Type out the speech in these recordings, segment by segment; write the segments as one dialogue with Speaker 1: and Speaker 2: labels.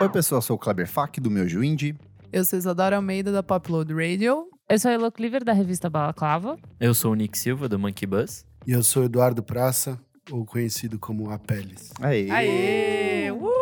Speaker 1: Oi, pessoal, sou o Kleber Fak, do Meu Juindi.
Speaker 2: Eu sou Isadora Almeida, da Popload Radio.
Speaker 3: Eu sou a Elo Cleaver, da revista Balaclava.
Speaker 4: Eu sou o Nick Silva, do Monkey Bus.
Speaker 5: E eu sou Eduardo Praça, ou conhecido como Apeles.
Speaker 1: Aê!
Speaker 2: Aê! Uh!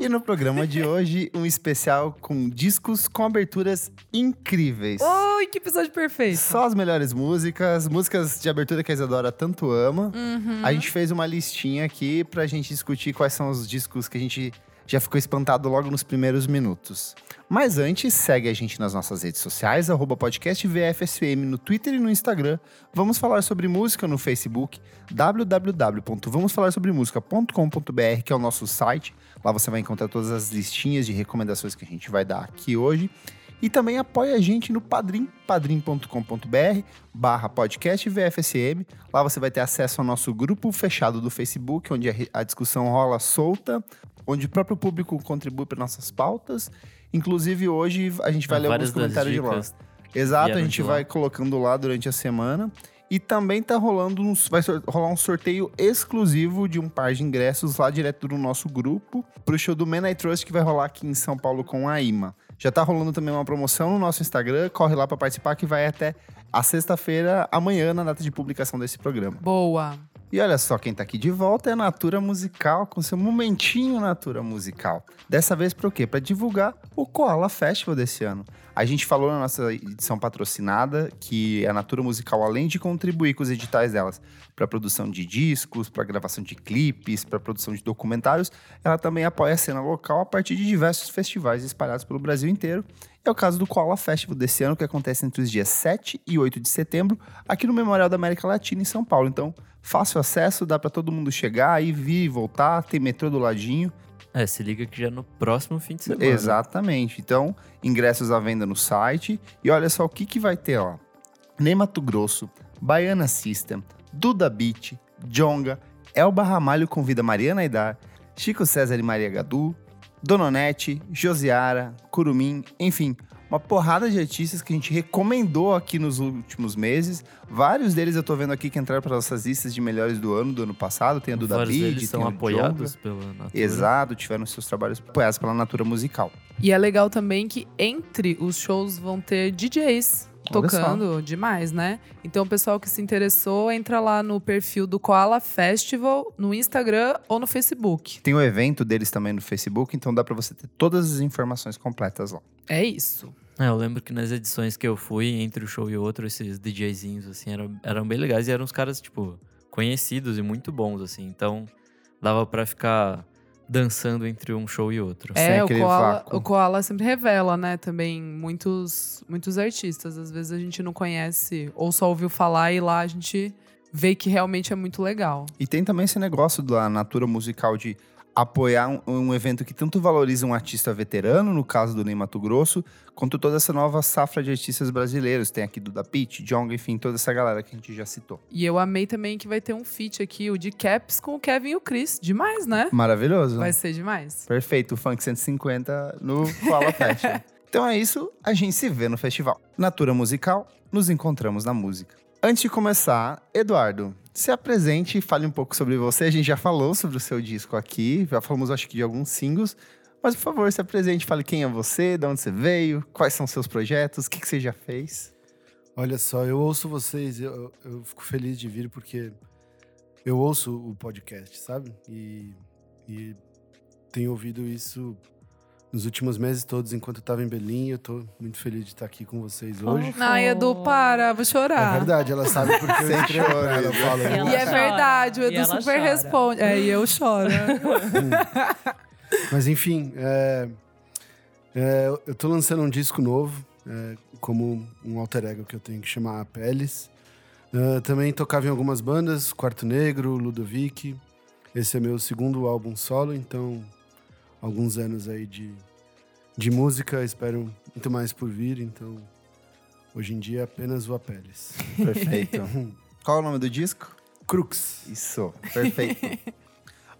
Speaker 1: E no programa de hoje, um especial com discos com aberturas incríveis.
Speaker 2: Oi, Uh! que episódio perfeito!
Speaker 1: Só as melhores músicas, músicas de abertura que a Isadora tanto ama.
Speaker 2: Uhum.
Speaker 1: A gente fez uma listinha aqui pra gente discutir quais são os discos que a gente já ficou espantado logo nos primeiros minutos. Mas antes, segue a gente nas nossas redes sociais, arroba podcast VFSM no Twitter e no Instagram. Vamos falar sobre música no Facebook, www.vamosfalarsobremusica.com.br, que é o nosso site. Lá você vai encontrar todas as listinhas de recomendações que a gente vai dar aqui hoje. E também apoia a gente no Padrim, padrim.com.br barra podcast VFSM. Lá você vai ter acesso ao nosso grupo fechado do Facebook, onde a re- a discussão rola solta, onde o próprio público contribui para nossas pautas. Inclusive, hoje a gente vai ler alguns
Speaker 4: Ah, Várias das
Speaker 1: comentários de lá.
Speaker 4: dicas.
Speaker 1: Exato, a
Speaker 4: vieram
Speaker 1: gente
Speaker 4: de lá.
Speaker 1: vai colocando lá durante a semana. E também tá rolando um, vai sor- rolar um sorteio exclusivo de um par de ingressos lá direto do nosso grupo pro show do Men I Trust que vai rolar aqui em São Paulo com a IMA. Já tá rolando também uma promoção no nosso Instagram, corre lá para participar que vai até a sexta-feira amanhã na data de publicação desse programa.
Speaker 2: Boa!
Speaker 1: E olha só, quem tá aqui de volta é a Natura Musical, com seu momentinho Natura Musical. Dessa vez para o quê? Para divulgar o Koala Festival desse ano. A gente falou na nossa edição patrocinada que a Natura Musical, além de contribuir com os editais delas para produção de discos, para gravação de clipes, para produção de documentários, ela também apoia a cena local a partir de diversos festivais espalhados pelo Brasil inteiro. É o caso do Koala Festival desse ano, que acontece entre os dias 7 e 8 de setembro, aqui no Memorial da América Latina, em São Paulo. Então, fácil acesso, dá para todo mundo chegar, ir, vir e voltar, tem metrô do ladinho.
Speaker 4: É, se liga que já no próximo fim de semana.
Speaker 1: Exatamente. Então, ingressos à venda no site. E olha só o que, que vai ter lá. Ney Mato Grosso, Baiana System, Duda Beat, Jonga, Elba Ramalho convida Mariana Aidar, Chico César e Maria Gadu, Dononete, Josiara, Curumim, enfim, uma porrada de artistas que a gente recomendou aqui nos últimos meses. Vários deles eu tô vendo aqui que entraram para nossas listas de melhores do ano, do ano passado. Tem a Duda
Speaker 4: Vários
Speaker 1: Beat,
Speaker 4: deles
Speaker 1: tem
Speaker 4: são
Speaker 1: o Djonga.
Speaker 4: apoiados pela Natura.
Speaker 1: Exato, tiveram seus trabalhos apoiados pela Natura Musical.
Speaker 2: E é legal também que entre os shows vão ter DJs
Speaker 1: Olha só.
Speaker 2: tocando demais, né? Então o pessoal que se interessou, entra lá no perfil do Koala Festival, no Instagram ou no Facebook.
Speaker 1: Tem o evento deles também no Facebook, então dá pra você ter todas as informações completas lá.
Speaker 2: É isso.
Speaker 4: É, eu lembro que nas edições que eu fui, entre o show e outro, esses DJzinhos, assim, eram, eram bem legais e eram uns caras, tipo, conhecidos e muito bons, assim. Então, dava pra ficar dançando entre um show e outro.
Speaker 2: é, o
Speaker 1: aquele
Speaker 2: Koala,
Speaker 1: vácuo.
Speaker 2: o Koala sempre revela, né? Também muitos, muitos artistas. Às vezes a gente não conhece ou só ouviu falar e lá a gente vê que realmente é muito legal.
Speaker 1: E tem também esse negócio da Natura Musical de apoiar um, um evento que tanto valoriza um artista veterano, no caso do Ney Mato Grosso, quanto toda essa nova safra de artistas brasileiros. Tem aqui Duda Pitt, Jonga, enfim, toda essa galera que a gente já citou.
Speaker 2: E eu amei também que vai ter um feat aqui, o de Caps com o Kevin e o Chris. Demais, né?
Speaker 1: Maravilhoso.
Speaker 2: Vai ser demais.
Speaker 1: Perfeito, o Funk 150 no Koala Festival. então é isso, a gente se vê no festival. Natura Musical, nos encontramos na música. Antes de começar, Eduardo, se apresente e fale um pouco sobre você. A gente já falou sobre o seu disco aqui, já falamos acho que de alguns singles. Mas, por favor, se apresente, fale quem é você, de onde você veio, quais são seus projetos, o que, que você já fez.
Speaker 5: Olha só, eu ouço vocês, eu, eu fico feliz de vir porque eu ouço o podcast, sabe? E, e tenho ouvido isso nos últimos meses todos, enquanto eu estava em Berlim. Eu tô muito feliz de estar aqui com vocês hoje.
Speaker 3: Fofo.
Speaker 2: Ai, Edu, para, vou
Speaker 5: É
Speaker 2: chorar.
Speaker 5: verdade, ela sabe porque eu
Speaker 1: Sem
Speaker 5: entrei pra
Speaker 1: choro,
Speaker 5: ela, eu
Speaker 1: né?
Speaker 5: falo, eu
Speaker 3: E
Speaker 2: E é
Speaker 3: Ela
Speaker 2: verdade, o
Speaker 3: chora, e
Speaker 2: Edu
Speaker 3: ela
Speaker 2: super
Speaker 3: chora.
Speaker 2: responde. É, e eu choro.
Speaker 5: Mas enfim, é, é, eu tô lançando um disco novo, é, como um alter ego que eu tenho que chamar Peles. É, também tocava em algumas bandas, Quarto Negro, Ludovic. Esse é meu segundo álbum solo, então alguns anos aí de, de música, espero muito mais por vir, então hoje em dia é apenas o Apeles.
Speaker 1: Perfeito. Qual é o nome do disco?
Speaker 5: Crux.
Speaker 1: Isso, perfeito.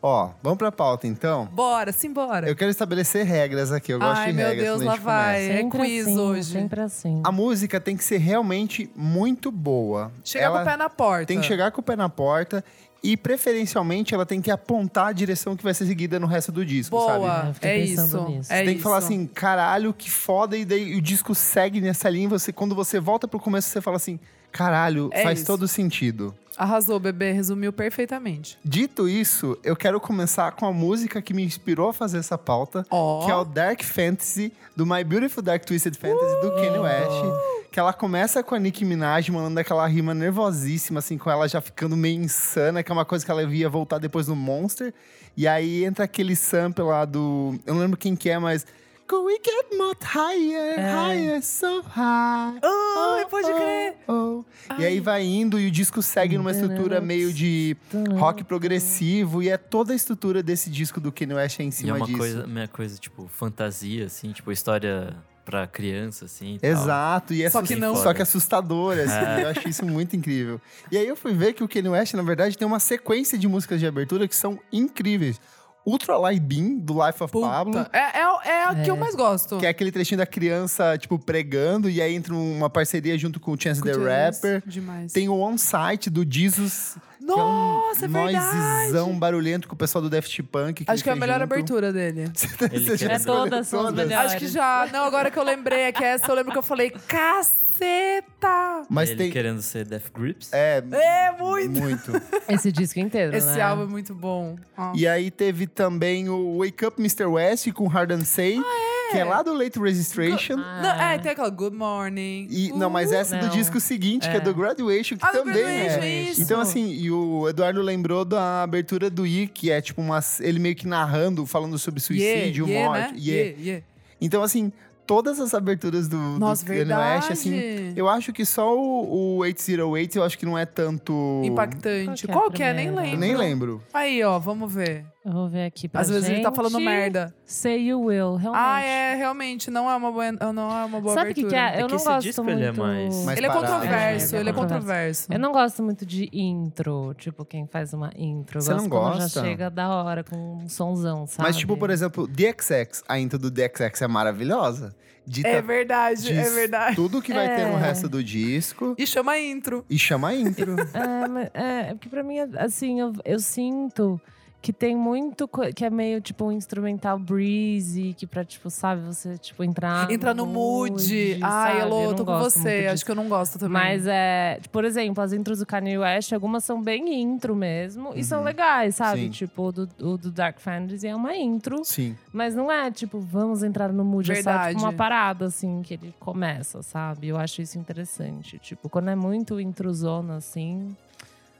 Speaker 1: Ó, vamos pra pauta então.
Speaker 2: Bora, simbora.
Speaker 1: Eu quero estabelecer regras aqui. Eu gosto
Speaker 2: Ai,
Speaker 1: de
Speaker 2: meu
Speaker 1: regras.
Speaker 2: Deus,
Speaker 1: quando a gente
Speaker 2: lá vai.
Speaker 1: começa.
Speaker 2: É quiz
Speaker 3: assim,
Speaker 2: hoje.
Speaker 3: Sempre assim.
Speaker 1: A música tem que ser realmente muito boa.
Speaker 2: Chega
Speaker 1: Ela
Speaker 2: com o pé na porta.
Speaker 1: tem que chegar com o pé na porta E preferencialmente ela tem que apontar a direção que vai ser seguida no resto do disco, sabe?
Speaker 3: É, eu
Speaker 2: Boa,
Speaker 3: fiquei
Speaker 2: é
Speaker 3: pensando
Speaker 2: isso.
Speaker 3: nisso.
Speaker 2: É
Speaker 1: Você tem que
Speaker 2: isso.
Speaker 1: falar assim, caralho, que foda, e daí o disco segue nessa linha. e Você, quando você volta pro começo, você fala assim, caralho,
Speaker 2: É
Speaker 1: faz
Speaker 2: isso.
Speaker 1: todo sentido.
Speaker 2: Arrasou, bebê, resumiu perfeitamente.
Speaker 1: Dito isso, eu quero começar com a música que me inspirou a fazer essa pauta,
Speaker 2: Ó,
Speaker 1: que é o Dark Fantasy, do My Beautiful Dark Twisted Fantasy, do Kanye West. Que ela começa com a Nicki Minaj mandando aquela rima nervosíssima, assim, com ela já ficando meio insana, que é uma coisa que ela via voltar depois no Monster. E aí entra aquele sample lá do. Eu não lembro quem que é, mas. Could we get more higher, higher, so high?
Speaker 2: Ai, É. pode crer.
Speaker 1: oh. E aí vai indo e o disco segue numa estrutura meio de rock progressivo e é toda a estrutura desse disco do Kanye West é em
Speaker 4: E é
Speaker 1: cima
Speaker 4: uma
Speaker 1: disso.
Speaker 4: coisa, uma coisa, tipo, fantasia, assim, tipo, história pra criança, assim. e tal.
Speaker 1: Exasso- Exato, e é
Speaker 2: Só que
Speaker 1: assus-
Speaker 2: não. É.
Speaker 1: só que assustadora, assim, eu acho isso muito incrível. E aí eu fui ver que o Kanye West, na verdade, tem uma sequência de músicas de abertura que são incríveis. Ultra Light Beam, do Life of
Speaker 2: puta.
Speaker 1: Pablo,
Speaker 2: É, é, é a que eu mais gosto.
Speaker 1: que é aquele trechinho da criança, tipo, pregando, e aí entra uma parceria junto com o Chance the Rapper.
Speaker 2: Demais.
Speaker 1: Tem o On-Site do Jesus,
Speaker 2: Nossa,
Speaker 1: que é
Speaker 2: é
Speaker 1: um
Speaker 2: verdade.
Speaker 1: noisezão barulhento com o pessoal do Daft Punk.
Speaker 2: Acho que é a melhor
Speaker 1: abertura.
Speaker 2: abertura dele.
Speaker 4: Ele
Speaker 1: Você já
Speaker 4: quer-
Speaker 3: É todas, são as
Speaker 1: todas?
Speaker 3: melhores.
Speaker 2: Acho que já. Não, agora que eu lembrei, é que essa eu lembro que eu falei, caceta!
Speaker 1: Mas
Speaker 4: Ele
Speaker 1: tem.
Speaker 4: querendo ser Death Grips.
Speaker 1: É,
Speaker 2: É muito!
Speaker 1: muito.
Speaker 3: Esse disco inteiro, né?
Speaker 2: Esse álbum é muito bom. Ó.
Speaker 1: e aí teve também o Wake Up Mr. West com Hard and Say,
Speaker 2: Ah,
Speaker 1: que é lá do Late Registration.
Speaker 3: Ah.
Speaker 2: Não, é, tem aquela Good Morning.
Speaker 1: E, não, mas essa é do
Speaker 3: Não.
Speaker 1: disco seguinte, que é
Speaker 3: É.
Speaker 1: do Graduation, que
Speaker 2: Ah, do
Speaker 1: também
Speaker 2: Graduation,
Speaker 1: é.
Speaker 2: isso.
Speaker 1: Então, assim, e o Eduardo lembrou da abertura do I, que é tipo uma, ele meio que narrando, falando sobre suicídio,
Speaker 2: Uh, yeah, yeah,
Speaker 1: morte.
Speaker 2: Né?
Speaker 1: yeah.
Speaker 2: Yeah, yeah.
Speaker 1: Então, assim, todas as aberturas do, do
Speaker 2: Nossa,
Speaker 1: Kanye
Speaker 2: verdade.
Speaker 1: West, assim. Eu acho que só o, o 808, eu acho que não é tanto.
Speaker 2: Impactante.
Speaker 3: Qual
Speaker 2: Qual
Speaker 3: que
Speaker 2: que
Speaker 3: é a
Speaker 2: é? Nem
Speaker 3: primeira?
Speaker 1: Eu
Speaker 2: lembro.
Speaker 1: nem lembro.
Speaker 2: Aí, ó, vamos ver.
Speaker 3: Eu vou ver aqui pra
Speaker 2: Às vezes ele tá
Speaker 3: gente.
Speaker 2: falando merda.
Speaker 3: Say You Will, realmente.
Speaker 2: Ah, é, realmente, não é uma boa, não é uma boa
Speaker 3: Sabe o que, que
Speaker 2: abertura.
Speaker 3: é? Eu
Speaker 4: É que
Speaker 3: não
Speaker 4: esse
Speaker 3: gosto
Speaker 4: disco,
Speaker 3: muito...
Speaker 4: ele é mais-
Speaker 1: Mas
Speaker 2: Ele é
Speaker 1: parado,
Speaker 2: controverso,
Speaker 3: né?
Speaker 2: ele é
Speaker 3: É controverso.
Speaker 2: controverso.
Speaker 3: Eu não gosto muito de intro, tipo, quem faz uma intro. Eu
Speaker 1: Você
Speaker 3: gosto
Speaker 1: não
Speaker 3: quando
Speaker 1: gosta?
Speaker 3: já chega da hora, com um sonzão, sabe?
Speaker 1: Mas, tipo, por exemplo, DXX, a intro do DXX é maravilhosa. Dita
Speaker 2: É verdade, é
Speaker 1: tá diz
Speaker 2: verdade.
Speaker 1: tudo que vai ter no
Speaker 3: É.
Speaker 1: resto do disco
Speaker 2: E chama a intro.
Speaker 1: e chama a intro.
Speaker 3: É, mas- é, é porque pra mim, assim, eu, eu sinto que tem muito co- que é meio tipo um instrumental breezy, que pra, tipo, sabe, você tipo, entrar.
Speaker 2: Entra no mood.
Speaker 3: sabe?
Speaker 2: Ai, Elô,
Speaker 3: Eu
Speaker 2: tô com
Speaker 3: não gosto muito
Speaker 2: você.
Speaker 3: disso.
Speaker 2: Acho que eu não gosto também.
Speaker 3: Mas é, tipo, por exemplo, as intros do Kanye West, algumas são bem intro mesmo e são
Speaker 1: Uhum.
Speaker 3: legais, sabe?
Speaker 1: Sim.
Speaker 3: Tipo, o do, o do Dark Fantasy é uma intro,
Speaker 1: Sim.
Speaker 3: mas não é tipo, vamos entrar no mood, é só
Speaker 2: Verdade.
Speaker 3: tipo, uma parada assim que ele começa, sabe? Eu acho isso interessante. Tipo, quando é muito introzona assim,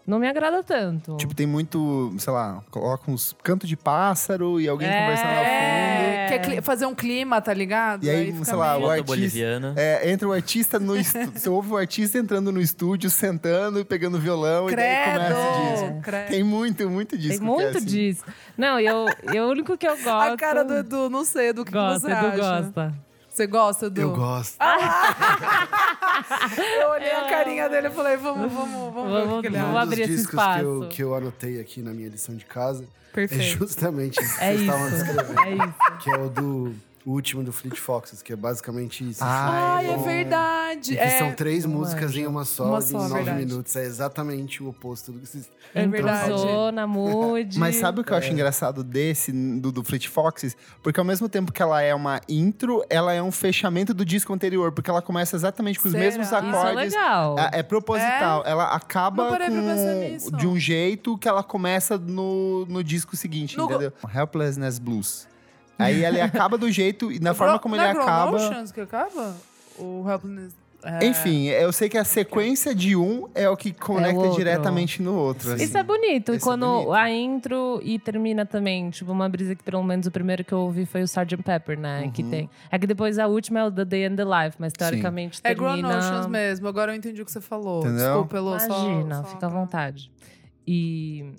Speaker 3: não me agrada tanto.
Speaker 1: Tipo, tem muito, sei lá, coloca uns canto de pássaro e alguém
Speaker 3: É.
Speaker 1: conversando ao fundo.
Speaker 2: É, quer cli- fazer um clima, tá ligado?
Speaker 1: E aí,
Speaker 2: fica
Speaker 1: sei lá,
Speaker 2: meio-
Speaker 1: o
Speaker 4: Flauta
Speaker 1: artista-
Speaker 4: boliviana.
Speaker 1: É, entra o artista no estúdio. Você ouve o artista entrando no estúdio, sentando e pegando violão e né? daí começa o disco.
Speaker 2: Credo! credo.
Speaker 1: Tem muito, muito disco.
Speaker 3: Tem
Speaker 1: que é
Speaker 3: muito
Speaker 1: assim.
Speaker 3: disso. Não, eu, eu o único que eu gosto.
Speaker 2: A cara do Edu, não sei do que, que
Speaker 3: gosta,
Speaker 2: você
Speaker 3: Edu
Speaker 2: acha.
Speaker 3: gosta.
Speaker 2: Você gosta, Edu?
Speaker 5: Eu gosto.
Speaker 3: Ah,
Speaker 2: Eu olhei a carinha dele e falei, vamos, vamos, vamos ver o que que ele
Speaker 3: Vamos
Speaker 2: acha.
Speaker 5: um dos
Speaker 3: abrir esse
Speaker 5: discos que eu,
Speaker 3: espaço.
Speaker 5: que eu anotei aqui na minha lição de casa é
Speaker 2: Perfeito.
Speaker 5: justamente isso que
Speaker 3: É
Speaker 5: vocês
Speaker 3: isso.
Speaker 5: estavam descrevendo.
Speaker 3: É isso.
Speaker 5: Que é o do o último do Fleet Foxes, que é basicamente isso.
Speaker 1: Ah,
Speaker 2: Ai, é verdade.
Speaker 5: Que
Speaker 2: É,
Speaker 5: são três músicas em uma só,
Speaker 2: Uma
Speaker 5: de
Speaker 2: só,
Speaker 5: nove
Speaker 2: verdade.
Speaker 5: minutos. É exatamente o oposto do que vocês.
Speaker 2: É verdade.
Speaker 3: Introzona, mood.
Speaker 1: Mas sabe o que eu
Speaker 2: É.
Speaker 1: acho engraçado desse, do, do Fleet Foxes? Porque ao mesmo tempo que ela é uma intro, ela é um fechamento do disco anterior, porque ela começa exatamente com os
Speaker 2: Será?
Speaker 1: mesmos
Speaker 2: Isso é
Speaker 3: Isso é
Speaker 1: acordes.
Speaker 3: legal.
Speaker 1: É, é proposital. Ela acaba
Speaker 2: Não parei pra pensar nisso.
Speaker 1: com, de um jeito que ela começa no, no disco seguinte,
Speaker 2: No-
Speaker 1: entendeu? Helplessness Blues. Aí ela acaba do jeito e na forma como
Speaker 2: Não
Speaker 1: ele
Speaker 2: é
Speaker 1: acaba.
Speaker 2: Promotions que acaba? O Helpless... é.
Speaker 1: Enfim, eu sei que a sequência de um é o que conecta
Speaker 3: outro.
Speaker 1: diretamente no outro. assim.
Speaker 3: Isso é bonito. E
Speaker 1: Esse é
Speaker 3: quando
Speaker 1: bonito.
Speaker 3: a intro e termina também, tipo, uma brisa que pelo menos o primeiro que eu ouvi foi o Sgt. Pepper, né? Que
Speaker 1: Uhum.
Speaker 3: tem. É que depois a última é o The Day and the Life, mas teoricamente
Speaker 2: É Grown
Speaker 3: termina.
Speaker 2: Oceans mesmo, agora eu entendi o que você falou.
Speaker 1: Entendeu?
Speaker 2: Desculpa, Elô, só-
Speaker 3: Imagina,
Speaker 2: só
Speaker 3: fica à
Speaker 2: pra-
Speaker 3: vontade. E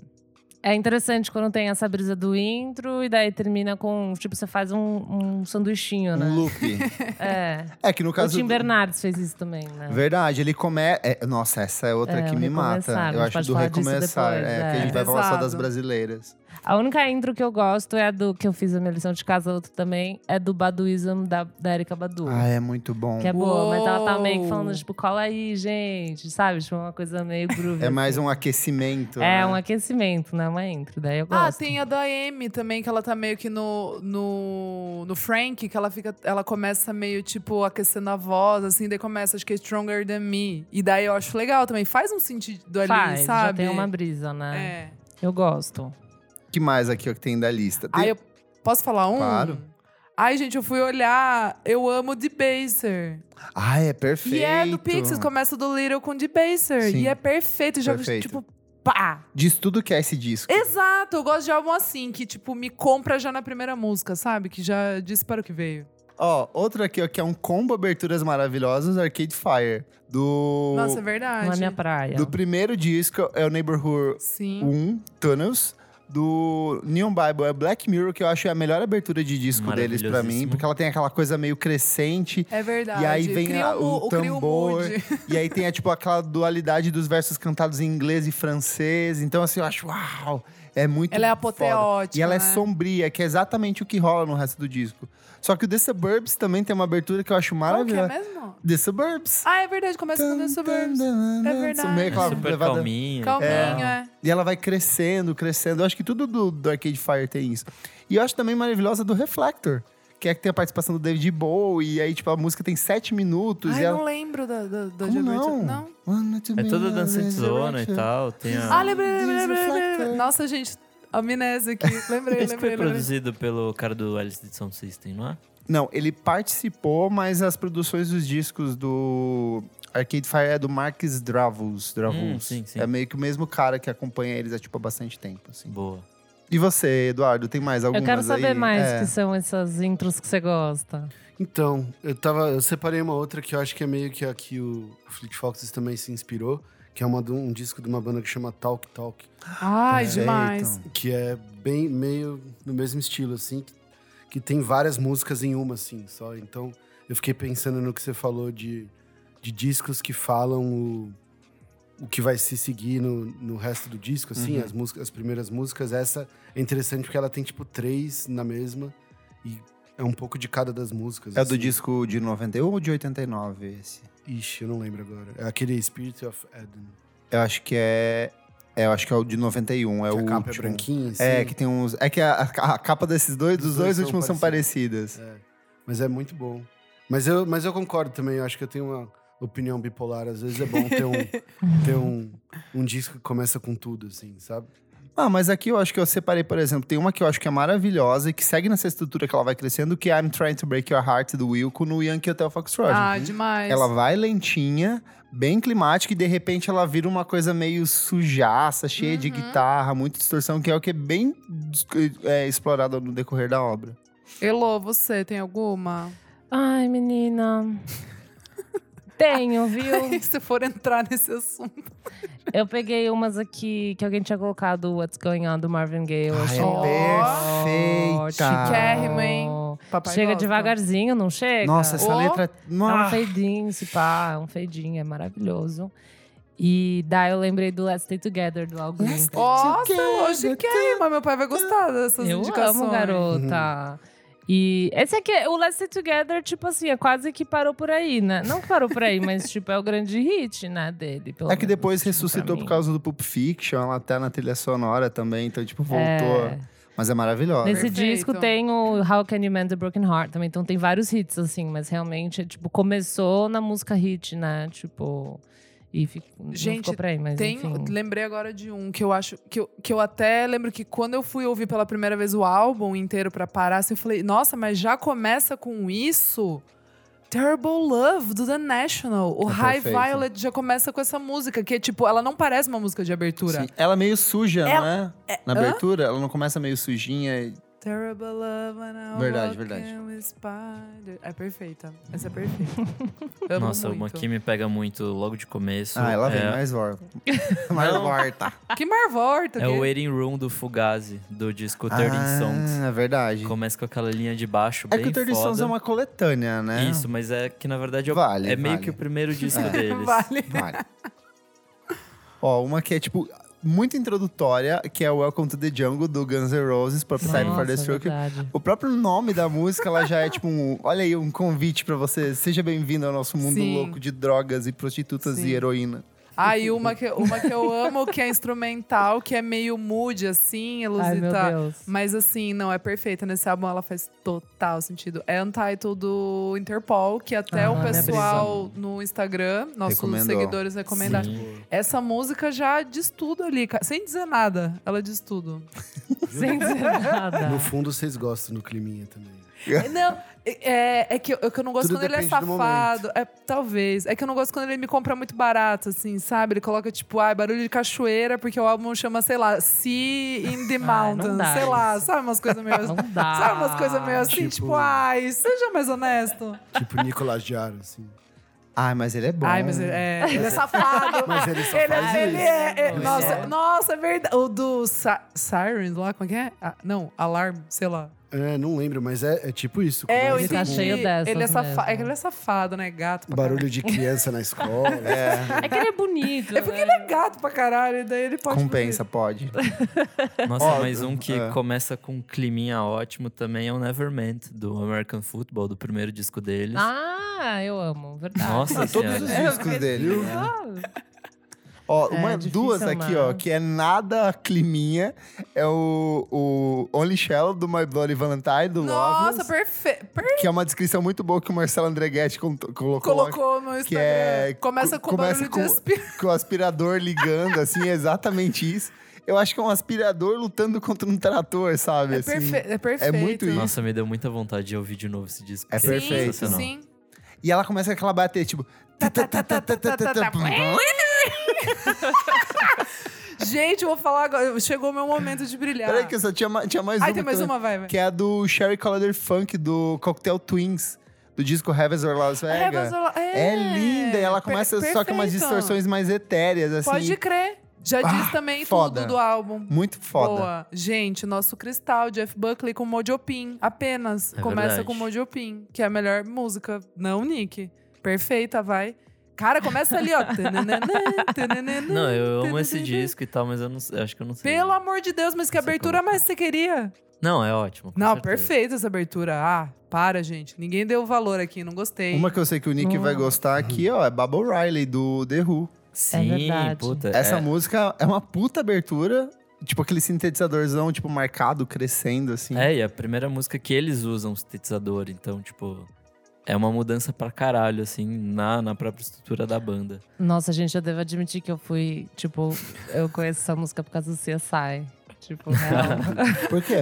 Speaker 3: é interessante quando tem essa brisa do intro e daí termina com, tipo, você faz um, um sanduichinho,
Speaker 1: Um
Speaker 3: né?
Speaker 1: loop.
Speaker 3: É.
Speaker 1: É que no
Speaker 3: O
Speaker 1: caso.
Speaker 3: Tim
Speaker 1: do-
Speaker 3: Bernardes fez isso também, né?
Speaker 1: Verdade, ele começa. nossa, essa é outra
Speaker 3: É,
Speaker 1: que
Speaker 3: o
Speaker 1: me mata.
Speaker 3: Recomeçar, mas
Speaker 1: Eu acho
Speaker 3: pode
Speaker 1: do
Speaker 3: falar disso
Speaker 1: recomeçar.
Speaker 3: depois,
Speaker 1: é, porque a
Speaker 3: é.
Speaker 1: gente vai falar só
Speaker 2: Pesado.
Speaker 1: das brasileiras.
Speaker 3: A única intro que eu gosto é a do que eu fiz a minha lição de casa, a outra também, é do Baduism da, da Erika Badu.
Speaker 1: Ah, é muito bom.
Speaker 3: Que é boa, mas ela tá meio que falando,
Speaker 2: Uou!
Speaker 3: tipo, cola aí, gente, sabe? Tipo, uma coisa meio groovy.
Speaker 1: É mais
Speaker 3: assim.
Speaker 1: um aquecimento.
Speaker 3: É,
Speaker 1: né? tá
Speaker 3: um aquecimento, né? Uma intro, daí eu
Speaker 2: Ah,
Speaker 3: gosto.
Speaker 2: tem a da Amy também, que ela tá meio que no, no, no Frank, que ela fica. Ela começa meio, tipo, aquecendo a voz, assim, daí começa, acho que é Stronger Than Me. E daí eu acho legal também. Faz um sentido ali,
Speaker 3: Faz, já
Speaker 2: sabe?
Speaker 3: tem uma brisa, né?
Speaker 2: É.
Speaker 3: Eu gosto.
Speaker 1: que mais aqui ó, que tem da lista? Tem-
Speaker 2: Aí eu posso falar um?
Speaker 1: Claro.
Speaker 2: Ai, gente, eu fui olhar. Eu amo Debaser.
Speaker 1: Ah, é perfeito.
Speaker 2: E é do Pixies, começa do Little com Debaser.
Speaker 1: Sim.
Speaker 2: E é perfeito. Já,
Speaker 1: Perfeito.
Speaker 2: tipo, pá!
Speaker 1: Diz tudo que é esse disco.
Speaker 2: Exato, eu gosto de álbum assim, que, tipo, me compra já na primeira música, sabe? Que já diz para o que veio.
Speaker 1: Ó, outro aqui, ó, que é um combo aberturas maravilhosas, Arcade Fire. Do.
Speaker 2: Nossa, é
Speaker 3: Na
Speaker 2: verdade.
Speaker 3: minha praia.
Speaker 1: Ah, do primeiro disco é o Neighborhood
Speaker 2: Sim.
Speaker 1: 1, Tunnels. Do Neon Bible é Black Mirror, que eu acho é a melhor abertura de disco deles pra mim,
Speaker 4: Maravilhosíssimo.
Speaker 1: porque ela tem aquela coisa meio crescente.
Speaker 2: É verdade.
Speaker 1: E aí vem
Speaker 2: Cria
Speaker 1: a-
Speaker 2: um mu-
Speaker 1: o
Speaker 2: cria um
Speaker 1: tambor.
Speaker 2: mood.
Speaker 1: E aí tem, é, tipo, aquela dualidade dos versos cantados em inglês e francês. Então, assim, eu acho, uau! É muito
Speaker 2: Ela é
Speaker 1: foda.
Speaker 2: apoteótica.
Speaker 1: E ela é
Speaker 2: né?
Speaker 1: sombria, que é exatamente o que rola no resto do disco. Só que o The Suburbs também tem uma abertura que eu acho
Speaker 2: Qual que é
Speaker 1: maravilhosa.
Speaker 2: mesmo?
Speaker 1: The Suburbs.
Speaker 2: Ah, é verdade, começa com The Suburbs. É verdade.
Speaker 1: Meio aquela
Speaker 4: É super
Speaker 1: levada-
Speaker 4: calminha. e tal.
Speaker 3: É.
Speaker 2: Calminha,
Speaker 1: E ela vai crescendo, crescendo. Eu acho que tudo do, do Arcade Fire tem isso. E eu acho também maravilhosa do Reflector, que é que tem a participação do David Bowie. E aí, tipo, a música tem sete
Speaker 2: é.
Speaker 1: minutos.
Speaker 2: Ai,
Speaker 1: e ela...
Speaker 2: não lembro da, da, da
Speaker 1: Como
Speaker 2: de abertura.
Speaker 1: não?
Speaker 2: Não?
Speaker 4: É toda dançantezona e tal. Tem a...
Speaker 2: Ah, lembrei, lembrei,
Speaker 1: This
Speaker 2: lembrei, lembrei.
Speaker 1: reflector.
Speaker 2: Nossa, gente, amnésia aqui. Lembrei,
Speaker 4: Esse
Speaker 2: lembrei,
Speaker 4: foi
Speaker 2: lembrei.
Speaker 4: produzido pelo cara do Alice de Sound System, não é?
Speaker 1: Não, ele participou, mas as produções dos discos do Arcade Fire é do Marques Dravos. Dravos.
Speaker 4: Hum, sim, sim.
Speaker 1: É meio que o mesmo cara que acompanha eles há, tipo, há bastante tempo, assim.
Speaker 4: Boa.
Speaker 1: E você, Eduardo, tem mais algumas
Speaker 3: Eu quero saber
Speaker 1: aí?
Speaker 3: mais
Speaker 1: É.
Speaker 3: que são essas intros que você gosta.
Speaker 5: Então, eu tava. Eu separei uma outra que eu acho que é meio que a que o Fleet Foxes também se inspirou, que é uma, de um disco de uma banda que chama Talk Talk.
Speaker 2: Ai,
Speaker 1: Perfeito. então.
Speaker 2: demais.
Speaker 5: que é bem meio no mesmo estilo assim, que, que tem várias músicas em uma assim, só. Então, eu fiquei pensando no que você falou de, de discos que falam o, o que vai se seguir no, no resto do disco assim,
Speaker 1: Uhum.
Speaker 5: as músicas, as primeiras músicas, essa é interessante porque ela tem tipo três na mesma e é um pouco de cada das músicas.
Speaker 1: É do
Speaker 5: assim.
Speaker 1: disco de 91 ou de 89 esse?
Speaker 5: Ixi, eu não lembro agora. É aquele Spirit of Eden.
Speaker 1: Eu acho que é. é, eu acho que é o de 91. É
Speaker 5: que
Speaker 1: o
Speaker 5: a capa é
Speaker 1: último.
Speaker 5: branquinha, assim.
Speaker 1: É, que tem uns. É que a, a- a capa desses dois, dos
Speaker 5: Os
Speaker 1: dois,
Speaker 5: dois são
Speaker 1: últimos são parecidas.
Speaker 5: É, mas é muito bom. Mas eu, mas eu concordo também, eu acho que eu tenho uma opinião bipolar. Às vezes é bom ter um, ter um, um disco que começa com tudo, assim, sabe?
Speaker 1: Ah, mas aqui eu acho que eu separei, por exemplo, tem uma que eu acho que é maravilhosa e que segue nessa estrutura que ela vai crescendo, que é I'm Trying to Break Your Heart do Wilco no Yankee Hotel Foxtrot.
Speaker 5: Uhum.
Speaker 2: Ah, demais.
Speaker 1: Ela vai lentinha, bem climática, e de repente ela vira uma coisa meio sujaça, cheia de
Speaker 2: Uhum.
Speaker 1: guitarra, muita distorção, que é o que é bem é, explorado no decorrer da obra.
Speaker 2: Elô, você tem alguma?
Speaker 3: Ai, menina. Tenho, viu?
Speaker 2: Se for entrar nesse assunto.
Speaker 3: Eu peguei umas aqui que alguém tinha colocado What's Going On do Marvin Gaye. Eu
Speaker 1: Ai,
Speaker 3: achei
Speaker 2: é
Speaker 1: perfeita.
Speaker 3: ótimo.
Speaker 2: Chiquérrimo, hein? Papai
Speaker 3: chega
Speaker 2: gosta.
Speaker 3: devagarzinho, não chega?
Speaker 1: Nossa, essa
Speaker 2: Ô.
Speaker 1: letra.
Speaker 3: É um
Speaker 2: Ah.
Speaker 1: Nossa.
Speaker 3: feidinho, se pá, é um feidinho, é maravilhoso. E daí eu lembrei do Let's Stay Together, do Al Green.
Speaker 2: Nossa, Elô, chiquérrima. é, Meu pai vai gostar dessas
Speaker 3: Eu
Speaker 2: indicações.
Speaker 3: amo, garota.
Speaker 1: Uhum.
Speaker 3: E esse aqui, o Let's Stay Together, tipo assim, é quase que parou por aí, né? Não que parou por aí, mas tipo, é o grande hit, né, dele. pelo
Speaker 1: É que
Speaker 3: menos,
Speaker 1: depois
Speaker 3: tipo, pra
Speaker 1: ressuscitou por
Speaker 3: mim.
Speaker 1: causa do Pulp Fiction, ela tá na trilha sonora também, então, tipo, voltou.
Speaker 3: É.
Speaker 1: Mas é maravilhosa.
Speaker 3: Nesse
Speaker 2: Perfeito.
Speaker 3: disco tem o How Can You Mend a Broken Heart também. Então tem vários hits, assim, mas realmente, tipo, começou na música hit, né? Tipo. E fico,
Speaker 2: Gente,
Speaker 3: não ficou pra aí, mas
Speaker 2: Tem,
Speaker 3: enfim.
Speaker 2: lembrei agora de um que eu acho que eu, que eu até lembro que quando eu fui ouvir pela primeira vez o álbum inteiro pra parar, assim, eu falei, nossa, mas já começa com isso? Terrible Love do The National. O
Speaker 1: É
Speaker 2: High
Speaker 1: perfeito.
Speaker 2: Violet já começa com essa música, que tipo, ela não parece uma música de abertura.
Speaker 1: Sim, Ela é meio suja, não é? Na
Speaker 2: hã?
Speaker 1: abertura, ela não começa meio sujinha. e-
Speaker 2: Terrible Love and I
Speaker 1: Verdade,
Speaker 2: walk
Speaker 1: verdade.
Speaker 2: in with spider. É perfeita. Essa é perfeita. Amo
Speaker 4: Nossa,
Speaker 2: muito.
Speaker 4: uma que me pega muito logo de começo.
Speaker 1: Ah, ela vem,
Speaker 4: é,
Speaker 1: mais volta. mais
Speaker 4: Não.
Speaker 1: volta.
Speaker 2: Que marvorta.
Speaker 4: É
Speaker 2: que-
Speaker 4: o Waiting Room do Fugazi, do disco 13 Songs.
Speaker 1: Ah, é verdade.
Speaker 4: Começa com aquela linha de baixo
Speaker 1: É
Speaker 4: bem
Speaker 1: que o 30
Speaker 4: foda.
Speaker 1: Sons é uma coletânea, né?
Speaker 4: Isso, mas é que na verdade é, o-
Speaker 1: Vale,
Speaker 4: é meio
Speaker 1: vale.
Speaker 4: que o primeiro disco
Speaker 1: É.
Speaker 4: deles.
Speaker 2: Vale.
Speaker 1: Vale. Ó, uma que é tipo muito introdutória, que é Welcome to the Jungle, do Guns N' Roses, Appetite for
Speaker 3: Nossa,
Speaker 1: Destruction.
Speaker 3: verdade.
Speaker 1: O próprio nome da música, ela já é tipo um. Olha aí, um convite pra você. Seja bem-vindo ao nosso mundo
Speaker 2: Sim.
Speaker 1: louco de drogas e prostitutas
Speaker 2: Sim.
Speaker 1: e heroína.
Speaker 2: Ah, e uma que, uma que eu amo, que é instrumental, que é meio mood, assim, a
Speaker 3: Ai, meu
Speaker 2: Luzita.
Speaker 3: Deus.
Speaker 2: Mas assim, não, é perfeita. Nesse álbum ela faz total sentido. É Untitled do Interpol, que até
Speaker 3: Ah,
Speaker 2: o
Speaker 3: minha
Speaker 2: pessoal no Instagram, nossos
Speaker 1: Recomendou.
Speaker 2: seguidores recomendaram.
Speaker 4: Sim.
Speaker 2: Essa música já diz tudo ali, ca- sem dizer nada. Ela diz tudo.
Speaker 3: Sem dizer nada.
Speaker 5: No fundo, vocês gostam do climinha também.
Speaker 2: Não, é, é que eu, é que eu não gosto
Speaker 5: Tudo
Speaker 2: quando ele é
Speaker 5: depende do
Speaker 2: safado. É, talvez. É que eu não gosto quando ele me compra muito barato, assim, sabe? Ele coloca, tipo, ai, barulho de cachoeira, porque o álbum chama, sei lá, Sea in the Mountain.
Speaker 3: dá
Speaker 2: sei lá,
Speaker 3: isso.
Speaker 2: sabe umas coisas meio. assim?
Speaker 3: Não dá.
Speaker 2: Sabe umas coisas meio assim, tipo,
Speaker 5: tipo-
Speaker 2: ai, seja mais honesto.
Speaker 5: Tipo Nicolas Jaro, assim.
Speaker 1: Ai, mas ele é bom.
Speaker 2: Ai, mas ele é, ele é safado.
Speaker 5: Mas ele só
Speaker 2: Ele,
Speaker 5: faz
Speaker 2: é- ele
Speaker 5: isso.
Speaker 2: é, é-
Speaker 3: Pois
Speaker 2: nossa,
Speaker 3: é.
Speaker 2: nossa, é verdade. O do Sa- Sirens lá, como é que é? Ah, não, Alarme, sei lá.
Speaker 5: É, não lembro, mas é, é tipo isso.
Speaker 2: É, eu
Speaker 5: Começa
Speaker 3: Ele tá
Speaker 2: entendi.
Speaker 5: com
Speaker 3: cheio dessas
Speaker 2: ele é, safa-
Speaker 3: mesmo.
Speaker 2: é que ele é safado, né? Gato pra
Speaker 5: Barulho de criança na escola.
Speaker 3: É que ele é bonito.
Speaker 2: É porque
Speaker 3: né?
Speaker 2: ele é gato pra caralho, e daí ele pode.
Speaker 1: Compensa, pode.
Speaker 4: Nossa,
Speaker 1: Ó,
Speaker 4: mais um que
Speaker 1: é.
Speaker 4: começa com um climinha ótimo também é o Neverment, do American Football, do primeiro disco deles.
Speaker 3: Ah, eu amo, verdade.
Speaker 4: Nossa
Speaker 1: Ah, todos
Speaker 4: senhora.
Speaker 1: os
Speaker 2: É,
Speaker 1: discos dele. né?
Speaker 3: Ah,
Speaker 1: Ó,
Speaker 3: É,
Speaker 1: uma,
Speaker 3: difícil
Speaker 1: duas aqui,
Speaker 3: amar.
Speaker 1: ó, que é nada climinha. É o, o Only Shell, do My Bloody Valentine, do
Speaker 2: Nossa,
Speaker 1: Loveless,
Speaker 2: perfeito.
Speaker 1: Que é uma descrição muito boa que o Marcelo Andreghetti cont- colocou. lá,
Speaker 2: Colocou no Instagram.
Speaker 1: que é,
Speaker 2: Começa
Speaker 1: co-
Speaker 2: com
Speaker 1: começa
Speaker 2: barulho
Speaker 1: com-
Speaker 2: de aspira.
Speaker 1: com o aspirador ligando, assim, é exatamente isso. Eu acho que é um aspirador lutando contra um trator, sabe?
Speaker 2: É,
Speaker 1: assim.
Speaker 2: perfe... é perfeito.
Speaker 1: muito isso.
Speaker 4: Nossa, me deu muita vontade de ouvir de novo esse disco.
Speaker 1: É
Speaker 4: que
Speaker 1: perfeito.
Speaker 2: Sim,
Speaker 4: sensacional.
Speaker 2: sim.
Speaker 1: E ela começa com aquela bater, tipo.
Speaker 2: Gente, eu vou falar agora. Chegou o meu momento de brilhar.
Speaker 1: Peraí, que eu só tinha, ma- tinha mais
Speaker 2: Ai,
Speaker 1: uma.
Speaker 2: tem mais
Speaker 1: também,
Speaker 2: uma, vai, vai.
Speaker 1: Que é a do Sherry Collider Funk, do Cocktail Twins, do disco Heavens or Las Vegas.
Speaker 2: É, mas ela-
Speaker 1: É linda, e ela
Speaker 2: per-
Speaker 1: começa só que umas
Speaker 2: perfeito.
Speaker 1: distorções mais etéreas, assim.
Speaker 2: Pode crer. Já diz
Speaker 1: Ah,
Speaker 2: também
Speaker 1: foda.
Speaker 2: tudo do álbum.
Speaker 1: Muito foda.
Speaker 2: Boa. Gente, nosso cristal, Jeff Buckley com Mojopin. Apenas.
Speaker 4: É
Speaker 2: Começa
Speaker 4: verdade.
Speaker 2: com Mojopin, que é a melhor música. Não, Nick. Perfeita, vai. Cara, começa ali, ó. Tananana, tananana,
Speaker 4: Não, eu amo esse
Speaker 2: tananana.
Speaker 4: disco e tal, mas eu não sei- acho que eu não sei.
Speaker 2: Pelo amor de Deus, mas que
Speaker 4: Não sei
Speaker 2: abertura
Speaker 4: como.
Speaker 2: mais você queria?
Speaker 4: Não, é ótimo. com
Speaker 2: Não,
Speaker 4: certeza.
Speaker 2: perfeita essa abertura. Ah, para, gente. Ninguém deu valor aqui, não gostei.
Speaker 1: Uma que eu sei que o Nick vai gostar aqui, ó, é Bubble Riley, do The Who.
Speaker 4: Sim,
Speaker 3: verdade.
Speaker 4: puta.
Speaker 1: Essa
Speaker 4: é,
Speaker 1: música é uma puta abertura, tipo aquele sintetizadorzão, tipo, marcado, crescendo, assim.
Speaker 4: é, e a primeira música que eles usam sintetizador, então, tipo, é uma mudança pra caralho, assim, na, na própria estrutura da banda.
Speaker 3: Nossa, gente, eu devo admitir que eu fui, tipo, eu conheço essa música por causa do CSI. Tipo, real.
Speaker 1: Por quê?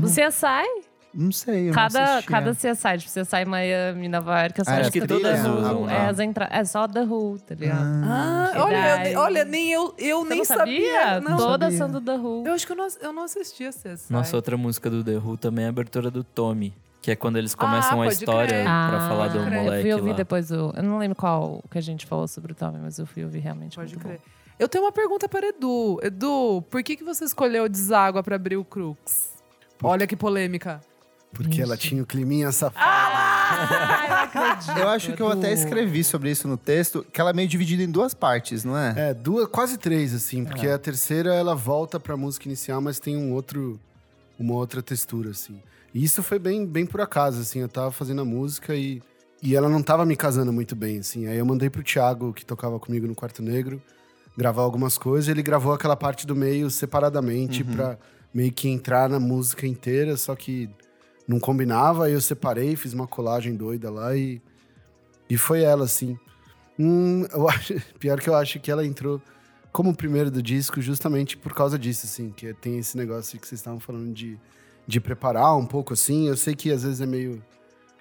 Speaker 3: o CSI,
Speaker 1: Não sei, eu não é.
Speaker 3: cada,
Speaker 1: assistia.
Speaker 3: cada CSI, tipo, CSI Miami, Nova York, eu só
Speaker 1: Ah,
Speaker 4: acho
Speaker 3: acho
Speaker 4: que
Speaker 3: que
Speaker 4: todas
Speaker 1: usam,
Speaker 3: É,
Speaker 1: né?
Speaker 3: as entra... é só The Who, tá ligado?
Speaker 2: Ah,
Speaker 3: E
Speaker 2: olha,
Speaker 3: daí?
Speaker 2: eu, olha, nem eu, eu
Speaker 3: Você
Speaker 2: nem
Speaker 3: não sabia?
Speaker 2: Não.
Speaker 3: Todas
Speaker 1: sabia.
Speaker 3: são do The Who.
Speaker 2: Eu acho que eu não, eu não assisti a CSI.
Speaker 4: Nossa, outra música do The Who também é a abertura do Tommy, que é quando eles começam a
Speaker 2: Ah, pode
Speaker 4: história
Speaker 2: crer.
Speaker 4: pra
Speaker 3: Ah,
Speaker 4: falar do
Speaker 2: pode crer.
Speaker 3: Eu
Speaker 4: moleque
Speaker 3: fui ouvir
Speaker 4: lá.
Speaker 3: depois do. Eu não lembro qual que a gente falou sobre o Tommy, mas eu fui ouvir realmente.
Speaker 2: Pode
Speaker 3: muito
Speaker 2: crer.
Speaker 3: bom.
Speaker 2: Eu tenho uma pergunta para Edu. Edu, por que, que você escolheu Deságua para abrir o Crux? Olha que polêmica.
Speaker 5: Porque ela tinha o climinha safado.
Speaker 1: Eu acho que eu até escrevi sobre isso no texto, que ela é meio dividida em duas partes, não é?
Speaker 5: É, duas, quase três, assim, porque a terceira ela volta pra música inicial, mas tem um outro, uma outra textura, assim. E isso foi bem, bem por acaso, assim, eu tava fazendo a música e, e ela não tava me casando muito bem, assim. Aí eu mandei pro Thiago, que tocava comigo no Quarto Negro, gravar algumas coisas, e ele gravou aquela parte do meio separadamente pra meio que entrar na música inteira, só que não combinava, aí eu separei, fiz uma colagem doida lá e, e foi ela, assim. Hum, eu acho- pior que eu acho que ela entrou como primeiro do disco justamente por causa disso, assim, que tem esse negócio que vocês estavam falando de, de preparar um pouco, assim. Eu sei que às vezes é meio.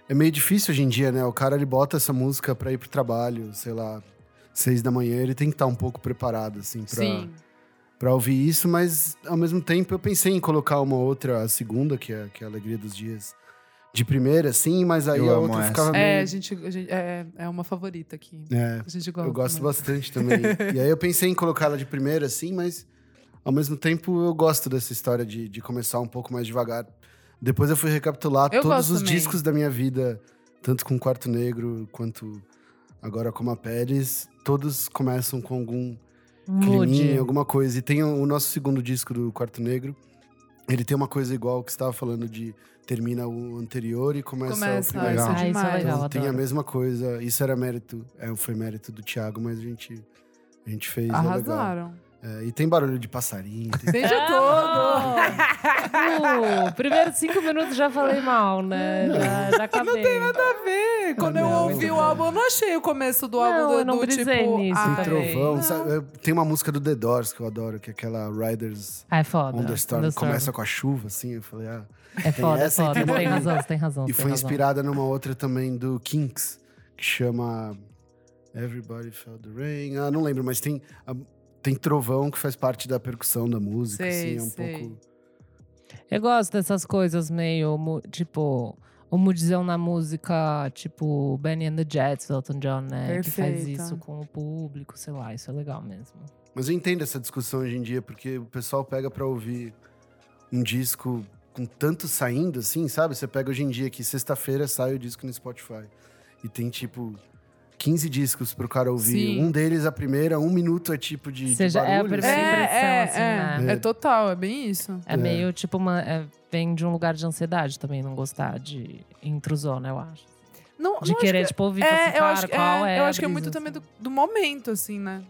Speaker 5: É meio difícil hoje em dia, né? O cara ele bota essa música pra ir pro trabalho, sei lá, seis da manhã, ele tem que estar um pouco preparado, assim, pra,
Speaker 2: Sim.
Speaker 5: pra ouvir isso, mas ao mesmo tempo eu pensei em colocar uma outra, a segunda, que é, que é a Alegria dos Dias, de primeira, assim, mas aí
Speaker 1: Eu
Speaker 5: a
Speaker 1: amo
Speaker 5: outra
Speaker 1: essa.
Speaker 5: ficava meio.
Speaker 2: É, a gente, a gente- é, é uma favorita aqui.
Speaker 5: É,
Speaker 2: A gente gosta.
Speaker 5: eu gosto
Speaker 2: muito.
Speaker 5: bastante também. e aí eu pensei em colocar ela de primeira, assim, mas ao mesmo tempo eu gosto dessa história de, de começar um pouco mais devagar. Depois eu fui recapitular
Speaker 2: Eu
Speaker 5: todos
Speaker 2: gosto
Speaker 5: os
Speaker 2: também.
Speaker 5: discos da minha vida, tanto com Quarto Negro quanto agora com a Pérez. Todos começam com algum Climinha,
Speaker 3: Mood.
Speaker 5: alguma coisa. E tem o o nosso segundo disco do Quarto Negro. Ele tem uma coisa igual que você estava falando de termina o anterior e começa, o
Speaker 2: Começa,
Speaker 5: primeiro.
Speaker 1: legal.
Speaker 2: isso é
Speaker 3: Ah, isso é
Speaker 2: demais.
Speaker 3: legal.
Speaker 5: Então, tem a
Speaker 3: adoro.
Speaker 5: mesma coisa. Isso era mérito, é, foi mérito do Thiago, mas a gente, a gente fez. né, legal.
Speaker 2: Arrasaram.
Speaker 5: É, e tem barulho de passarinho. tem-
Speaker 3: Ah!
Speaker 2: Seja todo!
Speaker 3: todo! Primeiros Uh, cinco minutos já falei mal, né? Já, já acabei. Não tem nada
Speaker 2: Pra ver, Quando eu
Speaker 5: Não,
Speaker 2: ouvi
Speaker 5: não.
Speaker 2: o álbum, eu não achei o começo do
Speaker 3: Não,
Speaker 2: álbum do
Speaker 3: eu não
Speaker 2: Edu,
Speaker 3: brisei
Speaker 2: tipo.
Speaker 3: nisso
Speaker 5: tem
Speaker 2: ah,
Speaker 3: também.
Speaker 5: trovão. sabe? É, Tem uma música do The Doors que eu adoro, que é aquela Riders
Speaker 3: Ah, é foda.
Speaker 5: Understorm.
Speaker 3: Understorm.
Speaker 5: Começa com a chuva, assim. Eu falei, ah.
Speaker 3: É foda, é
Speaker 5: essa e
Speaker 3: foda.
Speaker 5: tem uma-
Speaker 3: Tem razão, você tem razão.
Speaker 5: E
Speaker 3: você
Speaker 5: foi
Speaker 3: tem razão.
Speaker 5: inspirada numa outra também do Kinks, que chama Everybody Felt the Rain. Ah, não lembro, mas tem, a- tem trovão que faz parte da percussão da música,
Speaker 2: Sei,
Speaker 5: assim, é um
Speaker 2: sei.
Speaker 5: pouco.
Speaker 3: Eu gosto dessas coisas meio, mu- tipo, o mudizão na música, tipo, Benny and the Jets, do Elton John, né? Que faz
Speaker 2: Perfeita.
Speaker 3: isso com o público, sei lá, isso é legal mesmo.
Speaker 5: Mas eu entendo essa discussão hoje em dia, porque o pessoal pega pra ouvir um disco com tanto saindo, assim, sabe? Você pega hoje em dia que sexta-feira sai o disco no Spotify. E tem, tipo, 15 discos pro cara ouvir.
Speaker 2: Sim.
Speaker 5: Um deles, a primeira, um minuto é tipo de, de
Speaker 3: Seja- é a
Speaker 5: barulho.
Speaker 2: É,
Speaker 3: primeira-
Speaker 5: assim.
Speaker 2: é,
Speaker 3: impressão,
Speaker 2: é,
Speaker 3: assim,
Speaker 5: né?
Speaker 2: é total, é bem isso.
Speaker 3: É, meio, tipo, uma, é- vem de um lugar de ansiedade também, não gostar de intrusona, eu acho.
Speaker 2: Não,
Speaker 3: De
Speaker 2: não
Speaker 3: querer,
Speaker 2: acho que-
Speaker 3: tipo, ouvir e falar
Speaker 2: é,
Speaker 3: assim,
Speaker 2: eu
Speaker 3: cara,
Speaker 2: acho, que-
Speaker 3: qual
Speaker 2: é,
Speaker 3: é
Speaker 2: eu
Speaker 3: a
Speaker 2: acho que é muito
Speaker 3: brisa,
Speaker 2: também do,
Speaker 3: assim?
Speaker 2: do momento, assim, né?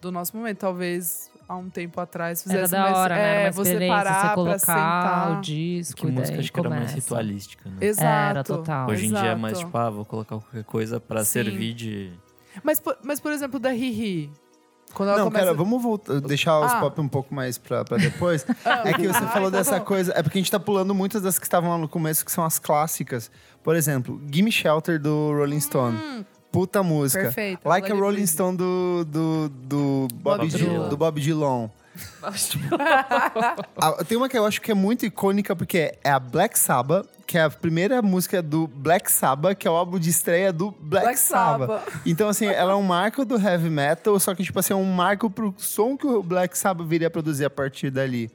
Speaker 2: Do nosso momento. Talvez há um tempo atrás
Speaker 3: Era
Speaker 2: fizesse
Speaker 3: da
Speaker 2: mais-
Speaker 3: hora, né?
Speaker 2: é,
Speaker 3: Era uma
Speaker 2: você
Speaker 3: experiência,
Speaker 2: parar
Speaker 3: você
Speaker 2: pra
Speaker 3: colocar
Speaker 2: sentar.
Speaker 3: o disco
Speaker 4: Que
Speaker 3: e
Speaker 4: música
Speaker 3: daí
Speaker 4: acho que era mais
Speaker 3: começa.
Speaker 4: ritualística, né?
Speaker 2: Exato.
Speaker 3: Era, total.
Speaker 4: Hoje em dia é
Speaker 2: exato.
Speaker 4: mais tipo, ah, vou colocar qualquer coisa pra
Speaker 2: Sim.
Speaker 4: servir de.
Speaker 2: Mas, por- mas, por exemplo, da Hihi. Quando ela
Speaker 1: Não,
Speaker 2: começa.
Speaker 1: cara, vamos voltar, deixar os
Speaker 2: Ah.
Speaker 1: pop um pouco mais pra, pra depois.
Speaker 2: Ah,
Speaker 1: É que você
Speaker 2: ah,
Speaker 1: falou
Speaker 2: então
Speaker 1: dessa
Speaker 2: vamos.
Speaker 1: coisa. É porque a gente tá pulando muitas das que estavam lá no começo, que são as clássicas. Por exemplo, Gimme Shelter do Rolling Stone. Puta música.
Speaker 2: Perfeito.
Speaker 1: Like a
Speaker 2: Let it
Speaker 1: Rolling
Speaker 2: breathe.
Speaker 1: Stone do, do, do, Bob,
Speaker 2: Bob
Speaker 1: Dylan.
Speaker 4: Dylan.
Speaker 1: do Bob Dylan. Ah, tem uma que eu acho que é muito icônica, porque é a Black Sabbath, que é a primeira música do Black Sabbath, que é o álbum de estreia do Black,
Speaker 2: Black
Speaker 1: Sabbath.
Speaker 2: Sabbath.
Speaker 1: Então, assim, ela é um marco do heavy metal, só que, tipo assim, é um marco pro som que o Black Sabbath viria a produzir a partir dali.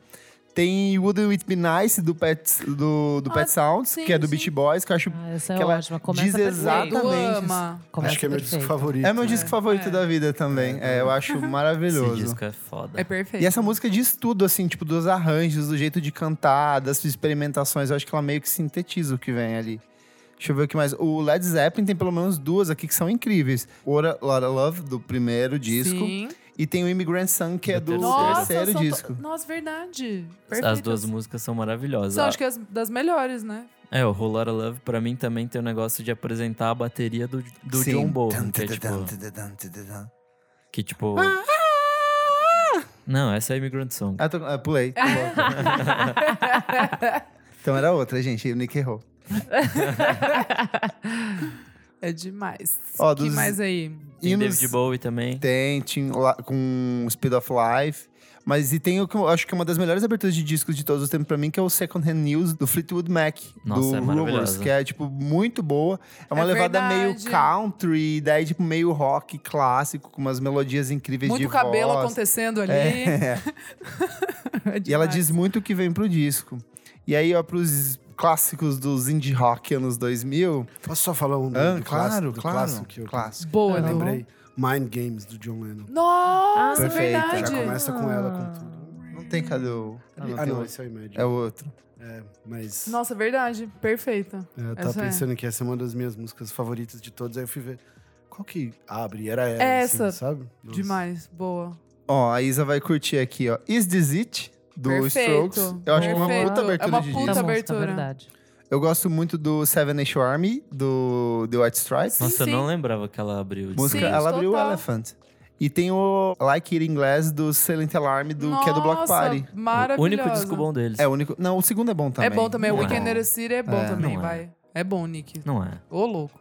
Speaker 1: Tem Wouldn't It Be Nice, do Pet, do, do
Speaker 2: Ah,
Speaker 1: Pet Sounds,
Speaker 2: sim,
Speaker 1: que é do
Speaker 2: sim.
Speaker 1: Beach Boys, que eu acho...
Speaker 3: Ah, essa é
Speaker 1: que ela
Speaker 3: ótima. Começa
Speaker 1: diz
Speaker 3: perfeito.
Speaker 1: exatamente
Speaker 2: Edu ama.
Speaker 3: Começa
Speaker 5: Acho que é meu disco
Speaker 3: perfeito.
Speaker 5: favorito.
Speaker 1: É meu disco favorito
Speaker 2: é.
Speaker 1: da vida também. É, eu acho maravilhoso.
Speaker 4: Esse disco é foda.
Speaker 2: É perfeito.
Speaker 1: E essa música diz tudo, assim, tipo, dos arranjos, do jeito de cantar, das suas experimentações. Eu acho que ela meio que sintetiza o que vem ali. Deixa eu ver o que mais. O Led Zeppelin tem pelo menos duas aqui que são incríveis. Ora, Lotta Love, do primeiro é disco.
Speaker 2: Sim.
Speaker 1: E tem o Immigrant Sun, que é do
Speaker 4: Do
Speaker 2: Nossa,
Speaker 1: terceiro
Speaker 2: são to-
Speaker 1: disco.
Speaker 2: Nossa, verdade.
Speaker 4: As
Speaker 2: Perfeitas.
Speaker 4: duas músicas são maravilhosas.
Speaker 2: São, acho que as, das melhores, né?
Speaker 4: É, o Whole Lotta Love, pra mim, também tem o negócio de apresentar a bateria do, do
Speaker 1: Sim.
Speaker 4: John Bonham, que é tipo... Que tipo... Não, essa é Immigrant Song.
Speaker 1: Ah, tô, ah, pulei. então era outra, gente. O Nick errou.
Speaker 2: É demais.
Speaker 1: Ó,
Speaker 2: O que
Speaker 1: dos-
Speaker 2: mais aí?
Speaker 4: Tem
Speaker 1: Hinos-
Speaker 4: David Bowie também.
Speaker 1: Tem, tinha lá com Speed of Life. Mas e tem o que eu acho que é uma das melhores aberturas de discos de todos os tempos pra mim, que é o Second Hand News do Fleetwood Mac,
Speaker 4: Nossa,
Speaker 1: do
Speaker 4: é
Speaker 1: Rumors,
Speaker 4: maravilhosa.
Speaker 1: que é tipo muito boa. É uma
Speaker 2: É
Speaker 1: levada
Speaker 2: verdade.
Speaker 1: meio country, daí tipo meio rock clássico, com umas melodias incríveis
Speaker 2: Muito
Speaker 1: de
Speaker 2: cabelo
Speaker 1: voz.
Speaker 2: acontecendo ali. É
Speaker 1: É. E ela diz muito o que vem pro disco. E aí, ó, pros clássicos dos indie rock anos 2000.
Speaker 5: Posso só falar um do,
Speaker 1: Ah,
Speaker 5: do
Speaker 1: claro,
Speaker 5: clássico, do
Speaker 1: claro.
Speaker 5: clássico que eu
Speaker 1: clássico.
Speaker 2: Boa,
Speaker 5: eu
Speaker 2: né?
Speaker 5: lembrei? Mind Games do John Lennon.
Speaker 2: Nossa,
Speaker 1: Perfeito.
Speaker 5: Já
Speaker 2: verdade.
Speaker 5: começa com ela com tudo.
Speaker 1: Não tem cadê o. Ah, não,
Speaker 5: Ah,
Speaker 1: tem
Speaker 5: não,
Speaker 1: outro.
Speaker 5: esse é o Imagine.
Speaker 1: É o outro.
Speaker 5: É, mas
Speaker 2: Nossa, verdade. Perfeita.
Speaker 5: é, eu tava
Speaker 2: essa é.
Speaker 5: pensando que essa é uma das minhas músicas favoritas de todas. Aí eu fui ver qual que abre. Era ela,
Speaker 2: É
Speaker 5: assim,
Speaker 2: essa.
Speaker 5: sabe? Nossa.
Speaker 2: Demais. Boa.
Speaker 1: Ó, a Isa vai curtir aqui, ó. Is This It? Do
Speaker 2: Perfeito.
Speaker 1: Strokes. Eu acho que é uma
Speaker 2: Perfeito.
Speaker 1: puta abertura
Speaker 2: É uma
Speaker 1: de disco.
Speaker 2: puta
Speaker 3: Puta música,
Speaker 2: abertura.
Speaker 3: Tá verdade.
Speaker 1: Eu gosto muito do Seven Nation Army, do The White Stripes.
Speaker 2: Sim,
Speaker 4: Nossa,
Speaker 2: sim.
Speaker 4: eu não lembrava que ela abriu. isso.
Speaker 1: Música,
Speaker 2: Sim,
Speaker 1: ela abriu o
Speaker 2: total.
Speaker 1: Elephant. E tem o Like It in Glass do Silent Alarm, do, que é do Block
Speaker 2: Nossa,
Speaker 1: Party.
Speaker 4: O
Speaker 2: Maravilhosa.
Speaker 4: único disco bom deles.
Speaker 1: É o único. Não, o segundo é bom também.
Speaker 2: É bom também. O
Speaker 4: Não é.
Speaker 2: Weekend at City é bom
Speaker 1: É,
Speaker 2: também,
Speaker 4: não é.
Speaker 2: vai. É bom, Nick.
Speaker 4: Não é.
Speaker 2: Ô, louco.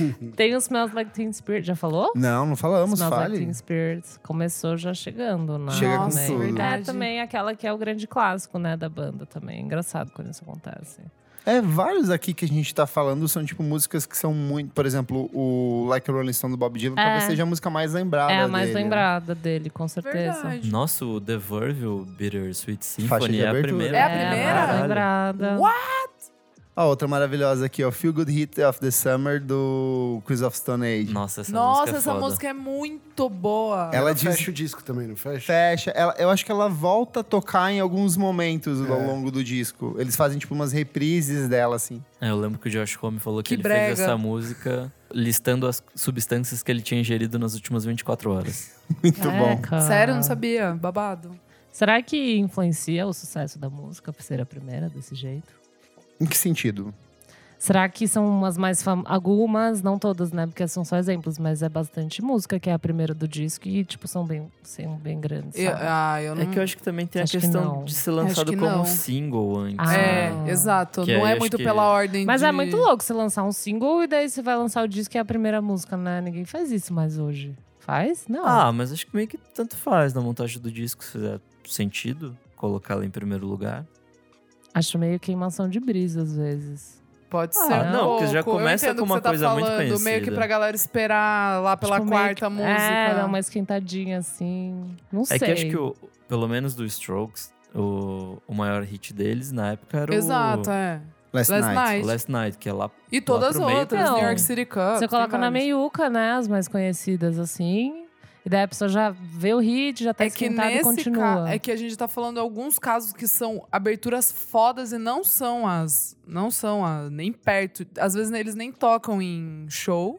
Speaker 4: Hum.
Speaker 3: Tem o Smells Like Teen Spirit, já falou?
Speaker 1: Não, não falamos,
Speaker 3: Smells
Speaker 1: fale.
Speaker 3: Like Teen Spirit. Começou já chegando, né?
Speaker 1: Chega com
Speaker 2: Nossa,
Speaker 1: tudo.
Speaker 3: É
Speaker 2: verdade.
Speaker 3: também aquela que é o grande clássico, né, da banda também. Engraçado quando isso acontece.
Speaker 1: É, vários aqui que a gente tá falando são, tipo, músicas que são muito. Por exemplo, o Like a Rolling Stone do Bob Dylan, talvez seja a música mais lembrada.
Speaker 3: é a mais
Speaker 1: dele, né?
Speaker 3: lembrada dele, com certeza.
Speaker 2: Verdade.
Speaker 4: Nossa, o The Verve, o Bitter Sweet
Speaker 1: Faixa de
Speaker 4: Symphony, é a
Speaker 1: abertura.
Speaker 4: primeira.
Speaker 2: É a
Speaker 3: mais
Speaker 2: primeira?
Speaker 4: Caralho.
Speaker 3: lembrada.
Speaker 2: What?
Speaker 1: Ó, outra maravilhosa aqui, ó. Feel Good Hit of the Summer do Queens of Stone Age.
Speaker 4: Nossa, essa
Speaker 2: Nossa,
Speaker 4: música é
Speaker 2: essa
Speaker 4: foda.
Speaker 2: música é muito boa.
Speaker 1: Ela
Speaker 5: Ela
Speaker 1: diz-
Speaker 5: fecha o disco também, não fecha?
Speaker 1: Fecha. Ela- eu acho que ela volta a tocar em alguns momentos ao longo do disco. Eles fazem, tipo, umas reprises dela, assim.
Speaker 4: É, eu lembro que o Josh Homme falou que,
Speaker 2: Que
Speaker 4: ele fez
Speaker 2: brega.
Speaker 4: essa música listando as substâncias que ele tinha ingerido nas últimas 24 horas.
Speaker 1: Muito
Speaker 2: É.
Speaker 1: bom.
Speaker 3: Caraca.
Speaker 2: Sério, eu não sabia. Babado.
Speaker 3: Será que influencia o sucesso da música por ser a primeira desse jeito?
Speaker 1: Em que sentido?
Speaker 3: Será que são umas mais fam... algumas, não todas, né? Porque são só exemplos, mas é bastante música que é a primeira do disco e tipo são bem, são bem grandes.
Speaker 2: Eu-
Speaker 3: sabe?
Speaker 2: ah, eu não.
Speaker 4: É que eu acho que também tem
Speaker 3: Acho
Speaker 4: a
Speaker 3: que
Speaker 4: questão
Speaker 3: não.
Speaker 4: de ser lançado
Speaker 2: que
Speaker 4: como
Speaker 2: não.
Speaker 4: um single antes.
Speaker 3: Ah.
Speaker 4: né?
Speaker 2: É, exato.
Speaker 4: Que
Speaker 2: não
Speaker 4: aí
Speaker 2: é
Speaker 4: acho
Speaker 2: muito
Speaker 4: que-
Speaker 2: pela ordem
Speaker 3: Mas
Speaker 2: de...
Speaker 3: é muito louco você lançar um single e daí você vai lançar o disco e é a primeira música, né? Ninguém faz isso mais hoje. Faz? Não.
Speaker 4: Ah, mas acho que meio que tanto faz na montagem do disco, se fizer sentido colocá-la em primeiro lugar.
Speaker 3: Acho meio queimação de brisa às vezes.
Speaker 2: Pode
Speaker 4: Ah,
Speaker 2: ser. um
Speaker 4: não, porque já
Speaker 2: pouco. Eu
Speaker 4: começa
Speaker 2: entendo
Speaker 4: com
Speaker 2: o que
Speaker 4: uma
Speaker 2: você tá
Speaker 4: coisa muito
Speaker 2: falando, Meio que
Speaker 4: conhecida.
Speaker 2: pra galera esperar lá pela
Speaker 3: Tipo, meio
Speaker 2: quarta
Speaker 3: que-
Speaker 2: música.
Speaker 3: É, dá uma esquentadinha assim. Não sei.
Speaker 4: É que acho que, o, pelo menos do Strokes, o, o maior hit deles na época era
Speaker 2: Exato, é.
Speaker 1: Last,
Speaker 2: Last
Speaker 1: Night.
Speaker 4: o
Speaker 2: Night.
Speaker 4: Last Night, que é lá
Speaker 2: E todas
Speaker 4: pro
Speaker 2: as
Speaker 4: meio,
Speaker 2: outras,
Speaker 3: não.
Speaker 2: New York City Cup.
Speaker 3: Você
Speaker 2: Ah, tem
Speaker 3: coloca na
Speaker 2: várias.
Speaker 3: meiuca, né? As mais conhecidas, assim. E daí a pessoa já vê o hit, já tá
Speaker 2: É que
Speaker 3: esquentada e
Speaker 2: nesse
Speaker 3: continua.
Speaker 2: caso, é que a gente tá falando alguns casos que são aberturas fodas e não são as, não são a, nem perto. Às vezes né, eles nem tocam em show,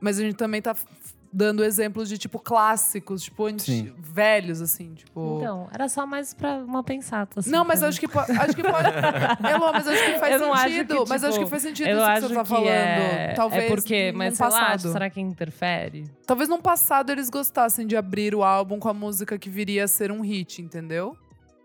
Speaker 2: mas a gente também tá f- dando exemplos de tipo clássicos, tipo anti-
Speaker 1: Sim.
Speaker 2: velhos assim, tipo.
Speaker 3: Então, era só mais pra uma pensada. Assim,
Speaker 2: não, mas
Speaker 3: pra
Speaker 2: acho que, po- acho que pode. Elô, mas acho que faz
Speaker 3: Eu não acho
Speaker 2: sentido.
Speaker 3: que,
Speaker 2: mas acho
Speaker 3: tipo,
Speaker 2: que faz sentido
Speaker 3: mim. eu
Speaker 2: isso que
Speaker 3: acho
Speaker 2: você tá
Speaker 3: que
Speaker 2: falando.
Speaker 3: é,
Speaker 2: Talvez
Speaker 3: é porque,
Speaker 2: num
Speaker 3: mas sei lá,
Speaker 2: passado.
Speaker 3: será que interfere?
Speaker 2: Talvez num passado eles gostassem de abrir o álbum com a música que viria a ser um hit, entendeu?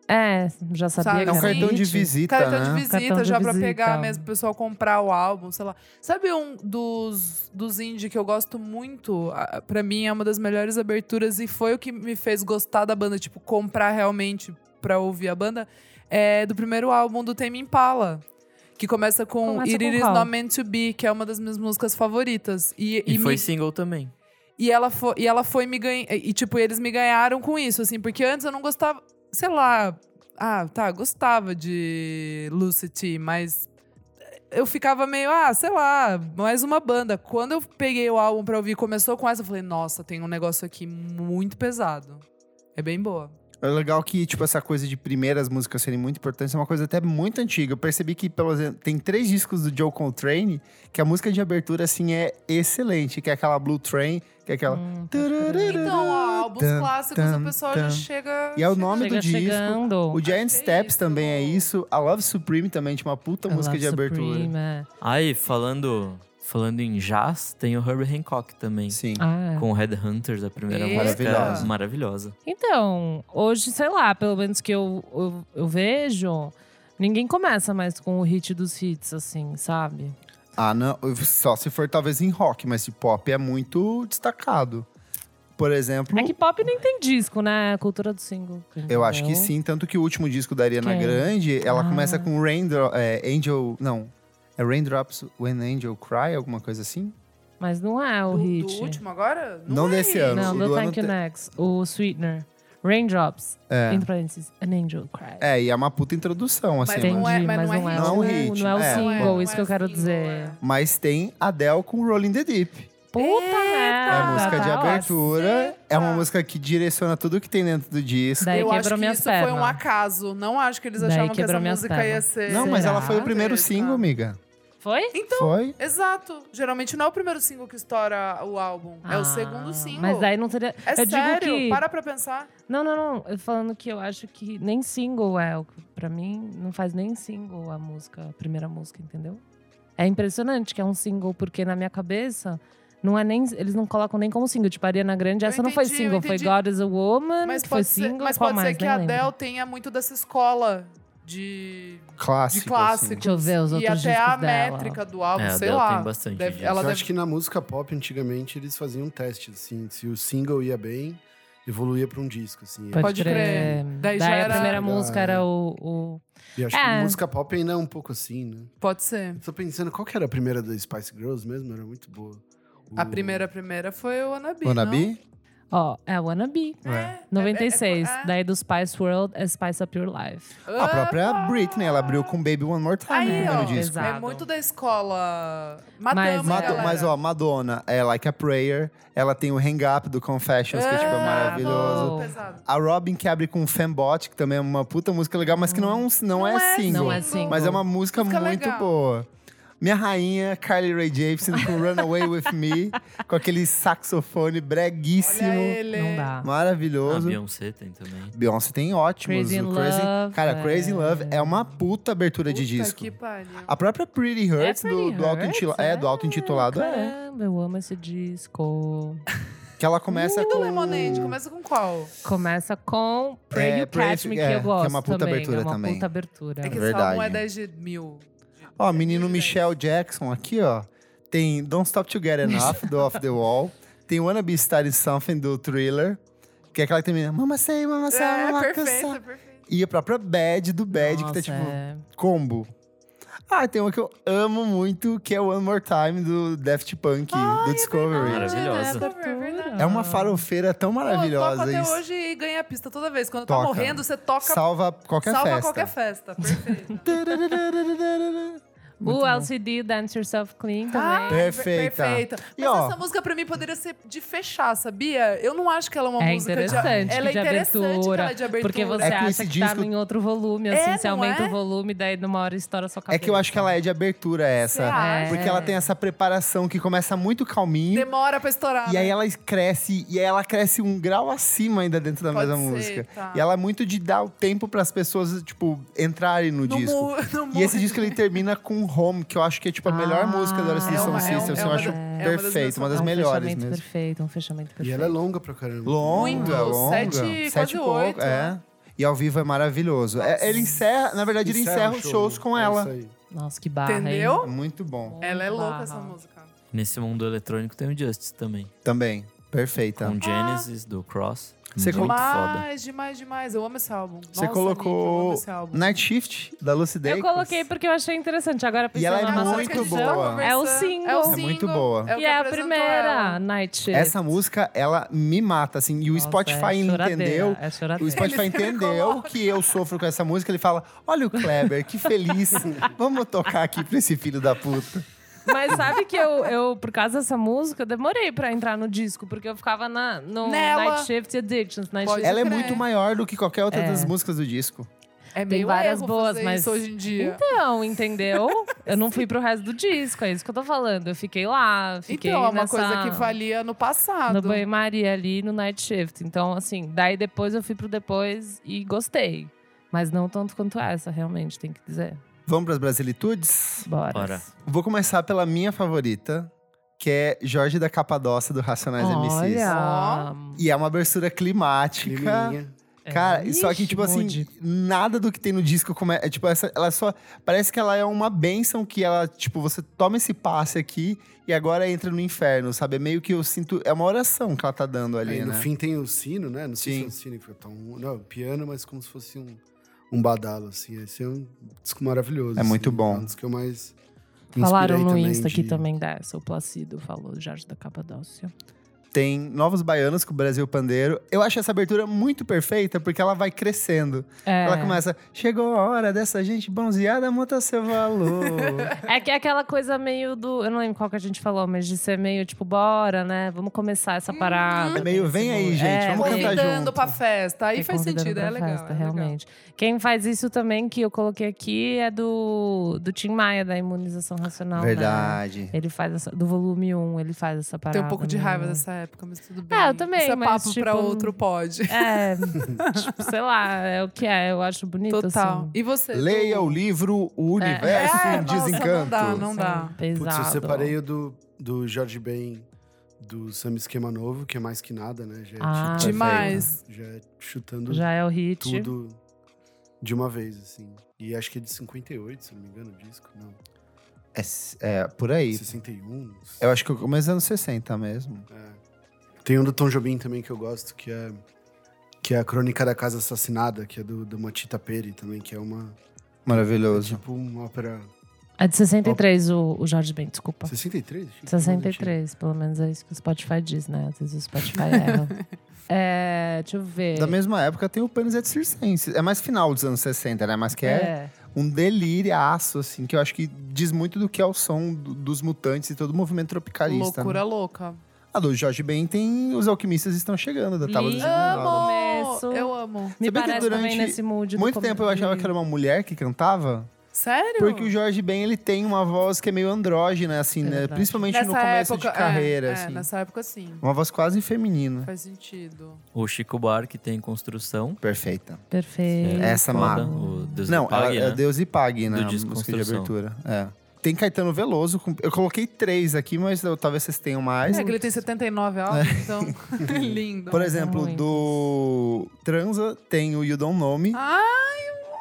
Speaker 3: É, já sabia
Speaker 2: Sabe,
Speaker 3: que
Speaker 1: É um
Speaker 3: era
Speaker 1: cartão de
Speaker 3: hit.
Speaker 1: visita,
Speaker 2: Cartão
Speaker 1: né?
Speaker 2: de visita,
Speaker 3: Cartão de
Speaker 2: já pra
Speaker 3: visita.
Speaker 2: pegar mesmo o pessoal comprar o álbum, sei lá. Sabe um dos, dos indie que eu gosto muito? Ah, Pra mim é uma das melhores aberturas e foi o que me fez gostar da banda, tipo, comprar realmente pra ouvir a banda. É do primeiro álbum do Tame Impala. Que começa com
Speaker 3: Começa
Speaker 2: It
Speaker 3: com
Speaker 2: Is
Speaker 3: qual?
Speaker 2: Not Meant To Be, que é uma das minhas músicas favoritas. E,
Speaker 4: E,
Speaker 2: e
Speaker 4: foi
Speaker 2: me
Speaker 4: single também.
Speaker 2: e ela foi, e ela foi me ganhar. E, tipo, eles me ganharam com isso, assim, porque antes eu não gostava. Sei lá. Ah, tá, gostava de Lucy T, mas eu ficava meio, ah, sei lá, mais uma banda. Quando eu peguei o álbum pra ouvir e começou com essa, eu falei, nossa, tem um negócio aqui muito pesado. É bem boa.
Speaker 1: É legal que, tipo, essa coisa de primeiras músicas serem muito importantes é uma coisa até muito antiga. Eu percebi que, pelo exemplo, tem três discos do Joe Coltrane que a música de abertura, assim, é excelente. Que é aquela Blue Train, que é aquela...
Speaker 3: Hum,
Speaker 2: Então, ó, álbuns
Speaker 1: Tan,
Speaker 2: clássicos,
Speaker 1: tan,
Speaker 2: o pessoal
Speaker 1: tan.
Speaker 2: já chega.
Speaker 1: E é o nome
Speaker 3: chega
Speaker 1: do disco.
Speaker 3: chegando.
Speaker 1: O Giant
Speaker 2: Achei
Speaker 1: Steps
Speaker 2: isso.
Speaker 1: também é isso. A Love Supreme também tinha uma puta
Speaker 3: I
Speaker 1: música
Speaker 3: tá Love
Speaker 1: de abertura.
Speaker 3: Supreme, é.
Speaker 4: Aí, falando, falando em jazz, tem o Herbie Hancock também.
Speaker 1: Sim.
Speaker 3: Ah, é.
Speaker 4: Com o Headhunters, a primeira
Speaker 2: Eita!
Speaker 4: música é maravilhosa.
Speaker 3: Então, hoje, sei lá, pelo menos que eu, eu, eu vejo, ninguém começa mais com o hit dos hits, assim, sabe?
Speaker 1: Ah, não. Só se for talvez em rock, mas de pop é muito destacado. Por exemplo,
Speaker 3: É que pop nem tem disco, né? A cultura do single.
Speaker 1: eu acho que
Speaker 3: entendeu?
Speaker 1: sim. Tanto que o último disco da Ariana
Speaker 3: Quem?
Speaker 1: Grande, ela
Speaker 3: Ah.
Speaker 1: começa com Raindro é, Angel. Não. É Raindrops When Angel Cry, alguma coisa assim?
Speaker 3: Mas não é o
Speaker 2: Do, do
Speaker 3: hit.
Speaker 2: último agora? é
Speaker 1: Não, desse ano.
Speaker 3: Não,
Speaker 1: o
Speaker 3: do
Speaker 1: do ano
Speaker 3: Thank You
Speaker 1: te-
Speaker 3: Next. O Sweetener. Raindrops.
Speaker 1: É.
Speaker 3: Entre parênteses. An Angel Cry.
Speaker 1: É, e é uma puta introdução, assim.
Speaker 2: Mas
Speaker 1: Mas,
Speaker 3: Entendi,
Speaker 2: não é- mas
Speaker 3: mas
Speaker 2: não é
Speaker 3: não é,
Speaker 1: hit,
Speaker 3: o,
Speaker 1: né? Não é
Speaker 3: não é o
Speaker 1: hit,
Speaker 3: single,
Speaker 1: é.
Speaker 2: Não
Speaker 3: isso que eu quero
Speaker 2: single, é.
Speaker 3: dizer.
Speaker 1: mas tem Adele com Rolling the Deep.
Speaker 3: Puta merda!
Speaker 1: É a música de
Speaker 3: tá
Speaker 1: abertura. É uma música que direciona tudo que tem dentro do disco.
Speaker 3: Daí
Speaker 2: eu acho
Speaker 3: quebrou
Speaker 2: que
Speaker 3: minhas
Speaker 2: isso foi um
Speaker 3: pernas.
Speaker 2: acaso. Não acho que eles
Speaker 3: Daí
Speaker 2: achavam que
Speaker 3: quebrou
Speaker 2: essa
Speaker 3: minhas
Speaker 2: música ia
Speaker 3: pernas.
Speaker 2: ser.
Speaker 1: Não, mas ela
Speaker 3: Será?
Speaker 1: foi o primeiro
Speaker 2: Essa.
Speaker 1: single, amiga.
Speaker 3: Foi?
Speaker 2: Então,
Speaker 1: Foi.
Speaker 2: exato. Geralmente não é o primeiro single que estoura o álbum. é
Speaker 3: Ah,
Speaker 2: o segundo single.
Speaker 3: Mas daí não teria.
Speaker 2: É
Speaker 3: eu
Speaker 2: sério,
Speaker 3: digo que.
Speaker 2: para pra pensar.
Speaker 3: Não, não, não. Eu falando que eu acho que nem single é. o que- Pra mim, não faz nem single a música, a primeira música, entendeu? É impressionante que é um single, porque na minha cabeça. Não é nem, eles não colocam nem como single. Tipo, Ariana Grande,
Speaker 2: Eu
Speaker 3: essa não foi
Speaker 2: entendi, eu
Speaker 3: single. Foi
Speaker 2: entendi.
Speaker 3: God is a Woman,
Speaker 2: Mas
Speaker 3: foi
Speaker 2: pode, ser,
Speaker 3: Ah, single.
Speaker 2: mas
Speaker 3: qual
Speaker 2: pode
Speaker 3: mais?
Speaker 2: ser que
Speaker 3: Nem
Speaker 2: a
Speaker 3: lembro.
Speaker 2: Adele tenha muito dessa escola de.
Speaker 1: Clássico.
Speaker 2: De clássico. assim.
Speaker 3: Deixa eu ver os
Speaker 2: e
Speaker 3: outros
Speaker 2: até a
Speaker 3: discos dela.
Speaker 2: métrica do álbum,
Speaker 4: É, a
Speaker 2: sei
Speaker 4: Adele
Speaker 2: lá.
Speaker 4: tem bastante
Speaker 2: Deve-
Speaker 4: disso.
Speaker 2: ela
Speaker 5: eu
Speaker 2: deve...
Speaker 5: acho que na música pop, antigamente, eles faziam um teste, assim. Se o single ia bem, evoluía pra um disco, assim.
Speaker 3: Pode,
Speaker 2: Pode
Speaker 3: crer.
Speaker 2: crer. Daí
Speaker 3: Daí,
Speaker 2: já
Speaker 3: a
Speaker 2: era-
Speaker 3: primeira música era o. o-
Speaker 5: E acho
Speaker 3: É.
Speaker 5: que música pop ainda é um pouco assim, né?
Speaker 2: Pode ser.
Speaker 5: Eu tô pensando, qual que era a primeira da Spice Girls mesmo? Era muito boa.
Speaker 2: A
Speaker 5: O-
Speaker 2: primeira, a primeira foi o Anabi.
Speaker 1: Wannabe?
Speaker 3: Ó, é a Wanna Be,
Speaker 1: É.
Speaker 3: 96.
Speaker 2: é- é-
Speaker 3: Daí do Spice World, é Spice Up Your Life.
Speaker 1: A própria Britney, ela abriu com Baby One More Time no
Speaker 2: Ah. Aí,
Speaker 1: primeiro
Speaker 2: ó,
Speaker 1: disco.
Speaker 2: é muito da escola.
Speaker 3: Mas-
Speaker 2: Matamos,
Speaker 1: Mad-
Speaker 2: galera.
Speaker 1: mas, ó, Madonna é Like a Prayer. Ela tem o Hang Up do Confessions, que tipo, é
Speaker 2: Ah,
Speaker 1: maravilhoso.
Speaker 3: bom.
Speaker 2: Pesado.
Speaker 1: A Robin que abre com Fembot, que também é uma puta música legal, mas que não é, um, não
Speaker 2: Não é
Speaker 1: é single.
Speaker 3: Não é single.
Speaker 1: Mas é uma música,
Speaker 2: Música
Speaker 1: muito
Speaker 2: legal.
Speaker 1: boa. Minha rainha, Carly Rae Jepsen, com Runaway With Me, com aquele saxofone breguíssimo,
Speaker 2: Olha ele.
Speaker 3: Não dá.
Speaker 4: A
Speaker 1: maravilhoso.
Speaker 4: Beyoncé tem também.
Speaker 1: Beyoncé tem ótimos.
Speaker 3: Crazy
Speaker 1: O
Speaker 3: in Love,
Speaker 1: Cara, Crazy in
Speaker 3: é.
Speaker 1: Love é uma puta abertura de
Speaker 2: Puta
Speaker 1: disco.
Speaker 2: que pariu.
Speaker 1: A própria Pretty Hurts, do, do auto
Speaker 3: Hurts,
Speaker 1: é, do auto-intitulado, é.
Speaker 3: Caramba, eu amo esse disco.
Speaker 1: Que ela começa
Speaker 2: E
Speaker 1: com...
Speaker 2: do
Speaker 1: Hum.
Speaker 2: Lemonade, começa com qual?
Speaker 3: É Começa com Pray
Speaker 1: É,
Speaker 3: You
Speaker 1: Pray
Speaker 3: Catch
Speaker 1: You-
Speaker 3: Me, que
Speaker 1: é,
Speaker 3: eu
Speaker 1: que é uma
Speaker 3: gosto
Speaker 1: puta
Speaker 3: também.
Speaker 1: abertura
Speaker 3: é uma
Speaker 1: também.
Speaker 3: puta abertura.
Speaker 2: É que esse
Speaker 1: Verdade.
Speaker 2: álbum é 10 de mil.
Speaker 1: Ó, menino Michelle Jackson aqui, ó. Tem Don't Stop To Get Enough, do Off The Wall. Tem Wanna Be Started Something, do Thriller. Que é aquela que termina... Mama say, mama say,
Speaker 2: É,
Speaker 1: mama
Speaker 2: perfeito,
Speaker 1: say."
Speaker 2: perfeito.
Speaker 1: E a própria Bad, do Bad, que tá
Speaker 3: Nossa,
Speaker 1: tipo...
Speaker 3: é.
Speaker 1: Combo. Ah, tem uma que eu amo muito, que é One More Time, do Daft Punk, do Discovery.
Speaker 4: verdade. Maravilhosa.
Speaker 2: É verdade.
Speaker 1: É uma farofeira tão
Speaker 2: Pô,
Speaker 1: maravilhosa.
Speaker 2: toca até
Speaker 1: isso.
Speaker 2: hoje e ganha pista toda vez. Quando tá
Speaker 1: Toca.
Speaker 2: morrendo, você toca,
Speaker 1: Salva qualquer
Speaker 2: salva
Speaker 1: festa.
Speaker 2: qualquer festa. Perfeito.
Speaker 3: O LCD Dance Yourself Clean
Speaker 2: Ah,
Speaker 3: também.
Speaker 1: Perfeita.
Speaker 2: perfeita.
Speaker 1: E,
Speaker 2: Mas
Speaker 1: ó-
Speaker 2: essa música pra mim poderia ser de fechar, sabia? Eu não acho que ela é uma
Speaker 3: É
Speaker 2: música
Speaker 3: interessante,
Speaker 2: de Ela é
Speaker 3: de
Speaker 2: interessante
Speaker 3: abertura,
Speaker 2: que ela é de abertura.
Speaker 3: Porque você
Speaker 1: É que
Speaker 3: acha
Speaker 1: esse
Speaker 3: que
Speaker 1: disco-
Speaker 3: tá em outro volume,
Speaker 2: É,
Speaker 3: assim, você
Speaker 2: não
Speaker 3: aumenta
Speaker 2: é?
Speaker 3: o volume, daí numa hora estoura a sua cabeça.
Speaker 1: É que eu acho que ela é de abertura
Speaker 2: Você
Speaker 1: essa. É.
Speaker 2: acha?
Speaker 1: Porque ela tem essa preparação que começa muito calminho.
Speaker 2: Demora pra estourar.
Speaker 1: E aí é
Speaker 2: né?
Speaker 1: ela cresce, e aí ela cresce um grau acima ainda dentro da
Speaker 2: Pode
Speaker 1: mesma
Speaker 2: ser,
Speaker 1: música.
Speaker 2: tá.
Speaker 1: E ela é muito de dar o tempo pras pessoas, tipo, entrarem no,
Speaker 2: No
Speaker 1: disco.
Speaker 2: mu- no
Speaker 1: E esse
Speaker 2: mu-
Speaker 1: disco ele termina com Home, que eu acho que é tipo a melhor
Speaker 3: Ah,
Speaker 1: música do Odyssey
Speaker 3: é
Speaker 1: Sound
Speaker 3: uma- é
Speaker 1: System.
Speaker 3: uma-
Speaker 1: assim,
Speaker 3: é
Speaker 1: eu
Speaker 3: uma
Speaker 1: acho
Speaker 3: das-
Speaker 2: é uma das
Speaker 1: perfeito, uma das
Speaker 3: um
Speaker 1: melhores
Speaker 3: fechamento
Speaker 1: mesmo.
Speaker 3: perfeito, um fechamento
Speaker 5: E
Speaker 3: perfeito.
Speaker 5: ela é longa pra caramba.
Speaker 2: Muito,
Speaker 1: Longa, longa.
Speaker 2: sete,
Speaker 1: Sete
Speaker 2: quase
Speaker 1: e pouco,
Speaker 2: oito,
Speaker 1: é.
Speaker 2: né?
Speaker 1: E ao vivo é maravilhoso. É, ele encerra, na verdade, ele encerra os
Speaker 5: o show,
Speaker 1: shows com
Speaker 5: é
Speaker 1: ela.
Speaker 5: isso aí.
Speaker 3: Nossa, que barra, hein?
Speaker 1: É
Speaker 2: Entendeu?
Speaker 1: muito bom.
Speaker 2: Ela é louca essa
Speaker 3: Barra.
Speaker 2: música.
Speaker 4: Nesse mundo eletrônico tem o Justice também.
Speaker 1: Também. Perfeita.
Speaker 4: Com Genesis, do Cross.
Speaker 1: Tá. Ah. Você
Speaker 4: É muito
Speaker 2: demais,
Speaker 4: foda.
Speaker 2: demais, demais. Eu amo esse álbum.
Speaker 1: Você
Speaker 2: Nossa, Nick, eu amo
Speaker 1: colocou
Speaker 2: esse álbum.
Speaker 1: Night Shift, da Lucy Dacus.
Speaker 3: Eu coloquei porque eu achei interessante. Agora
Speaker 1: E ela
Speaker 3: pensando
Speaker 1: é
Speaker 3: na
Speaker 2: a
Speaker 3: nossa
Speaker 2: música que a gente
Speaker 1: boa.
Speaker 2: tá conversando.
Speaker 3: É o single.
Speaker 2: o
Speaker 3: É
Speaker 2: single,
Speaker 1: muito boa.
Speaker 2: é o
Speaker 3: E
Speaker 2: que
Speaker 3: é a
Speaker 2: apresentou
Speaker 3: primeira,
Speaker 2: ela.
Speaker 3: Night Shift.
Speaker 1: Essa música, ela me mata, assim. E o
Speaker 3: Nossa,
Speaker 1: Spotify
Speaker 3: é choradeira,
Speaker 1: entendeu.
Speaker 3: É
Speaker 1: O
Speaker 3: choradeira.
Speaker 1: Spotify
Speaker 2: Ele sempre
Speaker 1: entendeu
Speaker 2: coloca.
Speaker 1: que eu sofro com essa música. Ele fala: Olha o Kleber, que feliz. Vamos tocar aqui pra esse filho da puta.
Speaker 3: Mas sabe que eu, eu, por causa dessa música, eu demorei pra entrar no disco, porque eu ficava na, no
Speaker 2: Nela.
Speaker 3: Night Shift e Addictions. Night
Speaker 2: Pode
Speaker 3: Shift.
Speaker 1: Ela é
Speaker 2: crer.
Speaker 1: muito maior do que qualquer outra
Speaker 3: É.
Speaker 1: das músicas do disco.
Speaker 2: É meio
Speaker 3: Tem várias
Speaker 2: erro
Speaker 3: boas,
Speaker 2: fazer
Speaker 3: mas-
Speaker 2: isso hoje em dia.
Speaker 3: Então, entendeu? Eu não fui pro resto do disco, é isso que eu tô falando. Eu fiquei lá, fiquei
Speaker 2: Então, é uma
Speaker 3: nessa-
Speaker 2: coisa que valia no
Speaker 3: No
Speaker 2: passado.
Speaker 3: banho-maria ali, no Night Shift. Então, assim, daí depois eu fui pro depois e gostei. Mas não tanto quanto essa, realmente, tem que dizer.
Speaker 1: Vamos pras Brasilitudes?
Speaker 3: Bora.
Speaker 4: Bora.
Speaker 1: Vou começar pela minha favorita, que é Jorge da Capadócia, do Racionais MCs.
Speaker 3: Olha.
Speaker 1: E é uma abertura climática.
Speaker 5: Menininha.
Speaker 1: Cara,
Speaker 3: É.
Speaker 1: só que,
Speaker 3: Ixi,
Speaker 1: tipo assim,
Speaker 3: Mude.
Speaker 1: nada do que tem no disco como é, é, tipo, essa, ela só. Parece que ela é uma bênção que ela, tipo, você toma esse passe aqui e agora entra no inferno, sabe? É meio que eu sinto. É uma oração que ela tá dando ali,
Speaker 5: Aí É, no
Speaker 1: né?
Speaker 5: fim tem o sino, né? Não sei se é
Speaker 1: Sim.
Speaker 5: um sino que fica tão. Não, piano, mas como se fosse um, um badalo, assim. Esse é um disco maravilhoso.
Speaker 1: É muito
Speaker 5: assim.
Speaker 1: bom.
Speaker 5: É um dos que eu mais. me
Speaker 3: Falaram
Speaker 5: inspirei
Speaker 3: no
Speaker 5: também
Speaker 3: Insta
Speaker 5: de-
Speaker 3: aqui também dessa. O Placido falou, Jorge da Capadócia.
Speaker 1: Tem Novos Baianos com o Brasil Pandeiro. Eu acho essa abertura muito perfeita porque ela vai crescendo.
Speaker 3: É.
Speaker 1: Ela começa, chegou a hora dessa gente bronzeada, monta seu valor.
Speaker 3: É que é aquela coisa meio do. Eu não lembro qual que a gente falou, mas de ser meio tipo, bora, né? Vamos começar essa
Speaker 2: Uhum.
Speaker 3: parada.
Speaker 1: É meio, "Vem aí, gente, vamos
Speaker 3: meio-
Speaker 1: cantar
Speaker 2: Convidando
Speaker 1: junto.
Speaker 2: pra festa. Aí
Speaker 3: é
Speaker 2: faz
Speaker 3: convidando
Speaker 2: sentido,
Speaker 3: pra
Speaker 2: é legal.
Speaker 3: festa,
Speaker 2: é legal.
Speaker 3: realmente. Quem faz isso também, que eu coloquei aqui, é do, do Tim Maia, da Imunização Racional. né?
Speaker 1: Verdade.
Speaker 3: Ele faz essa. Do volume 1, ele faz essa parada.
Speaker 2: Tenho um pouco de raiva
Speaker 3: meio-
Speaker 2: dessa época, mas tudo bem.
Speaker 3: eu também,
Speaker 2: Isso é
Speaker 3: mas,
Speaker 2: papo pra
Speaker 3: tipo,
Speaker 2: outro pod.
Speaker 3: É, tipo, sei lá, é o que é, eu acho bonito
Speaker 2: Total.
Speaker 3: assim.
Speaker 2: E você?
Speaker 1: Leia
Speaker 2: Du?
Speaker 1: o livro O Universo
Speaker 2: É,
Speaker 1: em
Speaker 2: nossa,
Speaker 1: Desencanto.
Speaker 2: não dá, não dá.
Speaker 3: Sim, Pesado.
Speaker 5: Putz, eu separei o do, do Jorge Ben do Samba Esquema Novo, que é mais que nada, né? Já é
Speaker 3: Ah,
Speaker 5: chutando-
Speaker 2: Demais.
Speaker 5: Já é chutando
Speaker 3: Já é o hit.
Speaker 5: tudo de uma vez, assim. E acho que é de 58, se não me engano, o disco. Não,
Speaker 1: É, s- é, por aí.
Speaker 5: 61.
Speaker 1: Eu acho que eu comecei anos 60 mesmo.
Speaker 5: Tem um do Tom Jobim também que eu gosto, que é, que é a Crônica da Casa Assassinada, que é do, do Matita Peri também, que é uma,
Speaker 1: Maravilhoso.
Speaker 5: tipo, uma ópera...
Speaker 3: É de 63 o, o Jorge Ben, desculpa.
Speaker 5: assim. 63? Achei que é era mais antigo.
Speaker 3: 63, pelo menos é isso que o Spotify diz, né? Às vezes o Spotify erra. É, deixa eu ver.
Speaker 1: Da mesma época tem o Panisete Circense. É mais final dos anos 60, né? Mas que é,
Speaker 3: É.
Speaker 1: um delíriaço, assim, que eu acho que diz muito do que é o som do- dos mutantes e todo o movimento tropicalista.
Speaker 2: Loucura
Speaker 1: né?
Speaker 2: louca.
Speaker 1: A do Jorge Ben tem Os Alquimistas Estão Chegando, da Tábua dos
Speaker 3: Lindo.
Speaker 1: Enrolados.
Speaker 3: começo.
Speaker 2: Amo! Eu amo.
Speaker 3: Me
Speaker 1: Sabia que
Speaker 3: parece também
Speaker 1: durante
Speaker 3: nesse mood do
Speaker 1: Muito tempo eu achava que era uma mulher que cantava,
Speaker 2: Sério?
Speaker 1: porque o Jorge Ben ele tem uma voz que é meio andrógina, assim,
Speaker 3: É
Speaker 1: né?
Speaker 3: verdade.
Speaker 1: Principalmente
Speaker 2: nessa
Speaker 1: no começo
Speaker 2: época,
Speaker 1: de carreira,
Speaker 2: é,
Speaker 1: assim.
Speaker 2: É, nessa época sim.
Speaker 1: Uma voz quase feminina.
Speaker 2: Faz sentido.
Speaker 4: O Chico Buarque tem construção. É
Speaker 1: Perfeita.
Speaker 3: Perfeito.
Speaker 1: Essa
Speaker 4: Foda,
Speaker 1: mata.
Speaker 4: O Deus
Speaker 1: é Não,
Speaker 4: do Pague,
Speaker 1: a- a
Speaker 4: né?
Speaker 1: Deus e Pague, né?
Speaker 4: Do
Speaker 1: a
Speaker 4: disco
Speaker 1: música de
Speaker 4: Construção.
Speaker 1: abertura. É. Tem Caetano Veloso. com- Eu coloquei três aqui, mas eu- talvez vocês tenham mais.
Speaker 2: É que ele tem 79 álbuns, então. lindo.
Speaker 1: É. Por exemplo,
Speaker 3: muitos.
Speaker 1: do Transa tem o You Don't Know Me,
Speaker 2: Ah,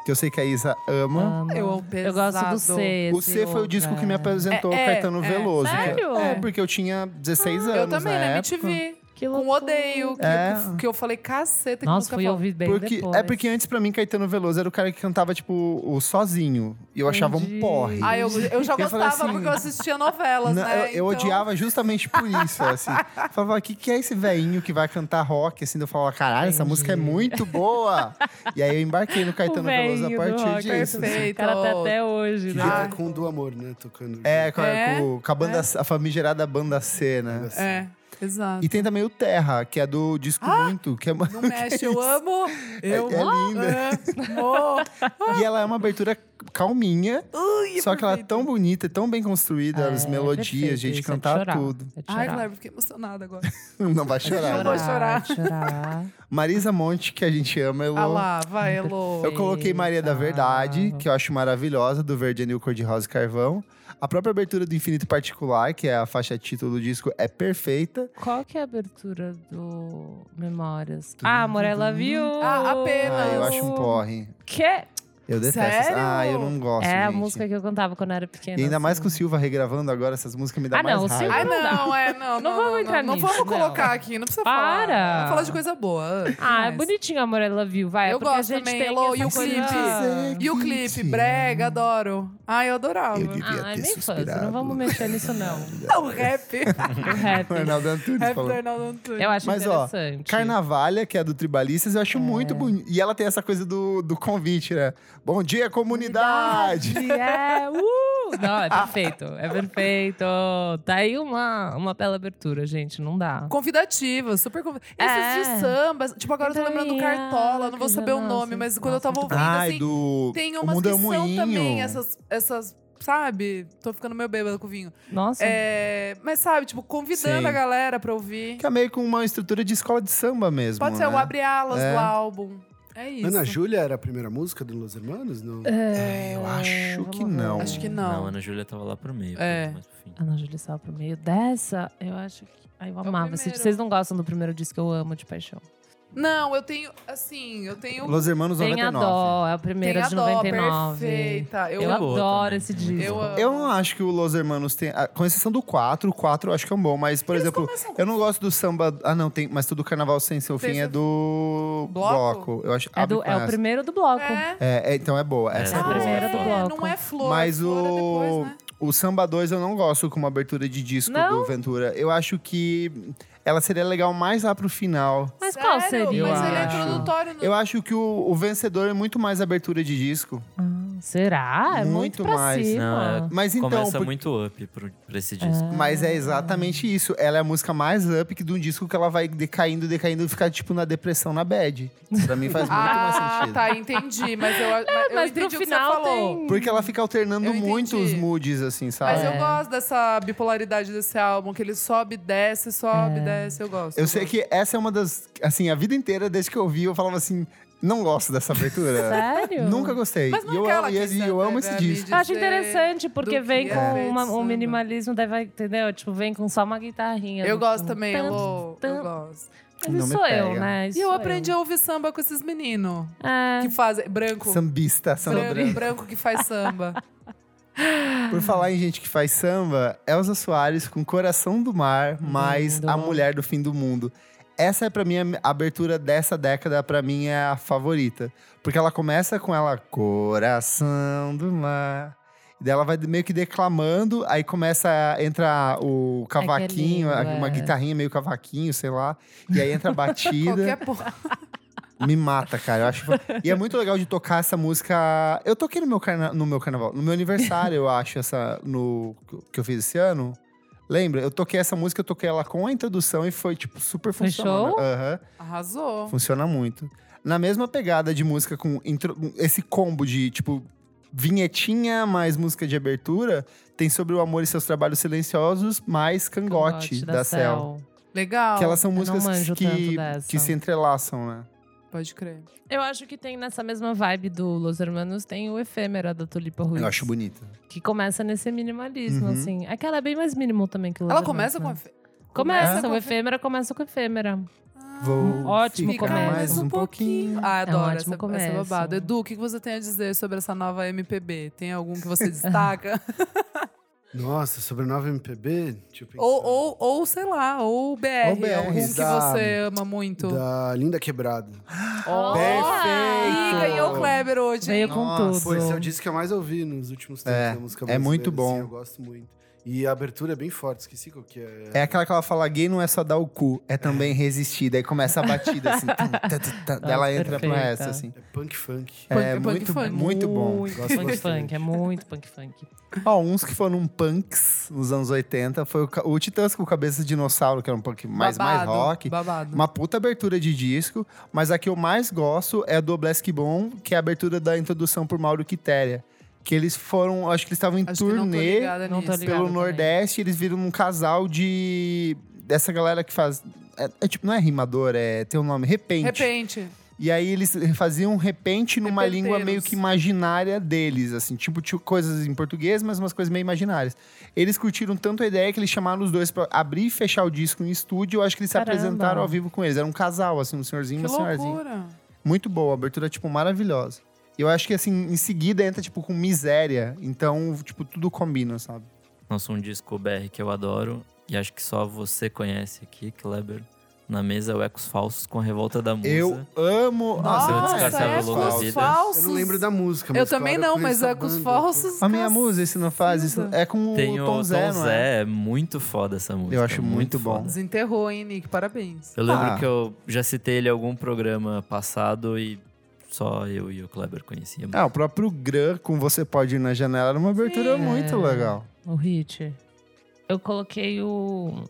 Speaker 1: que eu sei que a Isa ama.
Speaker 3: Amo.
Speaker 2: eu amo pesado.
Speaker 3: Eu gosto do C.
Speaker 1: o C foi o disco que me apresentou o
Speaker 2: É, é,
Speaker 1: Caetano
Speaker 2: é. Ah,
Speaker 1: Veloso. que-
Speaker 3: Sério?
Speaker 1: É, porque eu tinha 16 anos
Speaker 2: Eu também, né?
Speaker 1: na
Speaker 2: na
Speaker 1: época.
Speaker 2: MTV.
Speaker 3: Que
Speaker 2: Com odeio. Que,
Speaker 1: É.
Speaker 2: que eu falei, caceta, que
Speaker 3: Nossa,
Speaker 2: música
Speaker 3: fui
Speaker 2: foda.
Speaker 3: ouvir bem
Speaker 1: Porque,
Speaker 3: depois.
Speaker 1: é porque antes, pra mim, Caetano Veloso era o cara que cantava, tipo, o sozinho. E eu achava um
Speaker 3: Entendi.
Speaker 1: porre.
Speaker 2: Ah, eu, eu já
Speaker 1: Eu falei
Speaker 2: gostava
Speaker 1: assim,
Speaker 2: porque eu assistia novelas,
Speaker 1: Não,
Speaker 2: né?
Speaker 1: eu, eu
Speaker 2: Então,
Speaker 1: odiava justamente por isso, assim. Falava, o que, que é esse velhinho que vai cantar rock? Assim, daí eu falava, caralho, essa
Speaker 3: Entendi.
Speaker 1: música é muito boa! e aí eu embarquei no Caetano Veloso a partir
Speaker 3: é
Speaker 1: disso. assim.
Speaker 2: perfeito.
Speaker 3: O cara tá até hoje,
Speaker 5: Que
Speaker 3: né?
Speaker 5: ah. com do amor, né? Tocando.
Speaker 1: É, com, a-
Speaker 2: É,
Speaker 1: com- com a, banda, a famigerada banda C, né?
Speaker 5: Assim.
Speaker 2: É, exato.
Speaker 1: E tem também o Terra, que é do disco
Speaker 3: Ah!
Speaker 1: Muito, que é uma...
Speaker 2: Não mexe, eu amo. Eu
Speaker 1: é linda.
Speaker 2: amo.
Speaker 1: E ela é uma abertura calminha,
Speaker 2: Ui,
Speaker 1: só que ela é tão bonita, é tão bem construída, as
Speaker 3: É,
Speaker 1: melodias,
Speaker 3: perfeito,
Speaker 1: gente,
Speaker 3: isso é de
Speaker 1: cantar
Speaker 3: chorar,
Speaker 1: tudo.
Speaker 3: É de chorar.
Speaker 2: Ai, Cleber, fiquei emocionada agora.
Speaker 1: Não vai
Speaker 3: É de
Speaker 1: chorar.
Speaker 2: vou chorar.
Speaker 3: é de chorar.
Speaker 1: Marisa Monte, que a gente ama, Elo.
Speaker 2: Ah lá, vai, Elô.
Speaker 1: Eu coloquei Maria da Verdade,
Speaker 3: Eita.
Speaker 1: que eu acho maravilhosa, do Verde Anil Cor de Rosa e Carvão. A própria abertura do Infinito Particular, que é a faixa título do disco, é perfeita.
Speaker 3: Qual que é a abertura do Memórias? Ah, Morella viu?
Speaker 2: Ah, apenas.
Speaker 1: Ah, eu acho um porre.
Speaker 3: Que?
Speaker 1: Eu detesto. essa-
Speaker 2: Sério?
Speaker 1: Ah, eu não gosto.
Speaker 3: é a
Speaker 1: gente.
Speaker 3: música que eu cantava quando era pequena.
Speaker 1: E ainda mais
Speaker 3: assim.
Speaker 1: com o Silva regravando agora, essas músicas me dão
Speaker 3: Ah,
Speaker 1: mais
Speaker 3: não, o
Speaker 1: raiva.
Speaker 2: Ai,
Speaker 3: Não dá.
Speaker 2: não, é, não.
Speaker 3: Não vamos entrar
Speaker 2: Não
Speaker 3: nisso,
Speaker 2: vamos
Speaker 3: não.
Speaker 2: colocar aqui, não precisa falar.
Speaker 3: Para.
Speaker 2: Vamos falar de coisa boa.
Speaker 3: Ah, é
Speaker 2: demais.
Speaker 3: bonitinha a Morella viu, vai. é
Speaker 2: Eu
Speaker 3: porque a
Speaker 2: gosto
Speaker 3: gente
Speaker 2: também,
Speaker 3: tem
Speaker 2: Elô,
Speaker 3: essa
Speaker 2: e o
Speaker 3: coisa-
Speaker 2: clipe?
Speaker 1: Dizer
Speaker 2: E o
Speaker 1: que
Speaker 2: clipe,
Speaker 1: te
Speaker 2: brega, adoro. Ai, eu adorava.
Speaker 1: Eu devia
Speaker 3: Ah,
Speaker 1: ter
Speaker 3: nem fã,
Speaker 1: suspirado.
Speaker 3: não vamos mexer nisso, não.
Speaker 2: Não, o rap.
Speaker 3: O rap.
Speaker 1: O Arnaldo Antunes
Speaker 2: rap do
Speaker 1: falou.
Speaker 2: Arnaldo Antunes.
Speaker 3: Eu acho
Speaker 1: Mas, ó,
Speaker 3: interessante.
Speaker 1: Carnavalha, que é a do Tribalistas, eu acho muito bonito. E ela tem essa coisa do, do convite, né? Bom dia, comunidade!
Speaker 3: É, uh! Não, é perfeito, é perfeito. Tá aí uma, uma bela abertura, gente, não dá.
Speaker 2: Convidativa, super convidativa.
Speaker 3: É.
Speaker 2: Esses de sambas. Tipo, agora eu tô lembrando do
Speaker 3: Ventania,
Speaker 2: Cartola, não vou saber o
Speaker 3: Nossa,
Speaker 2: nome, mas quando eu tava
Speaker 3: nossa,
Speaker 2: ouvindo,
Speaker 1: Ai,
Speaker 2: assim,
Speaker 1: do.
Speaker 2: tem
Speaker 1: O
Speaker 2: umas
Speaker 1: Mundo é
Speaker 2: que
Speaker 1: um
Speaker 2: são
Speaker 1: Moinho.
Speaker 2: também essas, essas, sabe? Tô ficando meio bêbada com o vinho.
Speaker 3: Nossa,
Speaker 2: É, mas sabe, tipo, convidando
Speaker 1: Sim.
Speaker 2: a galera pra ouvir.
Speaker 1: Que é meio com uma estrutura de escola de samba mesmo.
Speaker 2: Pode ser um
Speaker 1: né?
Speaker 2: o abre alas
Speaker 1: É.
Speaker 2: do álbum. É isso.
Speaker 5: Ana Júlia era a primeira música do Los Hermanos? Não.
Speaker 3: É,
Speaker 1: eu acho
Speaker 3: vamos
Speaker 1: que
Speaker 3: ver.
Speaker 1: não.
Speaker 2: Acho que
Speaker 4: Não,
Speaker 2: não.
Speaker 3: né?
Speaker 4: a Ana Júlia tava lá pro meio.
Speaker 2: É.
Speaker 4: mas, enfim.
Speaker 3: Ana Júlia saiu pro meio dessa, eu acho que. Ai, eu amava. esse-
Speaker 2: primeiro.
Speaker 3: Vocês não gostam do primeiro disco que eu amo de paixão?
Speaker 2: Não, eu tenho, assim, eu tenho.
Speaker 1: Los Hermanos
Speaker 3: Tem a
Speaker 1: 99.
Speaker 3: dó, é
Speaker 2: Tem
Speaker 3: o primeiro
Speaker 2: a
Speaker 3: de
Speaker 2: dó,
Speaker 3: 99.
Speaker 2: perfeita. Eu,
Speaker 3: Eu
Speaker 4: É boa
Speaker 3: adoro
Speaker 1: né?
Speaker 4: também,
Speaker 3: esse
Speaker 4: é muito
Speaker 3: disco.
Speaker 2: Eu amo.
Speaker 1: Eu não acho que o Los Hermanos tem. ah, Com exceção do 4, o 4 eu acho que é um bom, mas, por
Speaker 2: Eles
Speaker 1: exemplo,
Speaker 2: começam com-
Speaker 1: eu não gosto do samba. Ah, não, tem. Mas tudo Carnaval Sem Seu
Speaker 2: Sem
Speaker 1: Fim é
Speaker 2: Seu-
Speaker 1: do.
Speaker 2: Bloco?
Speaker 1: Eu acho,
Speaker 3: É,
Speaker 1: abre
Speaker 3: do-
Speaker 1: com
Speaker 3: é o
Speaker 1: essa.
Speaker 3: primeiro do bloco.
Speaker 2: É.
Speaker 1: É, é, então é boa. Essa
Speaker 4: É
Speaker 1: é,
Speaker 4: a
Speaker 1: boa.
Speaker 3: primeira do bloco.
Speaker 2: Não Ah, é flor,
Speaker 1: Mas
Speaker 2: flor é
Speaker 1: o,
Speaker 2: depois, né?
Speaker 1: o Samba 2 eu não gosto como abertura de disco
Speaker 3: Não?
Speaker 1: do Ventura. Eu acho que ela seria legal mais lá pro final.
Speaker 3: Mas qual
Speaker 2: Sério?
Speaker 3: seria?
Speaker 2: Mas ele é
Speaker 4: acho.
Speaker 2: introdutório no...
Speaker 1: Eu acho que o, o vencedor é muito mais abertura de disco.
Speaker 3: Ah, será? É muito,
Speaker 1: Muito
Speaker 3: pra
Speaker 1: mais. né?
Speaker 3: cima.
Speaker 4: Não,
Speaker 1: Mas então.
Speaker 4: Começa
Speaker 1: por-
Speaker 4: muito up pro, pra esse disco.
Speaker 1: Mas é exatamente isso. Ela é a música mais up que de um disco que ela vai decaindo, decaindo e ficar, tipo, na depressão, na bad. Pra mim faz muito mais
Speaker 2: Ah,
Speaker 1: sentido.
Speaker 2: tá, entendi. Mas eu, mas eu
Speaker 3: Mas
Speaker 2: entendi
Speaker 3: no
Speaker 2: o que você
Speaker 3: final
Speaker 2: falou.
Speaker 3: tem. É.
Speaker 1: Porque ela fica alternando
Speaker 2: Eu
Speaker 1: muito
Speaker 2: entendi.
Speaker 1: os moods, assim, sabe?
Speaker 2: Mas eu gosto dessa bipolaridade desse álbum, que ele sobe, desce,
Speaker 3: É.
Speaker 2: sobe, desce. Eu gosto.
Speaker 1: Eu sei
Speaker 2: gosto.
Speaker 1: que essa é uma das. Assim, a vida inteira, desde que eu vi, eu falava assim: não gosto dessa abertura.
Speaker 3: Sério?
Speaker 1: Nunca gostei.
Speaker 2: Mas não
Speaker 1: e eu,
Speaker 2: é aquela
Speaker 1: amo, e-
Speaker 2: que
Speaker 1: e eu
Speaker 2: Sandra
Speaker 1: amo esse
Speaker 2: Bebe
Speaker 1: disco.
Speaker 3: Eu acho
Speaker 2: dizer
Speaker 3: interessante, porque
Speaker 2: do
Speaker 3: vem
Speaker 2: que
Speaker 3: com
Speaker 2: é
Speaker 3: uma-
Speaker 2: samba.
Speaker 3: um minimalismo, daí vai, entendeu? Tipo, vem com só uma guitarrinha.
Speaker 2: Eu
Speaker 3: no
Speaker 2: gosto
Speaker 3: fundo.
Speaker 2: também,
Speaker 3: Tan,
Speaker 2: Lô.
Speaker 3: tan.
Speaker 2: Eu gosto.
Speaker 3: Mas isso
Speaker 1: Não me
Speaker 3: sou eu,
Speaker 1: pega.
Speaker 3: né? Isso
Speaker 2: E eu
Speaker 3: sou
Speaker 2: aprendi a ouvir samba com esses meninos.
Speaker 3: É.
Speaker 2: Que fazem... Branco.
Speaker 1: Sambista, samba
Speaker 2: Branco,
Speaker 1: branco.
Speaker 2: branco que faz samba.
Speaker 1: Por falar em gente que faz samba, Elza Soares com Coração do Mar, mais
Speaker 3: Lindo.
Speaker 1: A Mulher do Fim do Mundo. Essa é para mim a abertura dessa década, para mim é a favorita, porque ela começa com ela Coração do Mar. E daí ela vai meio que declamando, aí começa, entra o cavaquinho,
Speaker 3: lindo,
Speaker 1: uma
Speaker 3: é.
Speaker 1: guitarrinha meio cavaquinho, sei lá. E aí entra a batida.
Speaker 2: Qualquer porra.
Speaker 1: Me mata, cara. Eu acho... E é muito legal de tocar essa música. Eu toquei no meu, carna... no meu carnaval, no meu aniversário, eu acho, essa no... que eu fiz esse ano. Lembra? Eu toquei essa música, eu toquei ela com a introdução e foi, tipo, super
Speaker 3: Foi
Speaker 1: funcional. né?
Speaker 3: show?
Speaker 1: Aham.
Speaker 2: Arrasou.
Speaker 1: Funciona muito. Na mesma pegada de música com intro- esse combo de, tipo, vinhetinha mais música de abertura, tem Sobre o Amor e Seus Trabalhos Silenciosos, mais Cangote, da, Cell.
Speaker 2: Legal.
Speaker 1: Que elas são
Speaker 3: não
Speaker 1: músicas
Speaker 3: manjo
Speaker 1: que,
Speaker 3: tanto dessa.
Speaker 1: que se entrelaçam, né?
Speaker 2: Pode crer.
Speaker 3: Eu acho que tem nessa mesma vibe do Los Hermanos, tem o Efêmera da Tulipa Ruiz.
Speaker 1: Eu acho bonito.
Speaker 3: Que começa nesse minimalismo,
Speaker 1: Uhum.
Speaker 3: assim. É que ela é bem mais minimal também que o Los
Speaker 2: Ela começa com a.
Speaker 3: Hermanos,
Speaker 2: fe-
Speaker 3: né? Começa,
Speaker 2: começa com
Speaker 3: o
Speaker 2: a-
Speaker 3: Efêmera começa com o Efêmera.
Speaker 1: Vou
Speaker 3: ótimo
Speaker 1: ficar
Speaker 3: começo.
Speaker 1: mais um pouquinho.
Speaker 2: Ah, adoro
Speaker 3: ótimo
Speaker 2: essa, essa
Speaker 3: começo.
Speaker 2: babada. Edu, o que que você tem a dizer sobre essa nova MPB? Tem algum que você destaca?
Speaker 5: Nossa, sobre a nova MPB, deixa eu pensar.
Speaker 2: ou, ou, ou, sei lá, ou BR,
Speaker 1: Ou BR,
Speaker 2: algum que
Speaker 5: da-
Speaker 2: você ama muito.
Speaker 5: Da Linda Quebrada.
Speaker 2: Ó,
Speaker 1: Perfeito!
Speaker 2: Ih, ganhou o Kleber hoje. hein?
Speaker 3: Veio com
Speaker 1: Nossa,
Speaker 3: tudo.
Speaker 5: Pô, esse é o disco que eu mais ouvi nos últimos tempos
Speaker 1: É,
Speaker 5: da música
Speaker 1: é
Speaker 5: brasileira.
Speaker 1: muito bom.
Speaker 5: assim, eu gosto muito. E a abertura é bem forte, esqueci qual que é.
Speaker 1: É aquela que ela fala, gay não é só dar o cu, é também resistir. Daí começa a batida, assim. tum, tum, tum, tum. Daí ela entra pra
Speaker 3: perfeita.
Speaker 1: essa, assim.
Speaker 5: É punk funk.
Speaker 2: Punk-
Speaker 1: é
Speaker 2: punk
Speaker 1: muito,
Speaker 2: funk.
Speaker 1: muito bom.
Speaker 3: Muito
Speaker 5: Gosto
Speaker 3: punk
Speaker 5: bastante.
Speaker 3: funk, é muito punk funk.
Speaker 1: Ó, uns que foram punks nos anos 80 foi o, ca- o Titãs com o Cabeça de Dinossauro, que era um punk mais, mais
Speaker 2: Babado,
Speaker 1: rock.
Speaker 2: Babado.
Speaker 1: Uma puta abertura de disco, mas a que eu mais gosto é a do Oblesk Bon, que é a abertura da introdução por Mauro Quitéria. Que eles foram, acho que eles estavam em
Speaker 2: Acho que não tô
Speaker 1: turnê
Speaker 2: ligada
Speaker 3: Não tô
Speaker 2: nisso.
Speaker 3: ligada.
Speaker 1: pelo
Speaker 3: também.
Speaker 1: Nordeste, eles viram um casal de. dessa galera que faz. É, é tipo, não é rimador, é. tem um nome, repente.
Speaker 2: Repente.
Speaker 1: E aí eles faziam um repente numa
Speaker 2: Repenteiros.
Speaker 1: língua meio que imaginária deles, assim, tipo tio- coisas em português, mas umas coisas meio imaginárias. Eles curtiram tanto a ideia que eles chamaram os dois pra abrir e fechar o disco em estúdio. Eu acho que eles
Speaker 3: Caramba.
Speaker 1: se apresentaram ao vivo com eles. Era um casal, assim, um senhorzinho e
Speaker 2: Que
Speaker 1: uma senhorzinha.
Speaker 2: loucura.
Speaker 1: Muito boa, abertura, tipo, maravilhosa. E eu acho que, assim, em seguida entra, tipo, com miséria. Então, tipo, tudo combina, sabe?
Speaker 4: Nossa, um disco BR que eu adoro e acho que só você conhece aqui, Kleber. Na mesa é o Ecos Falsos com a Revolta da Musa.
Speaker 1: Eu amo
Speaker 4: Nossa, eu
Speaker 2: Nossa,
Speaker 4: descartava
Speaker 2: é
Speaker 4: o Loucas
Speaker 2: com os
Speaker 4: Vidas.
Speaker 2: falsos.
Speaker 5: Eu não lembro da música, mas
Speaker 2: Eu também
Speaker 5: claro,
Speaker 2: não,
Speaker 5: eu
Speaker 2: mas
Speaker 5: conheço
Speaker 2: é
Speaker 5: a
Speaker 2: com os
Speaker 5: banda,
Speaker 2: falsos.
Speaker 1: A minha musa, isso não faz isso. É com
Speaker 4: Tem
Speaker 1: o Tom Zé, não é?
Speaker 4: é muito foda essa música.
Speaker 1: acho muito bom.
Speaker 4: foda.
Speaker 2: Desenterrou, hein, Nick? Parabéns.
Speaker 4: Eu lembro
Speaker 1: Ah.
Speaker 4: que eu já citei ele em algum programa passado e só eu e o Kleber conhecíamos.
Speaker 1: Ah, o próprio Gran com Você Pode Ir na Janela era uma abertura
Speaker 3: Sim.
Speaker 1: muito legal.
Speaker 3: O hit. Eu coloquei o.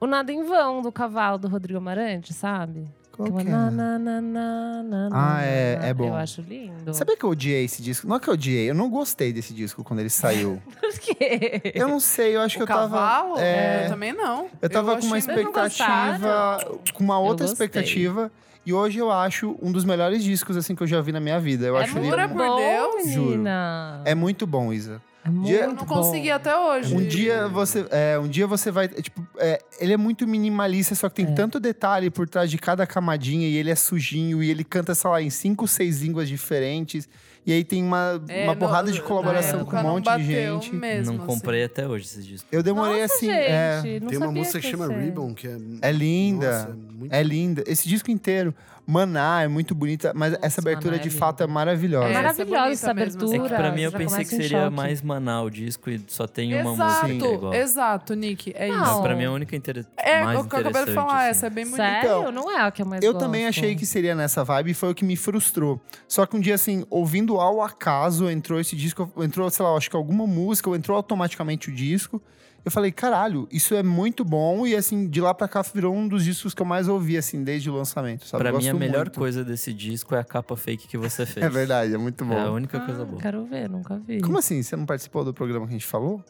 Speaker 3: O Nada em Vão do cavalo do Rodrigo Amarante, sabe?
Speaker 1: Qual
Speaker 3: Que
Speaker 1: que
Speaker 3: é
Speaker 1: era?
Speaker 3: na, na, na, na, na,
Speaker 1: Ah,
Speaker 3: na,
Speaker 1: é-
Speaker 3: na.
Speaker 1: é bom.
Speaker 3: Eu acho lindo.
Speaker 1: Sabia que eu odiei esse disco? Não é que eu odiei, eu não gostei desse disco quando ele saiu.
Speaker 3: por quê?
Speaker 1: eu não sei, eu acho que
Speaker 2: o
Speaker 1: eu tava.
Speaker 2: cavalo?
Speaker 1: é,
Speaker 2: Eu também não.
Speaker 1: eu tava com uma
Speaker 2: achei-
Speaker 3: Vocês não
Speaker 1: expectativa. Com uma outra
Speaker 3: gostei.
Speaker 1: expectativa. E hoje eu acho um dos melhores discos assim que eu já vi na minha vida. Eu
Speaker 3: é
Speaker 1: acho ele mu-
Speaker 3: muito
Speaker 2: por
Speaker 3: bom,
Speaker 2: Deus.
Speaker 1: Juro.
Speaker 3: menina.
Speaker 1: É muito bom, Isa.
Speaker 3: É muito
Speaker 1: dia-
Speaker 2: Eu não
Speaker 3: bom.
Speaker 2: consegui até hoje.
Speaker 1: Um dia você, é, um dia você vai, é, tipo, é, ele é muito minimalista, só que tem
Speaker 3: É.
Speaker 1: tanto detalhe por trás de cada camadinha e ele é sujinho e ele canta sei lá em cinco, seis línguas diferentes e aí tem uma,
Speaker 2: É,
Speaker 1: uma
Speaker 2: no-
Speaker 1: porrada de
Speaker 2: na
Speaker 1: colaboração com
Speaker 2: época
Speaker 1: um
Speaker 2: não
Speaker 1: monte de
Speaker 2: bateu
Speaker 1: gente.
Speaker 2: É Mesmo, assim.
Speaker 4: não comprei até hoje esse disco.
Speaker 1: Eu demorei
Speaker 3: Nossa,
Speaker 1: assim, é,
Speaker 3: gente, não
Speaker 5: Tem uma
Speaker 3: sabia
Speaker 5: música que chama
Speaker 3: esse-
Speaker 5: Ribbon, que é.
Speaker 1: É linda.
Speaker 5: Nossa, é muito
Speaker 1: é linda. Esse disco inteiro, Maná é muito bonita, mas
Speaker 3: Nossa,
Speaker 1: essa abertura
Speaker 3: Maná é
Speaker 1: de fato é
Speaker 3: linda.
Speaker 1: maravilhosa.
Speaker 3: É
Speaker 2: Essa é
Speaker 3: maravilhosa
Speaker 2: bonita
Speaker 3: essa
Speaker 2: mesmo,
Speaker 3: abertura.
Speaker 4: É que pra mim eu
Speaker 3: já
Speaker 4: pensei
Speaker 3: começa
Speaker 4: que
Speaker 3: em
Speaker 4: seria
Speaker 3: choque.
Speaker 4: mais Maná o disco e só tem uma
Speaker 2: exato,
Speaker 4: música que é igual.
Speaker 2: Exato, Nick. É
Speaker 3: Não.
Speaker 2: isso.
Speaker 4: Mas pra mim é a única inter...
Speaker 2: É,
Speaker 4: mais
Speaker 2: o que eu acabei de
Speaker 4: interessante,
Speaker 2: falar,
Speaker 4: assim.
Speaker 2: essa é bem bonita.
Speaker 3: Sério?
Speaker 1: Então,
Speaker 3: não é a que eu mais
Speaker 1: Eu
Speaker 3: gosto.
Speaker 1: também achei que seria nessa vibe e foi o que me frustrou. Só que um dia, assim, ouvindo ao acaso, entrou esse disco, entrou, sei lá, acho que alguma música, ou entrou automaticamente o disco. Eu falei, caralho, isso é muito bom. E assim, de lá pra cá virou um dos discos que eu mais ouvi, assim, desde o lançamento. Sabe?
Speaker 4: Pra
Speaker 1: Eu
Speaker 4: mim a
Speaker 1: gosto
Speaker 4: melhor
Speaker 1: muito.
Speaker 4: coisa desse disco é a capa fake que você fez.
Speaker 1: É verdade, é muito bom.
Speaker 4: É a única
Speaker 3: Ah,
Speaker 4: coisa boa.
Speaker 3: Quero ver, nunca vi.
Speaker 1: Como assim? Você não participou do programa que a gente falou?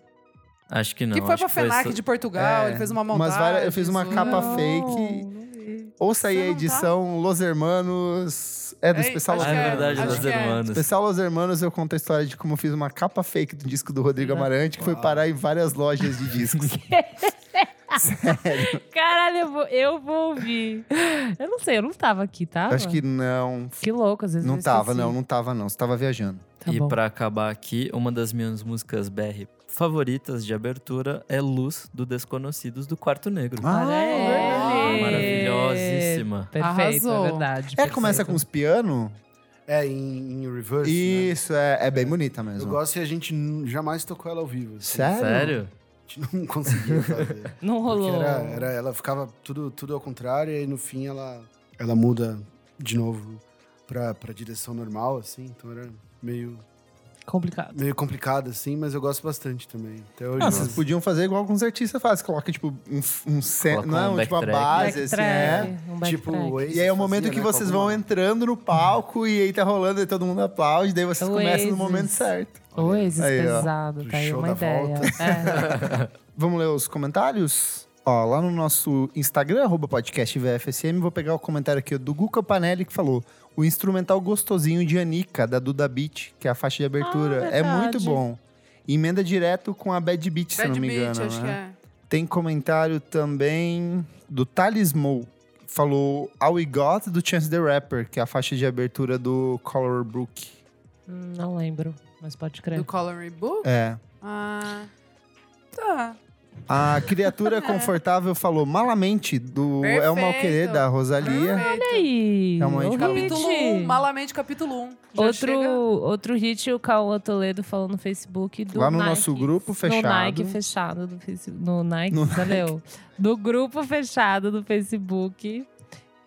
Speaker 4: Acho que não.
Speaker 2: que foi
Speaker 4: acho
Speaker 2: pra FENAC
Speaker 4: só-
Speaker 2: de Portugal,
Speaker 1: É,
Speaker 2: ele fez uma
Speaker 1: umas
Speaker 2: montagem.
Speaker 1: várias- eu fiz uma
Speaker 2: isso.
Speaker 1: capa
Speaker 3: Não,
Speaker 1: fake.
Speaker 3: não vi.
Speaker 1: Ouça aí
Speaker 2: Você
Speaker 1: a
Speaker 2: não tá?
Speaker 1: edição Los Hermanos. É do
Speaker 2: Ei,
Speaker 1: especial
Speaker 2: acho
Speaker 1: Los
Speaker 4: Ah,
Speaker 2: que
Speaker 4: é
Speaker 2: é,
Speaker 4: verdade,
Speaker 2: acho
Speaker 4: dos
Speaker 2: que é.
Speaker 4: Hermanos.
Speaker 1: Especial Los Hermanos, eu conto a história de como eu fiz uma capa fake do disco do
Speaker 3: Uhum.
Speaker 1: Rodrigo Amarante, que foi parar em várias lojas de discos.
Speaker 3: Caralho, eu vou, eu vou ouvir. Eu não sei, eu não tava aqui, tá?
Speaker 1: Acho que não.
Speaker 3: Que louco, às vezes
Speaker 1: Não
Speaker 3: eu
Speaker 1: tava,
Speaker 3: esqueci.
Speaker 1: não, não tava, não. Você tava viajando.
Speaker 3: Tá
Speaker 4: e
Speaker 3: bom.
Speaker 4: pra acabar aqui, uma das minhas músicas BR favoritas de abertura é Luz do Desconhecidos do Quarto Negro.
Speaker 3: Olha
Speaker 2: Ah,
Speaker 3: ele.
Speaker 4: Maravilhosíssima.
Speaker 3: Perfeito,
Speaker 2: Arrasou.
Speaker 3: é verdade.
Speaker 1: É, começa com
Speaker 3: perfeito.
Speaker 1: os piano.
Speaker 5: É, em, em reverse. né?
Speaker 1: Isso, é, é bem bonita
Speaker 5: Eu
Speaker 1: mesmo.
Speaker 5: gosto e a gente n- jamais tocou ela ao vivo. assim.
Speaker 1: Sério?
Speaker 4: Sério?
Speaker 5: A gente não conseguia fazer.
Speaker 3: Não
Speaker 5: Porque
Speaker 3: rolou.
Speaker 5: era, era- ela ficava tudo, tudo ao contrário, e aí no fim ela, ela muda de novo pra, pra direção normal, assim. Então era meio,
Speaker 3: Complicado.
Speaker 5: meio complicado, assim, mas eu gosto bastante também. Até hoje.
Speaker 1: Ah,
Speaker 5: eu-
Speaker 1: vocês podiam fazer igual alguns artistas fazem, coloca tipo um, f- um cen-
Speaker 4: Coloca
Speaker 1: não,
Speaker 4: um
Speaker 1: tipo uma
Speaker 4: backtrack.
Speaker 1: base, assim, é.
Speaker 3: um backtrack.
Speaker 5: Tipo, o Oasis
Speaker 1: E aí é o momento
Speaker 5: fazia,
Speaker 1: que
Speaker 5: né, com
Speaker 1: vocês vão
Speaker 5: alguma-
Speaker 1: entrando no palco e aí tá rolando e todo mundo aplaude, daí vocês começam no
Speaker 3: É Oasis.
Speaker 1: momento certo.
Speaker 3: Oasis
Speaker 1: Aí, ó.
Speaker 3: pesado, tá aí
Speaker 5: Show
Speaker 3: uma
Speaker 5: da
Speaker 3: ideia.
Speaker 5: volta.
Speaker 3: É.
Speaker 1: Vamos ler os comentários? Ó, lá no nosso Instagram, arroba podcast VFSM, vou pegar o comentário aqui do Guca Panelli que falou: o instrumental gostosinho de Anica, da Duda Beat, que é a faixa de
Speaker 2: Ah,
Speaker 1: abertura. é
Speaker 3: verdade.
Speaker 1: muito bom. Emenda direto com a Bad Beat, se eu não
Speaker 2: Bad
Speaker 1: me
Speaker 2: Beat,
Speaker 1: engano.
Speaker 2: acho
Speaker 1: né?
Speaker 2: que é.
Speaker 1: Tem comentário também do Talismo. Falou All We Got do Chance the Rapper, que é a faixa de abertura do Color Brook.
Speaker 3: Hum, Não lembro, mas pode crer.
Speaker 2: Do Coloring Book?
Speaker 1: É.
Speaker 2: Ah. Tá.
Speaker 1: A
Speaker 2: É.
Speaker 1: Criatura Confortável falou Malamente do É o Mal Querer,
Speaker 2: Perfeito.
Speaker 1: da Rosalia.
Speaker 2: Perfeito.
Speaker 3: Olha aí,
Speaker 1: Realmente
Speaker 3: o
Speaker 1: bom.
Speaker 3: é hit.
Speaker 2: Capítulo 1, um, malamente capítulo 1. Um. Já
Speaker 3: Outro,
Speaker 2: chega.
Speaker 3: outro hit, o Cauã Toledo falou no Facebook do
Speaker 1: Lá no
Speaker 3: Nike.
Speaker 1: nosso grupo fechado.
Speaker 3: No Nike fechado do Facebook. No Nike,
Speaker 1: No
Speaker 3: valeu. Do grupo fechado do Facebook.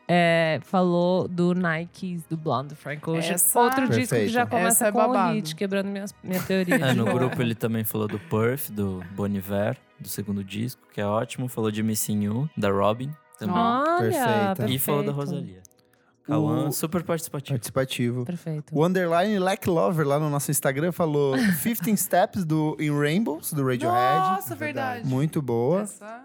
Speaker 3: é, falou do Nike, do Blonde Frank Ocean.
Speaker 2: Essa-
Speaker 3: Outro disco que
Speaker 1: Perfeito.
Speaker 3: já começa
Speaker 2: Essa é
Speaker 3: com o
Speaker 2: babado.
Speaker 3: hit, quebrando minhas, minha teoria.
Speaker 4: É,
Speaker 3: de
Speaker 4: no
Speaker 3: novo.
Speaker 4: grupo ele também falou do Perth, do Boniver, do segundo disco, que é ótimo. Falou de Missing You, da Robin também.
Speaker 3: Olha,
Speaker 1: Perfeita.
Speaker 3: perfeito.
Speaker 4: E falou da Rosalia. Cauã,
Speaker 1: O-
Speaker 4: super participativo.
Speaker 1: Participativo.
Speaker 3: Perfeito.
Speaker 1: O Underline Lack Lover lá no nosso Instagram falou 15 Steps do In Rainbows, do Radiohead.
Speaker 2: Nossa, verdade.
Speaker 1: Muito boa.
Speaker 2: Essa-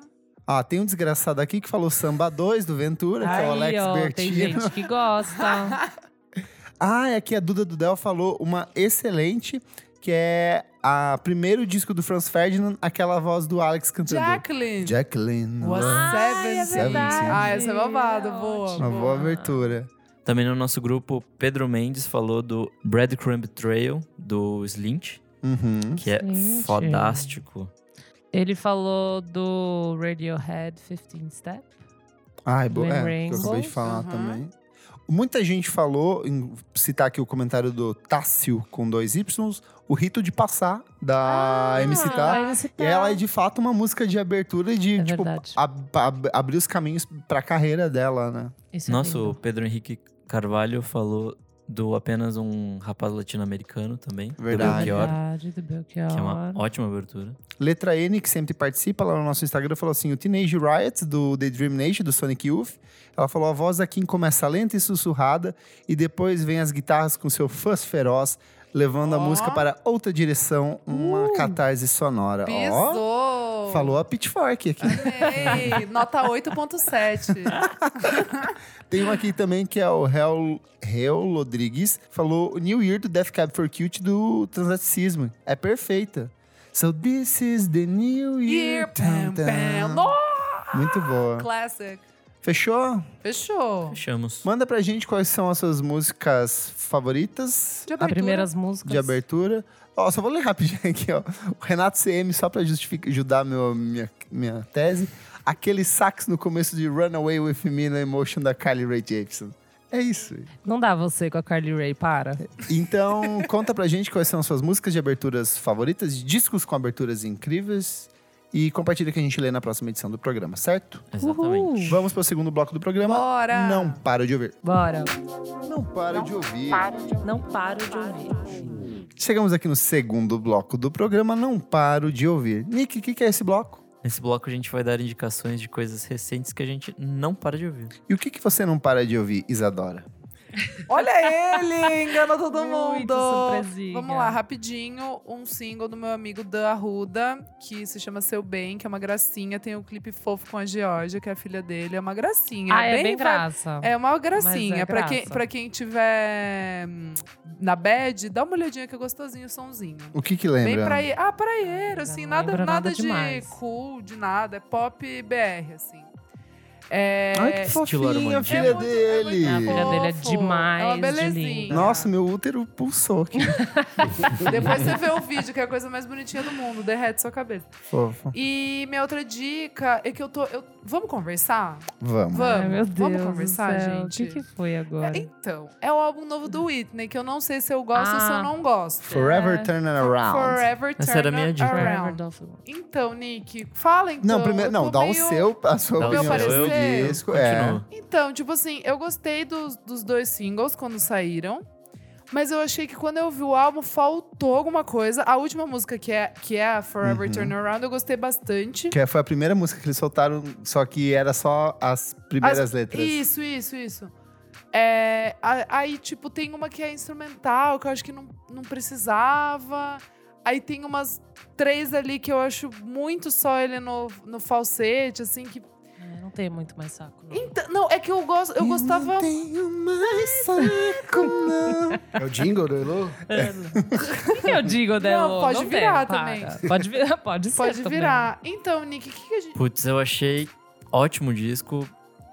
Speaker 1: Ah, tem um desgraçado aqui que falou Samba 2 do Ventura, que é o
Speaker 3: Aí,
Speaker 1: Alex
Speaker 3: ó, tem
Speaker 1: Bertino.
Speaker 3: gente que gosta.
Speaker 1: Ah, é que a Duda Dudel falou uma excelente, que é a primeiro disco do Franz Ferdinand, aquela voz do Alex cantando.
Speaker 2: Jacqueline.
Speaker 1: Jacqueline.
Speaker 2: Was
Speaker 1: Love.
Speaker 2: Seventeen.
Speaker 3: é
Speaker 1: verdade.
Speaker 2: Ah, essa é babado.
Speaker 3: É
Speaker 2: boa.
Speaker 3: ótimo.
Speaker 1: Uma boa abertura.
Speaker 4: Também no nosso grupo, Pedro Mendes falou do Breadcrumb Trail, do Slint,
Speaker 1: Uhum.
Speaker 4: que é
Speaker 3: Slint.
Speaker 4: fodástico.
Speaker 3: Ele falou do Radiohead 15 Step.
Speaker 1: Ai, boa. É,
Speaker 3: When
Speaker 1: que eu
Speaker 3: Rainbows.
Speaker 1: acabei de falar
Speaker 2: Uhum.
Speaker 1: também. Muita gente falou, em citar aqui o comentário do Tássio com dois Ys, o rito de passar da MC Tá.
Speaker 3: Ah, MC
Speaker 1: E
Speaker 3: Tá.
Speaker 1: ela é de fato uma música de abertura e de
Speaker 3: É
Speaker 1: tipo,
Speaker 3: verdade.
Speaker 1: ab- ab- abrir os caminhos pra carreira dela, né?
Speaker 3: Isso é
Speaker 4: Nossa, o
Speaker 3: lindo.
Speaker 4: Pedro Henrique Carvalho falou do apenas um rapaz latino-americano também. do
Speaker 1: Verdade.
Speaker 4: Belchior,
Speaker 3: Verdade, do Belchior.
Speaker 4: Que é uma ótima abertura.
Speaker 1: Letra N, que sempre participa lá no nosso Instagram, falou assim: o Teenage Riot, do The Dream Nation, do Sonic Youth. Ela falou: a voz aqui começa lenta e sussurrada, e depois vem as guitarras com seu fuzz feroz, levando a
Speaker 2: Ó. Uh,
Speaker 1: música para outra direção, uma catarse sonora. Ó,
Speaker 2: Pisou.
Speaker 1: falou a Pitchfork aqui.
Speaker 2: Ei, nota 8.7.
Speaker 1: Tem um aqui também que é o Hel, Hel Rodrigues, falou o New Year do Death Cab for Cute do Transatlanticismo. É perfeita. So this is the New Year.
Speaker 2: Year,
Speaker 1: Tum,
Speaker 2: pam,
Speaker 1: tum.
Speaker 2: pam. Nossa,
Speaker 1: Muito boa.
Speaker 2: classic.
Speaker 1: Fechou?
Speaker 2: Fechou.
Speaker 4: Fechamos.
Speaker 1: Manda pra gente quais são as suas músicas favoritas
Speaker 2: De
Speaker 3: As
Speaker 2: abertura.
Speaker 3: primeiras músicas.
Speaker 1: de abertura. Ó, só vou ler rapidinho aqui, ó. O Renato CM, só pra justificar, ajudar meu, minha, minha tese. Aquele sax no começo de Runaway With Me na Emotion da Kylie Rae Jepsen. É isso.
Speaker 3: Não dá você com a Carly Rae, para.
Speaker 1: Então, conta pra gente quais são as suas músicas de aberturas favoritas, discos com aberturas incríveis. E compartilha que a gente lê na próxima edição do programa, certo?
Speaker 4: Exatamente.
Speaker 1: Vamos pro segundo bloco do programa.
Speaker 2: Bora!
Speaker 1: Não para de ouvir.
Speaker 3: Bora.
Speaker 1: Não para de ouvir.
Speaker 3: Não paro de ouvir.
Speaker 1: Chegamos aqui no segundo bloco do programa Não Paro de Ouvir. Nick, o que, que é esse bloco?
Speaker 4: Nesse bloco a gente vai dar indicações de coisas recentes que a gente não para de ouvir.
Speaker 1: E o que, que você não para de ouvir, Isadora?
Speaker 2: Olha ele, enganou todo
Speaker 3: Muito
Speaker 2: mundo.
Speaker 3: surpresinha.
Speaker 2: Vamos lá, rapidinho, um single do meu amigo Dan Arruda, que se chama Seu Bem, que é uma gracinha. Tem um clipe fofo com a Georgia, que é a filha dele. É uma gracinha.
Speaker 3: Ah, é
Speaker 2: vai-
Speaker 3: bem, graça.
Speaker 2: É uma gracinha.
Speaker 3: é
Speaker 2: pra, quem,
Speaker 3: graça.
Speaker 2: pra quem tiver hum, na bad, dá uma olhadinha que é gostosinho o sonzinho.
Speaker 1: O que que
Speaker 2: Bem
Speaker 1: lembra?
Speaker 2: praie... Ah, praieiro, assim,
Speaker 3: Não
Speaker 2: nada,
Speaker 3: lembro
Speaker 2: nada,
Speaker 3: nada
Speaker 2: de
Speaker 3: demais.
Speaker 2: cool, de nada. É pop BR, assim. É...
Speaker 1: Ai, que
Speaker 4: Estilo
Speaker 1: fofinha a
Speaker 4: harmonia.
Speaker 1: filha
Speaker 2: é muito- é muito
Speaker 1: dele.
Speaker 3: A filha dele é
Speaker 2: fofo.
Speaker 3: demais
Speaker 2: É uma
Speaker 3: de linda.
Speaker 2: belezinha.
Speaker 1: Nossa, meu útero pulsou aqui.
Speaker 2: Depois você vê o vídeo, que é a coisa mais bonitinha do mundo. Derrete sua cabeça.
Speaker 1: Fofo.
Speaker 2: E minha outra dica é que eu tô. Eu Vamos conversar?
Speaker 1: Vamos.
Speaker 2: Vamos.
Speaker 3: Ai, meu
Speaker 2: Vamos
Speaker 3: Deus do
Speaker 2: conversar,
Speaker 3: céu.
Speaker 2: gente?
Speaker 3: O que, que foi agora?
Speaker 2: É, então, é o álbum novo do Whitney, que eu não sei se eu gosto ou se eu
Speaker 3: Ah.
Speaker 2: não gosto.
Speaker 1: Forever Turn It Around.
Speaker 2: Forever Turn
Speaker 4: Essa era a minha dica.
Speaker 3: Forever
Speaker 2: Around.
Speaker 3: Dolphin.
Speaker 2: Então, Nick, fala então.
Speaker 1: Não, primeiro,
Speaker 2: eu
Speaker 1: não,
Speaker 2: tô
Speaker 1: dá um o
Speaker 2: meio-
Speaker 1: seu, a sua
Speaker 4: Dá o
Speaker 2: meu
Speaker 1: opinião
Speaker 4: seu, eu
Speaker 1: sobre
Speaker 2: parecer.
Speaker 1: o disco. É.
Speaker 4: Continuo.
Speaker 2: Então, tipo assim, eu gostei dos, dos dois singles quando saíram. Mas eu achei que quando eu vi o álbum faltou alguma coisa. A última música, que é, que é a Forever
Speaker 1: Uhum.
Speaker 2: Turn Around, eu gostei bastante.
Speaker 1: Que foi a primeira música que eles soltaram, só que era só as primeiras letras.
Speaker 2: Isso, isso, isso. É, a- aí, tipo, tem uma que é instrumental, que eu acho que não, não precisava. Aí tem umas três ali que eu acho muito só ele no, no falsete, assim, que.
Speaker 3: É, não tem muito mais saco. não.
Speaker 2: Então, não, é que eu gosto. Eu gostava.
Speaker 1: não tenho mais saco, não.
Speaker 5: É o jingle do Elo?
Speaker 3: O que eu digo dela?
Speaker 2: Não, pode
Speaker 3: tem,
Speaker 2: virar
Speaker 3: para.
Speaker 2: também.
Speaker 3: Pode virar, pode ser.
Speaker 2: Pode
Speaker 3: também.
Speaker 2: virar. Então, Nick, o que, que a gente.
Speaker 4: Putz, eu achei ótimo o disco.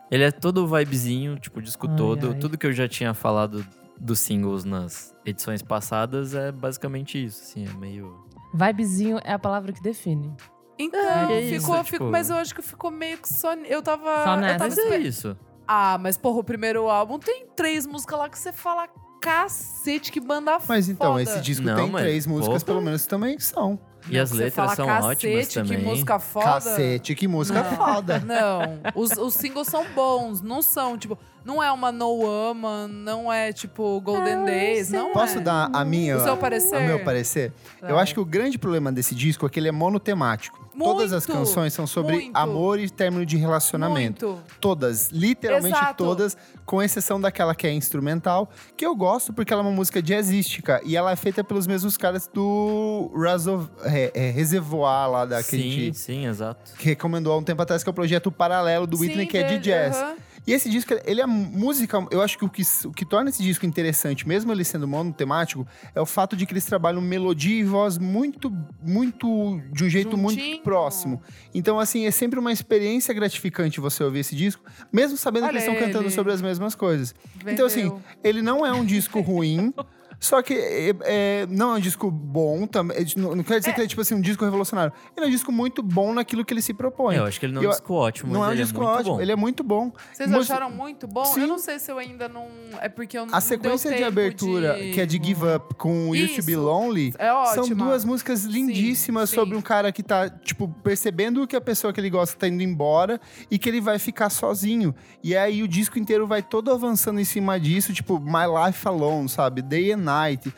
Speaker 4: Ele é todo vibezinho, tipo, o disco
Speaker 3: Ai,
Speaker 4: todo.
Speaker 3: ai.
Speaker 4: Tudo que eu já tinha falado dos singles nas edições passadas é basicamente isso, assim, é meio...
Speaker 3: Vibezinho é a palavra que define.
Speaker 2: Então,
Speaker 4: É isso,
Speaker 2: ficou,
Speaker 4: tipo-
Speaker 2: ficou- mas eu acho que ficou meio que só. Eu tava.
Speaker 3: Só
Speaker 2: eu
Speaker 3: nessa.
Speaker 2: tava
Speaker 4: Mas é
Speaker 2: espe-
Speaker 4: isso.
Speaker 2: Ah, mas porra, o primeiro álbum tem três músicas lá que você fala cacete, que banda
Speaker 1: Mas então,
Speaker 2: foda.
Speaker 1: esse disco
Speaker 4: Não,
Speaker 1: tem
Speaker 4: mas,
Speaker 1: três músicas,
Speaker 4: porra.
Speaker 1: pelo menos, que também são.
Speaker 4: E as
Speaker 2: Você fala,
Speaker 4: letras são ótimas
Speaker 2: cacete,
Speaker 4: também.
Speaker 2: Que música foda.
Speaker 1: Cacete, que música
Speaker 2: Não.
Speaker 1: foda.
Speaker 2: Não, os, os singles são bons, não são, tipo, não é uma No Woman, não é tipo
Speaker 4: Ah,
Speaker 2: Golden Days, não
Speaker 1: Posso
Speaker 2: é.
Speaker 1: dar um a minha,
Speaker 2: O seu parecer?
Speaker 1: o meu parecer? Eu
Speaker 2: Vai.
Speaker 1: acho que o grande problema desse disco é que ele é monotemático. Todas as
Speaker 2: Muito,
Speaker 1: canções são sobre
Speaker 2: muito.
Speaker 1: amor e término de relacionamento.
Speaker 2: Muito.
Speaker 1: Todas, literalmente
Speaker 2: Exato.
Speaker 1: todas, com exceção daquela que é instrumental, que eu gosto porque ela é uma música jazzística e ela é feita pelos mesmos caras do Razov, é, é, Reservoir lá da que a
Speaker 4: Sim,
Speaker 1: gente
Speaker 4: sim, exato.
Speaker 1: recomendou há um tempo atrás, que é o projeto paralelo do Whitney,
Speaker 2: Sim,
Speaker 1: que é de
Speaker 2: dele,
Speaker 1: jazz.
Speaker 2: aham.
Speaker 1: E esse disco, ele é música. Eu acho que o, que o que torna esse disco interessante, mesmo ele sendo monotemático, é o fato de que eles trabalham melodia e voz muito, muito. de um jeito muito
Speaker 2: Juntinho.
Speaker 1: próximo. Então, assim, é sempre uma experiência gratificante você ouvir esse disco, mesmo sabendo
Speaker 2: Olha
Speaker 1: que eles estão cantando
Speaker 2: ele.
Speaker 1: sobre as mesmas coisas.
Speaker 2: Vendeu.
Speaker 1: Então, assim, ele não é um disco ruim. Só que é, é, não é um disco bom também. Não, não quer dizer que ele é tipo assim, um disco revolucionário. Ele é um disco muito bom naquilo que ele se propõe.
Speaker 4: Eu acho que ele não é
Speaker 1: Eu-
Speaker 4: um disco ótimo, mas
Speaker 1: não é um
Speaker 4: ele
Speaker 1: disco
Speaker 4: é muito
Speaker 1: ótimo,
Speaker 4: bom.
Speaker 1: ele é muito bom.
Speaker 2: Vocês
Speaker 1: Mas-
Speaker 2: acharam muito bom?
Speaker 1: Sim.
Speaker 2: Eu não sei se eu ainda não. É porque eu não
Speaker 1: A sequência
Speaker 2: deu
Speaker 1: de
Speaker 2: tempo
Speaker 1: abertura,
Speaker 2: de-
Speaker 1: que é de Give Up com You To Be
Speaker 2: Isso.
Speaker 1: Lonely,
Speaker 2: É ótima.
Speaker 1: são duas músicas lindíssimas
Speaker 2: sim.
Speaker 1: sobre um cara que tá, tipo, percebendo que a pessoa que ele gosta tá indo embora e que ele vai ficar sozinho. E aí o disco inteiro vai todo avançando em cima disso, tipo, My Life Alone, sabe? Day and Night.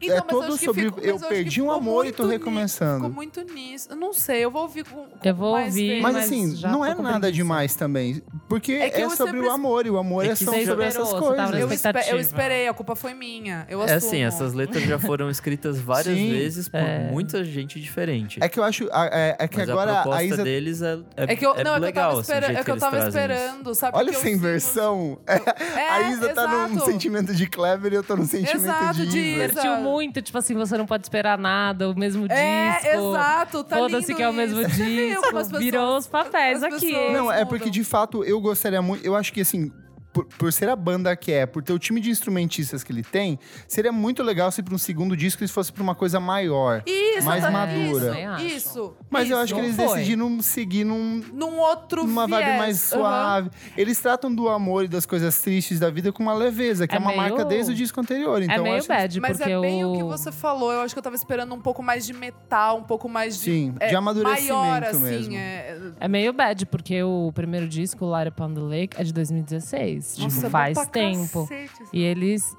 Speaker 2: Então,
Speaker 1: é
Speaker 2: mas eu
Speaker 1: todo
Speaker 2: acho que
Speaker 1: sobre
Speaker 2: ficou- mas
Speaker 1: eu
Speaker 2: acho que
Speaker 1: perdi um
Speaker 2: ficou
Speaker 1: amor e tô
Speaker 2: muito ni-
Speaker 1: recomeçando.
Speaker 2: Ficou muito nisso. Eu não sei, eu vou ouvir com. com
Speaker 3: Eu vou
Speaker 2: mais
Speaker 3: ouvir,
Speaker 2: vezes.
Speaker 1: Mas
Speaker 3: mas
Speaker 1: assim,
Speaker 3: já
Speaker 1: não
Speaker 3: tô
Speaker 1: é
Speaker 3: com
Speaker 1: nada
Speaker 3: preguiça.
Speaker 1: demais também. Porque
Speaker 2: É que
Speaker 1: é,
Speaker 2: eu
Speaker 1: sobre
Speaker 2: sempre-
Speaker 1: o amor, e o amor
Speaker 4: É
Speaker 1: é,
Speaker 4: que
Speaker 1: só
Speaker 4: você
Speaker 1: sobre essas
Speaker 3: esperou, você
Speaker 1: coisas.
Speaker 3: tava
Speaker 2: Eu, espe- eu
Speaker 3: Expectativa.
Speaker 2: esperei, a culpa foi minha. Eu
Speaker 4: É
Speaker 2: assumo.
Speaker 4: assim, essas letras já foram escritas várias
Speaker 1: Sim.
Speaker 4: vezes por
Speaker 3: É.
Speaker 4: muita gente diferente.
Speaker 1: É que eu acho. a- É, é que
Speaker 4: mas a
Speaker 1: agora a,
Speaker 4: proposta
Speaker 1: Isa
Speaker 4: deles é, é,
Speaker 2: É que eu, não, é que eu
Speaker 4: legal,
Speaker 2: tava,
Speaker 4: assim, o
Speaker 2: espera-
Speaker 4: jeito
Speaker 2: é que eu
Speaker 4: eles
Speaker 2: tava
Speaker 4: trazem isso.
Speaker 2: esperando, sabe?
Speaker 1: Olha
Speaker 2: que
Speaker 1: essa
Speaker 2: É eu sinto-
Speaker 1: inversão.
Speaker 2: É,
Speaker 1: a Isa tá num
Speaker 2: exato.
Speaker 1: sentimento de clever e eu tô num sentimento
Speaker 2: Exato,
Speaker 1: de
Speaker 2: de
Speaker 1: Isa.
Speaker 2: Isa.
Speaker 3: Divertiu muito, tipo assim, você não pode esperar nada, o mesmo disco.
Speaker 2: É, exato, tá
Speaker 3: Foda-se
Speaker 2: lindo
Speaker 3: que é o mesmo
Speaker 2: isso. Você viu
Speaker 3: disco.
Speaker 2: como as pessoas-
Speaker 3: Virou os papéis
Speaker 2: as
Speaker 3: aqui.
Speaker 2: pessoas-
Speaker 3: hein?
Speaker 1: Não, é
Speaker 2: mudam.
Speaker 1: porque de fato eu gostaria muito. Eu acho que assim. Por, por ser a banda que é, por ter o time de instrumentistas que ele tem, seria muito legal se para um segundo disco isso fosse pra uma coisa maior.
Speaker 2: Isso,
Speaker 1: Mais
Speaker 2: tá-
Speaker 1: madura.
Speaker 3: Eu acho.
Speaker 2: Isso, isso.
Speaker 1: Mas eu acho
Speaker 2: isso.
Speaker 1: que eles
Speaker 3: Não foi.
Speaker 1: decidiram seguir num,
Speaker 2: Num outro
Speaker 1: numa
Speaker 2: viés.
Speaker 1: vibe mais
Speaker 2: aham.
Speaker 1: suave. Eles tratam do amor e das coisas tristes da vida com uma leveza, que é,
Speaker 3: É
Speaker 1: uma
Speaker 3: meio-
Speaker 1: marca desde o disco anterior. Então
Speaker 3: é
Speaker 1: eu
Speaker 3: meio
Speaker 1: acho
Speaker 3: bad,
Speaker 2: Mas
Speaker 3: porque
Speaker 2: é bem
Speaker 3: o...
Speaker 2: o que você falou. Eu acho que eu tava esperando um pouco mais de metal, um pouco mais de.
Speaker 1: Sim,
Speaker 2: é,
Speaker 1: de amadurecimento
Speaker 2: maior, assim.
Speaker 1: mesmo.
Speaker 2: É...
Speaker 3: É meio bad, porque o primeiro disco, Light Upon the Lake, é de 2016.
Speaker 2: Nossa,
Speaker 3: tipo,
Speaker 2: bom
Speaker 3: faz
Speaker 2: pra
Speaker 3: tempo.
Speaker 2: cacete, assim.
Speaker 3: E eles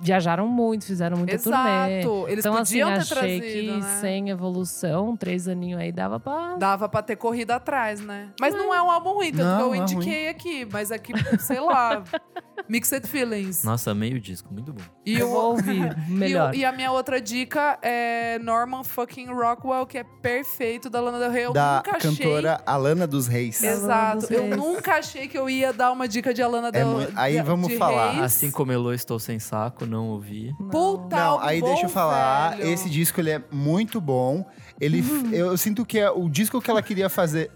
Speaker 3: viajaram muito, fizeram muita turnê.
Speaker 2: Exato. Eles
Speaker 3: então, assim,
Speaker 2: podiam ter
Speaker 3: achei
Speaker 2: trazido,
Speaker 3: que
Speaker 2: né?
Speaker 3: sem evolução, três aninhos aí dava pra.
Speaker 2: Dava pra ter corrido atrás, né? Mas não é um álbum ruim, tanto
Speaker 1: Não,
Speaker 2: que eu
Speaker 1: não é
Speaker 2: indiquei aqui. Mas aqui, sei lá, Mixed Feelings.
Speaker 4: Nossa, meio disco, muito bom.
Speaker 2: E
Speaker 3: Eu
Speaker 2: o-
Speaker 3: vou ouvir melhor.
Speaker 2: E, o- e a minha outra dica é Norman fucking Rockwell, que é perfeito, da Lana Del Rey. Eu
Speaker 1: da
Speaker 2: nunca
Speaker 1: cantora Alana dos Reis.
Speaker 2: achei...
Speaker 3: Alana
Speaker 2: Exato.
Speaker 3: dos
Speaker 2: Eu
Speaker 3: Reis.
Speaker 2: nunca achei que eu ia dar uma dica de Alana
Speaker 1: É
Speaker 2: Del Rey.
Speaker 1: muito- aí vamos falar. Isso.
Speaker 4: Assim como Elô, estou sem saco, não ouvi.
Speaker 2: Puta,
Speaker 1: Não,
Speaker 2: álbum
Speaker 1: aí
Speaker 2: Tá um bom,
Speaker 1: deixa eu falar.
Speaker 2: velho. Uhum.
Speaker 1: Esse disco ele é muito bom. Ele, f- eu sinto que é o disco que ela queria fazer.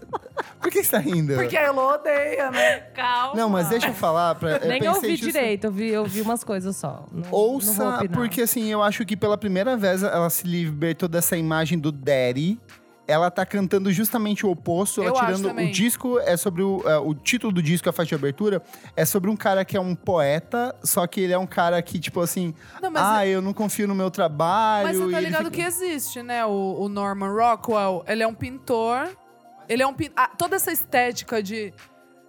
Speaker 1: Por que você tá rindo?
Speaker 2: Porque a Elo odeia, né?
Speaker 3: Calma.
Speaker 1: Não, mas deixa eu falar. Pra, eu
Speaker 3: Nem
Speaker 1: pensei
Speaker 3: ouvi
Speaker 1: justo-
Speaker 3: direito, eu vi, eu vi umas coisas só. Não- não vou
Speaker 1: Ouça,
Speaker 3: opinar.
Speaker 1: porque assim, eu acho que pela primeira vez ela se libertou dessa imagem do Daddy ela tá cantando justamente o oposto. Ela
Speaker 2: Eu acho
Speaker 1: tirando
Speaker 2: também.
Speaker 1: o disco é sobre o, é, o título do disco, a faixa de abertura é sobre um cara que é um poeta, só que ele é um cara que tipo assim,
Speaker 2: Não, mas é
Speaker 1: ah, eu não confio no meu trabalho.
Speaker 2: Mas você
Speaker 1: e
Speaker 2: tá
Speaker 1: ele
Speaker 2: ligado
Speaker 1: fica-
Speaker 2: que existe, né? O, o Norman Rockwell, ele é um pintor. Ele é um pintor. toda essa estética de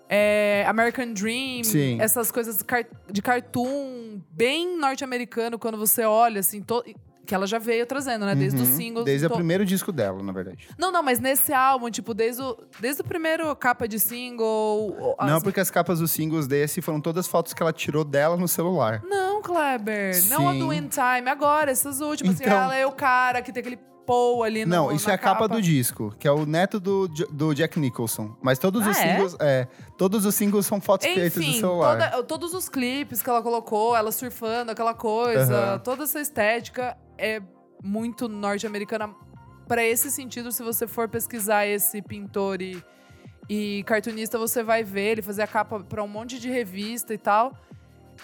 Speaker 2: é, American Dream,
Speaker 1: Sim.
Speaker 2: essas coisas car- de cartoon, bem norte-americano, quando você olha, assim, to- que ela já veio trazendo, né? Desde os
Speaker 1: Uhum.
Speaker 2: singles.
Speaker 1: Desde o
Speaker 2: to-
Speaker 1: primeiro disco dela, na verdade.
Speaker 2: Não, não, mas nesse álbum, tipo, desde o, desde o primeiro capa de single. as-
Speaker 1: Não, porque as capas dos singles desse foram todas fotos que ela tirou dela no celular.
Speaker 2: Não, Kleber. Não a do
Speaker 1: Sim.
Speaker 2: In Time, agora, essas últimas. que
Speaker 1: Então-
Speaker 2: ela é o cara que tem aquele pou ali no,
Speaker 1: Não, isso
Speaker 2: na
Speaker 1: é a capa, do disco, que é o neto do, Jo- do Jack Nicholson. Mas todos
Speaker 3: Ah,
Speaker 1: os
Speaker 3: é?
Speaker 1: singles. É, todos os singles são fotos feitas do
Speaker 2: Enfim,
Speaker 1: celular.
Speaker 2: toda- todos os clipes que ela colocou, ela surfando, aquela coisa,
Speaker 1: Aham.
Speaker 2: toda essa estética é muito norte-americana. Pra esse sentido, se você for pesquisar esse pintor e, e cartunista, você vai ver ele fazer a capa pra um monte de revista e tal.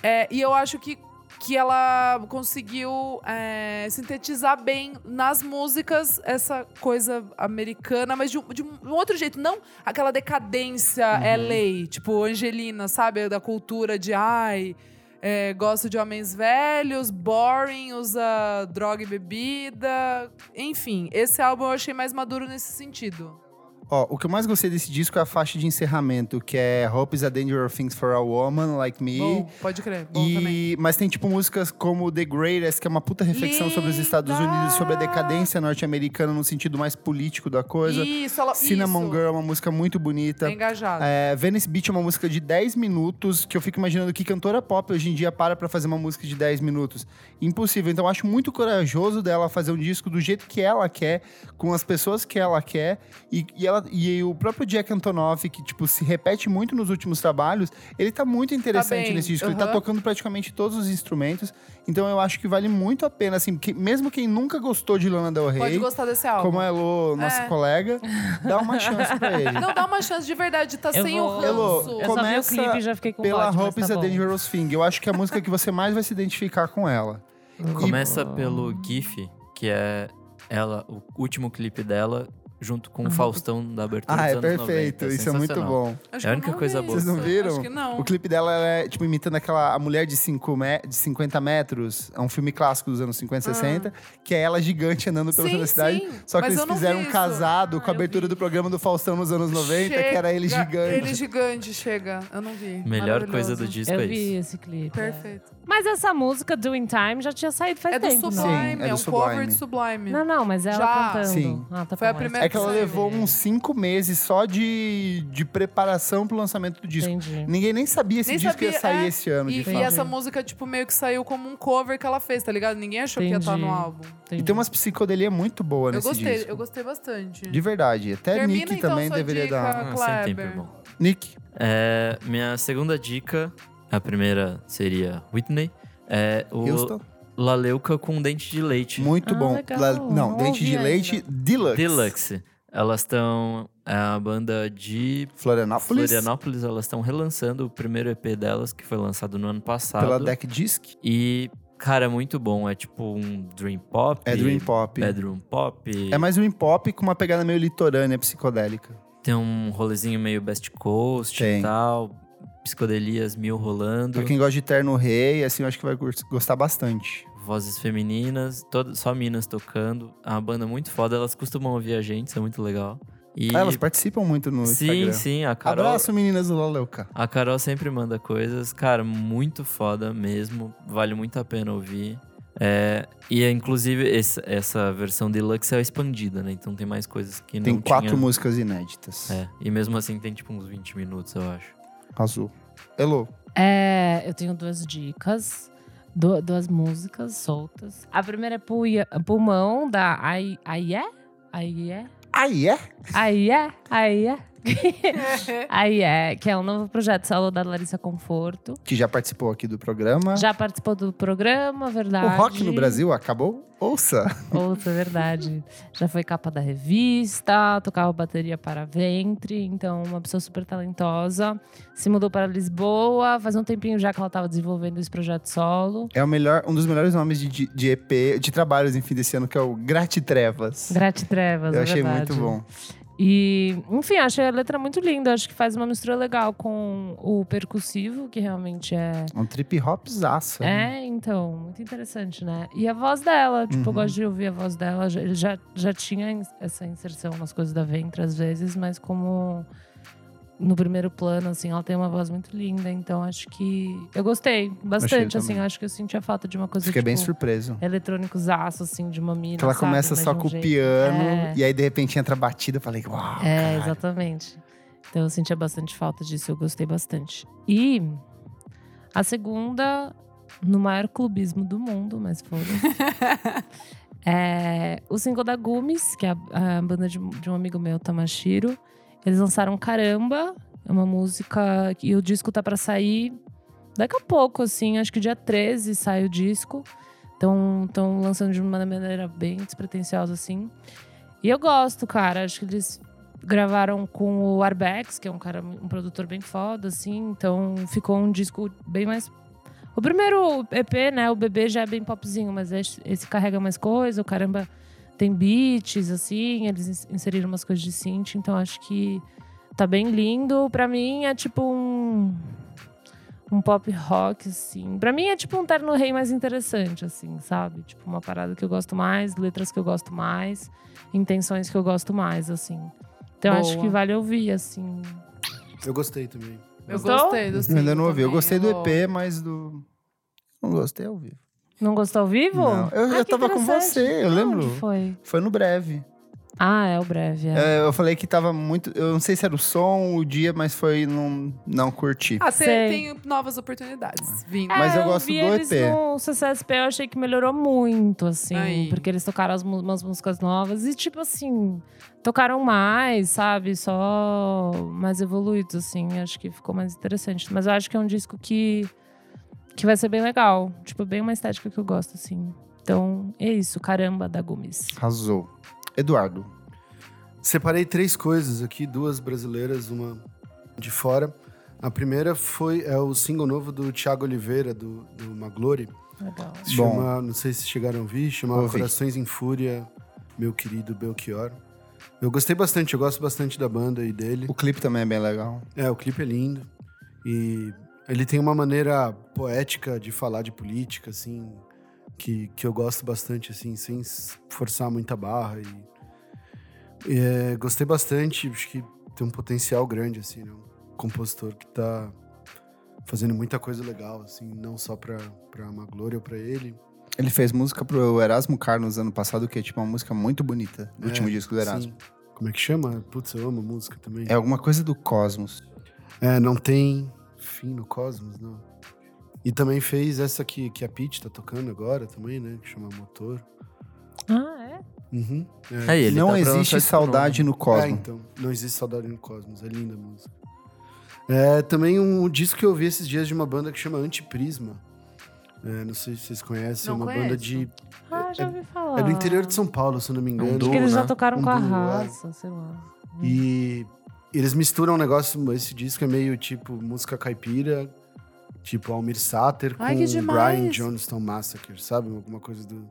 Speaker 2: É, e eu acho que, que ela conseguiu é, sintetizar bem nas músicas essa coisa americana, mas de, um- de um outro jeito. Não aquela decadência
Speaker 1: Uhum.
Speaker 2: LA, tipo Angelina, sabe? Da cultura de ai. É, gosto de homens velhos, boring, usa droga e bebida. Enfim, esse álbum eu achei mais maduro nesse sentido.
Speaker 1: Ó, o que eu mais gostei desse disco é a faixa de encerramento, que é Hope is a Dangerous Thing for a Woman Like Me.
Speaker 2: bom, pode crer. Bom
Speaker 1: e,
Speaker 2: também.
Speaker 1: Mas tem, tipo, músicas como The Greatest, que é uma puta reflexão sobre os Estados
Speaker 2: Linda!
Speaker 1: Unidos, sobre a decadência norte-americana no sentido mais político da coisa.
Speaker 2: Isso, ela.
Speaker 1: Cinnamon
Speaker 2: isso.
Speaker 1: Girl é uma música muito bonita.
Speaker 2: É engajado.
Speaker 1: É, Venice Beach é uma música de 10 minutos, que eu fico imaginando que cantora pop hoje em dia para pra fazer uma música de 10 minutos. Impossível. Então eu acho muito corajoso dela fazer um disco do jeito que ela quer, com as pessoas que ela quer. E, e ela, e o próprio Jack Antonoff, que tipo, se repete muito nos últimos trabalhos, ele tá muito interessante
Speaker 2: bem,
Speaker 1: nesse disco. Ele tá
Speaker 2: aham.
Speaker 1: tocando praticamente todos os instrumentos. Então eu acho que vale muito a pena, assim, que, mesmo quem nunca gostou de Lana Del
Speaker 2: Pode
Speaker 1: Rey.
Speaker 2: gostar desse álbum.
Speaker 1: Como a Elô, nossa
Speaker 2: É.
Speaker 1: colega, dá uma chance pra ele.
Speaker 2: Não, dá uma chance de verdade, tá
Speaker 3: Eu
Speaker 2: sem
Speaker 3: vou-
Speaker 2: o
Speaker 1: Elô,
Speaker 2: ranço.
Speaker 3: Eu
Speaker 1: como-
Speaker 3: só
Speaker 1: Começa
Speaker 3: vi o clipe e já fiquei com
Speaker 1: pela
Speaker 3: bode, mas
Speaker 1: Hope is
Speaker 3: tá
Speaker 1: a
Speaker 3: bom.
Speaker 1: Dangerous Thing. Eu acho que é a música que você mais vai se identificar com ela.
Speaker 4: Começa pelo GIF, que é ela, o último clipe dela, junto com o Faustão da abertura
Speaker 1: Uhum. Ah,
Speaker 4: dos
Speaker 1: é
Speaker 4: anos 90.
Speaker 1: perfeito. Isso é muito
Speaker 4: sensacional.
Speaker 1: bom.
Speaker 2: Acho
Speaker 4: É a
Speaker 2: que eu
Speaker 4: única
Speaker 2: não
Speaker 4: coisa
Speaker 2: vi
Speaker 4: boa.
Speaker 1: Vocês não
Speaker 2: isso.
Speaker 1: viram?
Speaker 2: Acho que não.
Speaker 1: O clipe dela ela é, tipo, imitando aquela A Mulher de, cinco me- de 50 Metros. É um filme clássico dos anos 50, 60. Que é ela gigante andando pela
Speaker 2: Ah. Sim,
Speaker 1: cidade.
Speaker 2: sim,
Speaker 1: Só que
Speaker 2: mas
Speaker 1: eles
Speaker 2: eu não vi
Speaker 1: fizeram um
Speaker 2: isso.
Speaker 1: casado
Speaker 3: Ah,
Speaker 1: com a
Speaker 3: eu
Speaker 1: abertura
Speaker 3: vi.
Speaker 1: do programa do Faustão nos anos 90, que era ele
Speaker 2: Chega-
Speaker 1: gigante.
Speaker 2: Ele gigante, chega. Eu não vi.
Speaker 4: Melhor coisa do
Speaker 2: Maravilhoso.
Speaker 4: disco é
Speaker 3: Eu vi
Speaker 4: isso.
Speaker 3: esse clipe.
Speaker 2: Perfeito.
Speaker 3: Mas essa música, Doing Time, já tinha saído faz
Speaker 2: É do
Speaker 3: tempo. né?
Speaker 2: Sublime,
Speaker 1: Sim,
Speaker 2: é,
Speaker 1: é do
Speaker 2: um cover
Speaker 1: Sublime.
Speaker 2: de Sublime.
Speaker 3: Não, não, mas é ela
Speaker 2: Já.
Speaker 3: cantando.
Speaker 1: Sim.
Speaker 3: Ah, tá
Speaker 2: Foi a
Speaker 3: bom,
Speaker 2: primeira
Speaker 1: É que ela
Speaker 2: Sim.
Speaker 1: levou uns cinco meses só de, de preparação pro lançamento do disco.
Speaker 3: Entendi.
Speaker 1: Ninguém nem sabia se
Speaker 2: Nem
Speaker 1: o disco ia
Speaker 2: sabia,
Speaker 1: sair
Speaker 2: é.
Speaker 1: esse ano, de
Speaker 2: E,
Speaker 1: fato.
Speaker 2: e essa música, tipo, meio que saiu como um cover que ela fez, tá ligado? Ninguém achou que ia estar
Speaker 3: Entendi.
Speaker 2: no álbum.
Speaker 1: E
Speaker 3: Entendi.
Speaker 1: tem umas psicodelias muito boa
Speaker 2: Eu
Speaker 1: nesse
Speaker 2: gostei,
Speaker 1: disco.
Speaker 2: eu gostei bastante.
Speaker 1: De verdade. Até
Speaker 2: Termina,
Speaker 1: Nick
Speaker 2: então,
Speaker 1: também
Speaker 2: sua
Speaker 1: deveria
Speaker 2: dica.
Speaker 1: dar.
Speaker 4: Ah,
Speaker 2: Kleber.
Speaker 4: sem tempo, irmão.
Speaker 1: Nick.
Speaker 4: É, minha segunda dica, a primeira seria Whitney. É o
Speaker 1: Houston.
Speaker 4: Laleuca com dente de leite.
Speaker 1: Muito
Speaker 3: Ah,
Speaker 1: bom.
Speaker 3: legal.
Speaker 1: La-
Speaker 3: Não
Speaker 1: Não, Dente
Speaker 3: ouvi
Speaker 1: de Leite Deluxe.
Speaker 4: Deluxe. Elas estão. É a banda de
Speaker 1: Florianópolis.
Speaker 4: Florianópolis, elas estão relançando o primeiro EP delas, que foi lançado no ano passado.
Speaker 1: Pela Deck Disc.
Speaker 4: E, cara, é muito bom. É tipo um Dream Pop.
Speaker 1: É Dream Pop.
Speaker 4: Bedroom Pop.
Speaker 1: É mais Dream Pop com uma pegada meio litorânea, psicodélica.
Speaker 4: Tem um rolezinho meio Best Coast e
Speaker 1: Tem.
Speaker 4: tal. Psicodelias mil rolando.
Speaker 1: Pra quem gosta de Terno Rei, assim, eu acho que vai gos- gostar bastante.
Speaker 4: Vozes femininas, todas, só minas tocando. É uma banda muito foda. Elas costumam ouvir a gente, isso é muito legal. E...
Speaker 1: Ah, elas participam muito no
Speaker 4: sim,
Speaker 1: Instagram.
Speaker 4: sim. A Carol,
Speaker 1: Abraço, meninas do Laleuca.
Speaker 4: A Carol sempre manda coisas, cara, muito foda mesmo. Vale muito a pena ouvir. É, e é, inclusive esse- essa versão deluxe é expandida, né? Então tem mais coisas que
Speaker 1: Tem
Speaker 4: não
Speaker 1: quatro
Speaker 4: tinha.
Speaker 1: músicas inéditas.
Speaker 4: É, e mesmo assim tem tipo uns 20 minutos, eu acho.
Speaker 1: Azul. Hello.
Speaker 3: É, eu tenho duas dicas, du- duas músicas soltas. A primeira é Puia- Pulmão, da Aie? Aie? Aie?
Speaker 1: Ah, é?
Speaker 3: Aie? Aie? Aí é, que é um novo projeto solo da Larissa Conforto.
Speaker 1: Que já participou aqui do programa.
Speaker 3: Já participou do programa, verdade.
Speaker 1: Ah. O rock no Brasil acabou? Ouça!
Speaker 3: Outra, verdade. Já foi capa da revista, tocava bateria para ventre. Então, uma pessoa super talentosa. Se mudou para Lisboa. Faz um tempinho já que ela estava desenvolvendo esse projeto solo.
Speaker 1: É o melhor, um dos melhores nomes de, de- de EP, de trabalhos, enfim, desse ano, que é o Gratitrevas.
Speaker 3: Gratitrevas,
Speaker 1: Eu
Speaker 3: é
Speaker 1: achei
Speaker 3: verdade.
Speaker 1: muito bom.
Speaker 3: E, enfim, achei a letra muito linda. Acho que faz uma mistura legal com o percussivo, que realmente é
Speaker 1: Um trip hopzaço. né?
Speaker 3: É, então, muito interessante, né? E a voz dela, tipo, eu
Speaker 1: Uhum.
Speaker 3: gosto de ouvir a voz dela. Já- Ele já, já tinha ins- essa inserção nas coisas da ventre às vezes, mas como no primeiro plano, assim, ela tem uma voz muito linda. Então, acho que. Eu gostei bastante, assim.
Speaker 1: também.
Speaker 3: Acho que eu senti a falta de uma coisa.
Speaker 1: Fiquei bem
Speaker 3: tipo,
Speaker 1: surpreso.
Speaker 3: Eletrônicos aço, assim, de uma mina.
Speaker 1: Que ela
Speaker 3: sabe?
Speaker 1: começa
Speaker 3: Mas
Speaker 1: só
Speaker 3: de um
Speaker 1: com o
Speaker 3: jeito-
Speaker 1: piano
Speaker 3: É.
Speaker 1: e aí de repente entra a batida. Eu falei, uau!
Speaker 3: É,
Speaker 1: caralho.
Speaker 3: exatamente. Então eu sentia bastante falta disso, eu gostei bastante. E a segunda, no maior clubismo do mundo, mas foda-se. é o single da Gumes, que é a, a banda de, de um amigo meu, Tamashiro. Eles lançaram Caramba, é uma música que o disco tá pra sair daqui a pouco, assim, acho que dia 13 sai o disco. Estão lançando de uma maneira bem despretensiosa, assim. E eu gosto, cara. Acho que eles gravaram com o Arbex, que é um cara, um produtor bem foda, assim. Então ficou um disco bem mais. O primeiro EP, né? O bebê já é bem popzinho, mas esse, esse carrega mais coisa. O caramba tem beats, assim. Eles ins- inseriram umas coisas de synth. Então acho que tá bem lindo. Pra mim é tipo um. Um pop rock, assim. Pra mim é tipo um terno rei mais interessante, assim, sabe? Tipo, uma parada que eu gosto mais, letras que eu gosto mais intenções que eu gosto mais, assim. Então
Speaker 2: Boa.
Speaker 3: acho que vale ouvir, assim.
Speaker 5: Eu gostei também.
Speaker 2: Eu
Speaker 3: Gostou?
Speaker 2: gostei do
Speaker 1: Eu
Speaker 2: single
Speaker 1: ainda não ouvi. Eu
Speaker 2: também,
Speaker 1: gostei do
Speaker 2: vou-
Speaker 1: EP, mas do. Não gostei ao vivo.
Speaker 3: Não gostou ao vivo?
Speaker 1: Não,
Speaker 3: Ah,
Speaker 1: eu- eu
Speaker 3: que
Speaker 1: tava com
Speaker 3: interessante.
Speaker 1: você, eu lembro.
Speaker 3: Onde foi?
Speaker 1: Foi no breve.
Speaker 3: Ah, é o breve. É.
Speaker 1: É, eu falei que tava muito. Eu não sei se era o som, o dia, mas foi. Não, não curti.
Speaker 2: Ah, você
Speaker 3: Sei.
Speaker 2: tem novas oportunidades vindo.
Speaker 3: É,
Speaker 1: Ah. Mas eu gosto
Speaker 3: vi
Speaker 1: do
Speaker 3: eles
Speaker 1: EP.
Speaker 3: no CCSP, eu achei que melhorou muito, assim.
Speaker 2: Aí.
Speaker 3: Porque eles tocaram as mu- umas músicas novas e, tipo assim, tocaram mais, sabe? Só mais evoluídos, assim. Acho que ficou mais interessante. Mas eu acho que é um disco que, que vai ser bem legal. Tipo, bem uma estética que eu gosto, assim. Então, é isso. Caramba, da Gomes.
Speaker 1: Arrasou. Eduardo.
Speaker 5: Separei três coisas aqui, duas brasileiras, uma de fora. A primeira foi é o single novo do Thiago Oliveira, do, do Maglore.
Speaker 3: Legal.
Speaker 5: Se
Speaker 1: Bom.
Speaker 5: chama, não sei se chegaram a ouvir, chama
Speaker 1: Ouvi.
Speaker 5: Corações em Fúria, meu querido Belchior. Eu gostei bastante, eu gosto bastante da banda e dele.
Speaker 1: O clipe também é bem legal.
Speaker 5: É, o clipe é lindo. E ele tem uma maneira poética de falar de política, assim, que, que eu gosto bastante, assim, sem s- forçar muita barra. E, e, é, gostei bastante, acho que tem um potencial grande, assim, né? Um compositor que tá fazendo muita coisa legal, assim, não só pra, pra uma glória ou pra ele.
Speaker 1: Ele fez música pro Erasmo Carlos ano passado, que é tipo uma música muito bonita. do
Speaker 5: É,
Speaker 1: último disco do Erasmo.
Speaker 5: Sim. Como é que chama? Putz, eu amo música também.
Speaker 1: É alguma coisa do Cosmos.
Speaker 5: É, não tem fim no cosmos, não. E também fez essa que, que a Pete tá tocando agora também, né? Que chama Motor.
Speaker 3: Ah, é?
Speaker 5: Uhum. É.
Speaker 4: Aí, ele
Speaker 1: não
Speaker 4: tá pra lançar
Speaker 1: existe
Speaker 4: esse novo.
Speaker 2: né?
Speaker 1: saudade no
Speaker 5: É,
Speaker 1: Cosmos.
Speaker 5: então. Não existe saudade no cosmos. É linda a música. É, também um disco que eu ouvi esses dias de uma banda que chama Antiprisma. É, não sei se vocês conhecem.
Speaker 2: Não
Speaker 5: é uma
Speaker 2: conheço.
Speaker 5: banda de...
Speaker 3: Ah, já ouvi falar.
Speaker 5: É do interior de São Paulo, se eu não me engano.
Speaker 4: É um
Speaker 3: Acho que eles
Speaker 4: né?
Speaker 3: já tocaram
Speaker 5: Um
Speaker 3: com a
Speaker 5: duo, é.
Speaker 3: raça, sei lá.
Speaker 5: E eles misturam um negócio, esse disco é meio tipo música caipira, tipo Almir Sater com
Speaker 2: Ai, que demais!
Speaker 5: Brian Johnston Massacre, sabe? Alguma coisa do,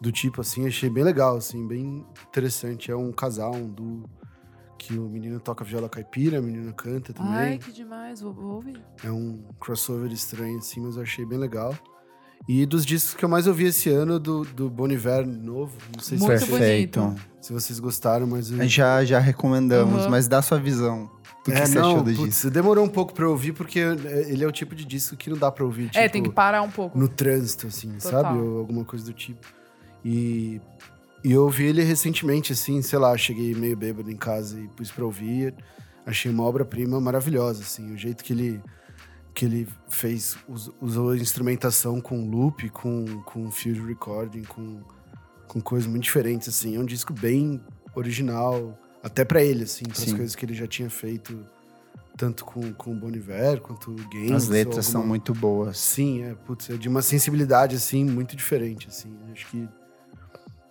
Speaker 5: do tipo assim, achei bem legal, assim, bem interessante. É um casal, um duo, que o menino toca viola caipira, a menina canta também.
Speaker 2: Ai, que demais, vou, vou ouvir.
Speaker 5: É um crossover estranho, assim, mas eu achei bem legal. E dos discos que eu mais ouvi esse ano, do, do Bon Iver novo, não sei se,
Speaker 2: Muito
Speaker 1: Perfeito.
Speaker 2: bonito.
Speaker 5: se vocês gostaram, mas... eu-
Speaker 1: Já, já recomendamos,
Speaker 2: Uhum.
Speaker 1: mas dá sua visão do que você achou do
Speaker 5: É, putz,
Speaker 1: disco.
Speaker 5: demorou um pouco pra eu ouvir, porque é, ele é o tipo de disco que não dá pra ouvir, tipo,
Speaker 2: é, tem que parar um pouco.
Speaker 5: no trânsito, assim,
Speaker 2: Total.
Speaker 5: sabe? Ou alguma coisa do tipo. E, e eu ouvi ele recentemente, assim, sei lá, cheguei meio bêbado em casa e pus pra ouvir. Achei uma obra-prima maravilhosa, assim, o jeito que ele que ele fez, us- usou a instrumentação com loop, com, com field recording, com, com coisas muito diferentes, assim. É um disco bem original, Até pra ele, assim, pras
Speaker 1: Sim.
Speaker 5: coisas que ele já tinha feito, tanto com, com o Bon Iver, quanto o Games.
Speaker 1: As letras são muito boas.
Speaker 5: Sim, é, putz, é de uma sensibilidade, assim, muito diferente, assim. Acho que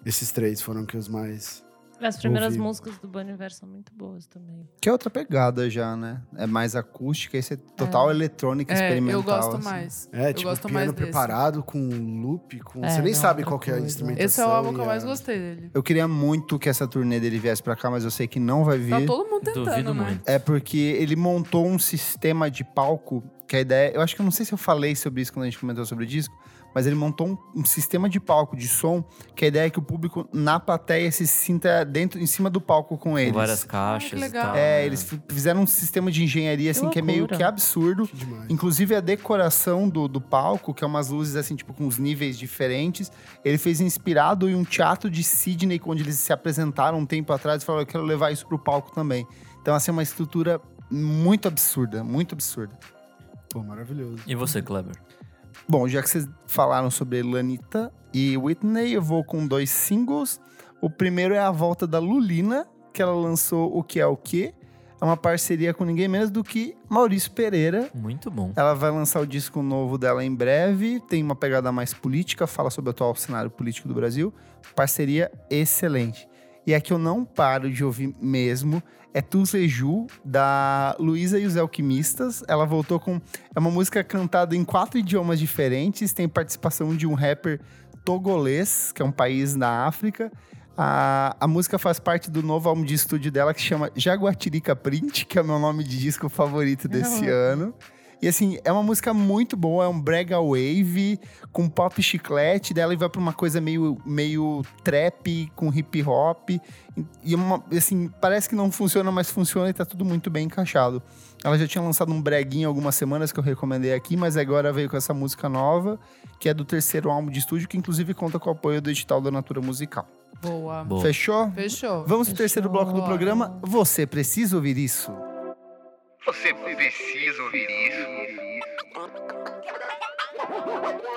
Speaker 5: esses três foram que os mais...
Speaker 3: As primeiras
Speaker 5: Ouvi.
Speaker 3: músicas do Boniver são muito boas também.
Speaker 1: Que é outra pegada já, né? É mais acústica, esse é total eletrônica
Speaker 2: É,
Speaker 1: experimental.
Speaker 2: eu gosto
Speaker 1: assim.
Speaker 2: mais.
Speaker 5: É,
Speaker 2: Eu
Speaker 5: tipo,
Speaker 2: gosto mais
Speaker 5: piano
Speaker 2: desse.
Speaker 5: preparado, com loop, com...
Speaker 3: É,
Speaker 5: Você nem
Speaker 3: não,
Speaker 5: sabe
Speaker 3: outra
Speaker 5: qual que é a
Speaker 3: coisa.
Speaker 5: instrumentação.
Speaker 2: Esse é o álbum que eu
Speaker 5: e
Speaker 2: mais
Speaker 5: a-
Speaker 2: gostei dele.
Speaker 1: Eu queria muito que essa turnê dele viesse pra cá, mas eu sei que não vai vir.
Speaker 2: Tá todo mundo tentando,
Speaker 4: Duvido
Speaker 2: né?
Speaker 4: muito.
Speaker 1: É porque ele montou um sistema de palco que a ideia. Eu acho que eu não sei se eu falei sobre isso quando a gente comentou sobre o disco, mas ele montou um, um sistema de palco de som que a ideia é que o público na plateia se sinta dentro, em cima do palco com
Speaker 4: Com
Speaker 1: eles.
Speaker 4: várias caixas e
Speaker 2: Ah, legal.
Speaker 4: tal.
Speaker 1: É,
Speaker 4: né?
Speaker 1: eles fi- fizeram um sistema de engenharia assim que é meio
Speaker 3: loucura.
Speaker 1: que absurdo.
Speaker 5: Que demais.
Speaker 1: Inclusive a decoração do, do palco, que é umas luzes assim, tipo, com os níveis diferentes. Ele fez inspirado em um teatro de Sydney, onde eles se apresentaram um tempo atrás e falaram: eu quero levar isso pro palco também. Então, assim, é uma estrutura muito absurda, muito absurda.
Speaker 5: Pô, maravilhoso.
Speaker 4: E você, Kleber?
Speaker 1: Bom, já que vocês falaram sobre Lanita e Whitney, eu vou com dois singles. O primeiro é a volta da Lulina, que ela lançou O Que É O Que. É uma parceria com ninguém menos do que Maurício Pereira,
Speaker 4: Muito bom.
Speaker 1: ela vai lançar o disco novo dela em breve, tem uma pegada mais política, fala sobre o atual cenário político do Brasil. Parceria excelente. E a que eu não paro de ouvir mesmo é Tu Seju, da Luísa e os Alquimistas. Ela voltou com. É uma música cantada em quatro idiomas diferentes, tem participação de um rapper togolês, que é um país na África. A, a música faz parte do novo álbum de estúdio dela que chama Jaguatirica Print, que é o meu nome de disco favorito desse
Speaker 3: Não.
Speaker 1: ano. E assim, é uma música muito boa, é um brega wave com pop chiclete, dela e vai pra uma coisa meio, meio trap com hip hop. E- E é uma, assim, parece que não funciona, mas funciona e tá tudo muito bem encaixado. Ela já tinha lançado um breguinho algumas semanas que eu recomendei aqui, mas agora veio com essa música nova, que é do terceiro álbum de estúdio, que inclusive conta com o apoio do edital da Natura Musical. Ah,
Speaker 2: Boa.
Speaker 4: Boa.
Speaker 1: Fechou?
Speaker 2: Fechou.
Speaker 1: Vamos pro terceiro
Speaker 3: Fechou.
Speaker 1: bloco do programa. Você precisa ouvir isso.
Speaker 6: Você precisa ouvir isso.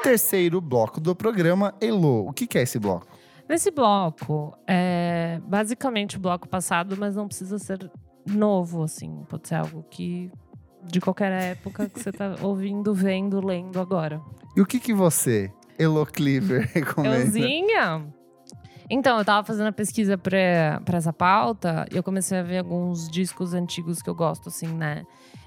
Speaker 1: Terceiro bloco do programa, Elo. O que, que é esse bloco?
Speaker 3: Nesse bloco, é basicamente o bloco passado, mas não precisa ser novo, assim. Pode ser algo que de qualquer época que você tá ouvindo, vendo, lendo agora.
Speaker 1: E o que, que você, Elo Cleaver, recomenda?
Speaker 3: Euzinha? Então, eu tava fazendo a pesquisa pra, pra essa pauta e eu comecei a ver alguns discos antigos que eu gosto, assim, né?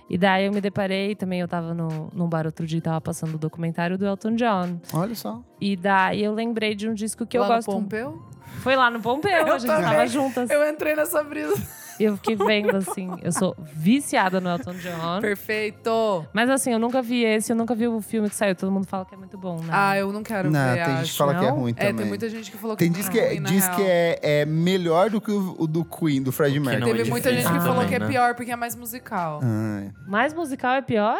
Speaker 3: E daí eu me deparei também, eu tava no, num bar outro dia e tava passando o documentário do Elton John.
Speaker 1: Olha só.
Speaker 3: E daí eu lembrei de um disco que eu
Speaker 2: Lá no
Speaker 3: gosto.
Speaker 2: Pompeu?
Speaker 3: Foi lá no Pompeu,
Speaker 2: Eu
Speaker 3: a gente
Speaker 2: também.
Speaker 3: tava juntas.
Speaker 2: Eu entrei nessa brisa.
Speaker 3: E eu fiquei vendo, assim, eu sou viciada no Elton John.
Speaker 2: Perfeito.
Speaker 3: Mas assim, eu nunca vi esse, eu nunca vi o filme que saiu. Todo mundo fala que é muito bom, né?
Speaker 2: Ah, eu não quero
Speaker 1: não,
Speaker 2: ver,
Speaker 1: tem gente
Speaker 2: acho.
Speaker 1: que fala que é
Speaker 3: não?
Speaker 1: ruim
Speaker 2: É,
Speaker 1: também.
Speaker 2: tem muita gente que falou que
Speaker 1: Tem diz que,
Speaker 2: é
Speaker 1: é,
Speaker 2: ruim, na
Speaker 1: diz
Speaker 2: real.
Speaker 1: que é, é melhor do que o, o do Queen, do Fred
Speaker 4: O que
Speaker 1: Mercury.
Speaker 4: não é
Speaker 2: Teve muita gente
Speaker 4: difícil
Speaker 2: que falou
Speaker 3: também,
Speaker 2: que é
Speaker 4: né?
Speaker 2: pior porque é mais musical.
Speaker 1: Ai.
Speaker 3: Mais musical é pior?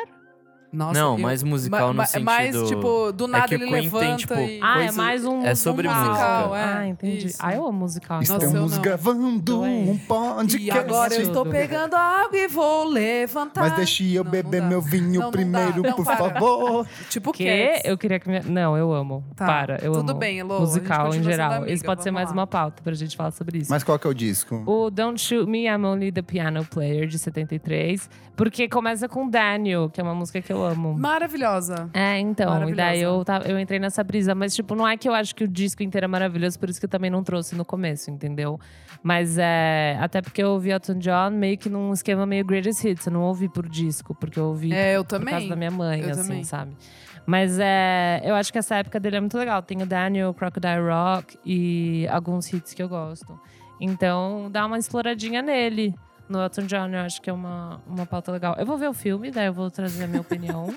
Speaker 2: Nossa,
Speaker 4: Não,
Speaker 2: eu-
Speaker 4: mais musical no sentido-
Speaker 2: Mais, tipo, do nada
Speaker 4: que
Speaker 2: ele
Speaker 4: o Queen tem,
Speaker 2: levanta
Speaker 4: tipo,
Speaker 2: e...
Speaker 3: Ah, é
Speaker 4: Coisa-
Speaker 3: mais um
Speaker 4: é sobre
Speaker 3: um
Speaker 4: música. um
Speaker 2: Musical, é,
Speaker 3: Ah, entendi.
Speaker 2: isso.
Speaker 3: Ah, eu amo musical. então.
Speaker 2: eu
Speaker 1: Estamos
Speaker 2: não. é.
Speaker 1: gravando
Speaker 3: Doei.
Speaker 1: um podcast.
Speaker 2: E agora eu
Speaker 3: absurdo.
Speaker 2: estou pegando água e vou levantar.
Speaker 1: Mas deixe eu
Speaker 2: Não,
Speaker 1: beber
Speaker 2: não dá.
Speaker 1: meu vinho
Speaker 2: Não, não
Speaker 1: primeiro,
Speaker 2: dá. Não,
Speaker 1: por
Speaker 2: para.
Speaker 1: favor.
Speaker 2: Tipo o
Speaker 3: Que
Speaker 2: quê?
Speaker 3: eu queria que. minha- Não, eu amo.
Speaker 2: Tá.
Speaker 3: Para, eu
Speaker 2: Tudo
Speaker 3: amo.
Speaker 2: bem, Elô, a gente
Speaker 3: Musical em
Speaker 2: continua sendo
Speaker 3: geral.
Speaker 2: amiga,
Speaker 3: Isso pode ser
Speaker 2: vamos
Speaker 3: mais
Speaker 2: lá.
Speaker 3: uma pauta pra gente falar sobre isso.
Speaker 1: Mas qual que é o disco?
Speaker 3: O Don't Shoot Me, I'm Only the Piano Player, de 73. Porque começa com Daniel, que é uma música que eu amo.
Speaker 2: Maravilhosa.
Speaker 3: É, então, e daí
Speaker 2: Maravilhosa.
Speaker 3: eu, tava- eu entrei nessa brisa. Mas, tipo, não é que eu acho que o disco inteiro é maravilhoso, por isso que eu também não trouxe no começo, entendeu? Mas é. Até porque eu ouvi Elton John meio que num esquema meio greatest hits. Eu não ouvi por disco, porque eu ouvi
Speaker 2: É, eu
Speaker 3: por causa
Speaker 2: também.
Speaker 3: da minha mãe,
Speaker 2: Eu
Speaker 3: assim,
Speaker 2: também.
Speaker 3: sabe? Mas é, eu acho que essa época dele é muito legal. Tem o Daniel, Crocodile Rock e alguns hits que eu gosto. Então, dá uma exploradinha nele. No Elton John, eu acho que é uma, uma pauta legal. Eu vou ver o filme, daí eu vou trazer a minha opinião.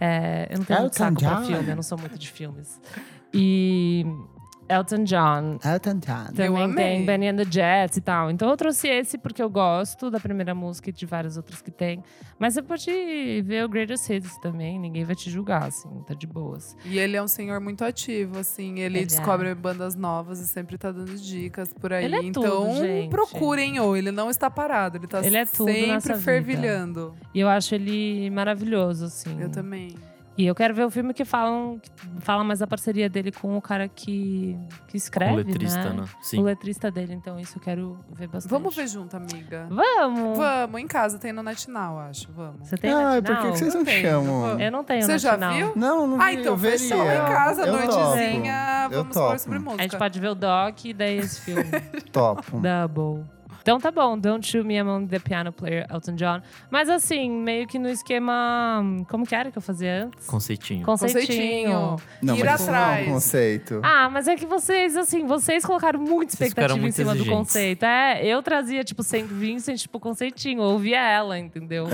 Speaker 3: É, eu não tenho muito
Speaker 1: Elton
Speaker 3: saco pra
Speaker 1: John.
Speaker 3: filme, eu não sou muito de filmes. E Elton John,
Speaker 1: Elton John.
Speaker 3: também
Speaker 2: amei.
Speaker 3: tem Benny and the Jets e tal. Então eu trouxe esse porque eu gosto da primeira música e de várias outras que tem. Mas você pode ver o Greatest Hits também, ninguém vai te julgar, assim, tá de boas.
Speaker 2: E ele é um senhor muito ativo, assim. Ele,
Speaker 3: Ele é.
Speaker 2: descobre bandas novas e sempre tá dando dicas por aí.
Speaker 3: Ele é tudo,
Speaker 2: então,
Speaker 3: gente.
Speaker 2: procurem, ou ele não está parado. Ele tá
Speaker 3: Ele é tudo
Speaker 2: sempre
Speaker 3: nessa vida.
Speaker 2: fervilhando.
Speaker 3: E eu acho ele maravilhoso, assim.
Speaker 2: Eu também.
Speaker 3: E eu quero ver o filme que falam, que fala mais da parceria dele com o cara que, que escreve,
Speaker 4: um letrista, né?
Speaker 2: Tipo,
Speaker 4: Sim.
Speaker 3: O letrista dele, então isso eu quero ver bastante.
Speaker 2: Vamos ver junto, amiga.
Speaker 3: Vamos!
Speaker 2: Vamos, em casa, tem no NetNow, acho. Vamos.
Speaker 3: Você tem
Speaker 1: ah,
Speaker 3: Natinal?
Speaker 1: por que que vocês não
Speaker 2: Não tem,
Speaker 1: chamam?
Speaker 2: não
Speaker 3: Eu não tenho
Speaker 2: Você já
Speaker 3: Natinal.
Speaker 2: viu?
Speaker 1: Não, não
Speaker 2: Ah,
Speaker 1: vi,
Speaker 2: então
Speaker 1: eu veria.
Speaker 2: fechou em casa,
Speaker 1: eu
Speaker 2: noitezinha.
Speaker 1: topo. Eu
Speaker 2: Vamos falar
Speaker 1: topo.
Speaker 2: sobre música.
Speaker 3: A gente pode ver o doc e daí esse filme.
Speaker 1: Topo, topo.
Speaker 3: Double. Então tá bom, Don't Shoot Me Among the Piano Player, Elton John. Mas assim, meio que no esquema. hum, Como que era que eu fazia antes?
Speaker 4: Conceitinho.
Speaker 2: Conceitinho.
Speaker 3: um Conceitinho.
Speaker 1: Não,
Speaker 2: Ir
Speaker 1: mas isso não é
Speaker 2: atrás.
Speaker 1: um conceito.
Speaker 3: Ah, mas é que vocês, assim, vocês colocaram muita
Speaker 4: Vocês
Speaker 3: expectativa
Speaker 4: ficaram
Speaker 3: em
Speaker 4: muito
Speaker 3: cima do
Speaker 4: exigentes.
Speaker 3: conceito. É, eu trazia, tipo, Saint Vincent, tipo, conceitinho. Eu ouvia ela, entendeu?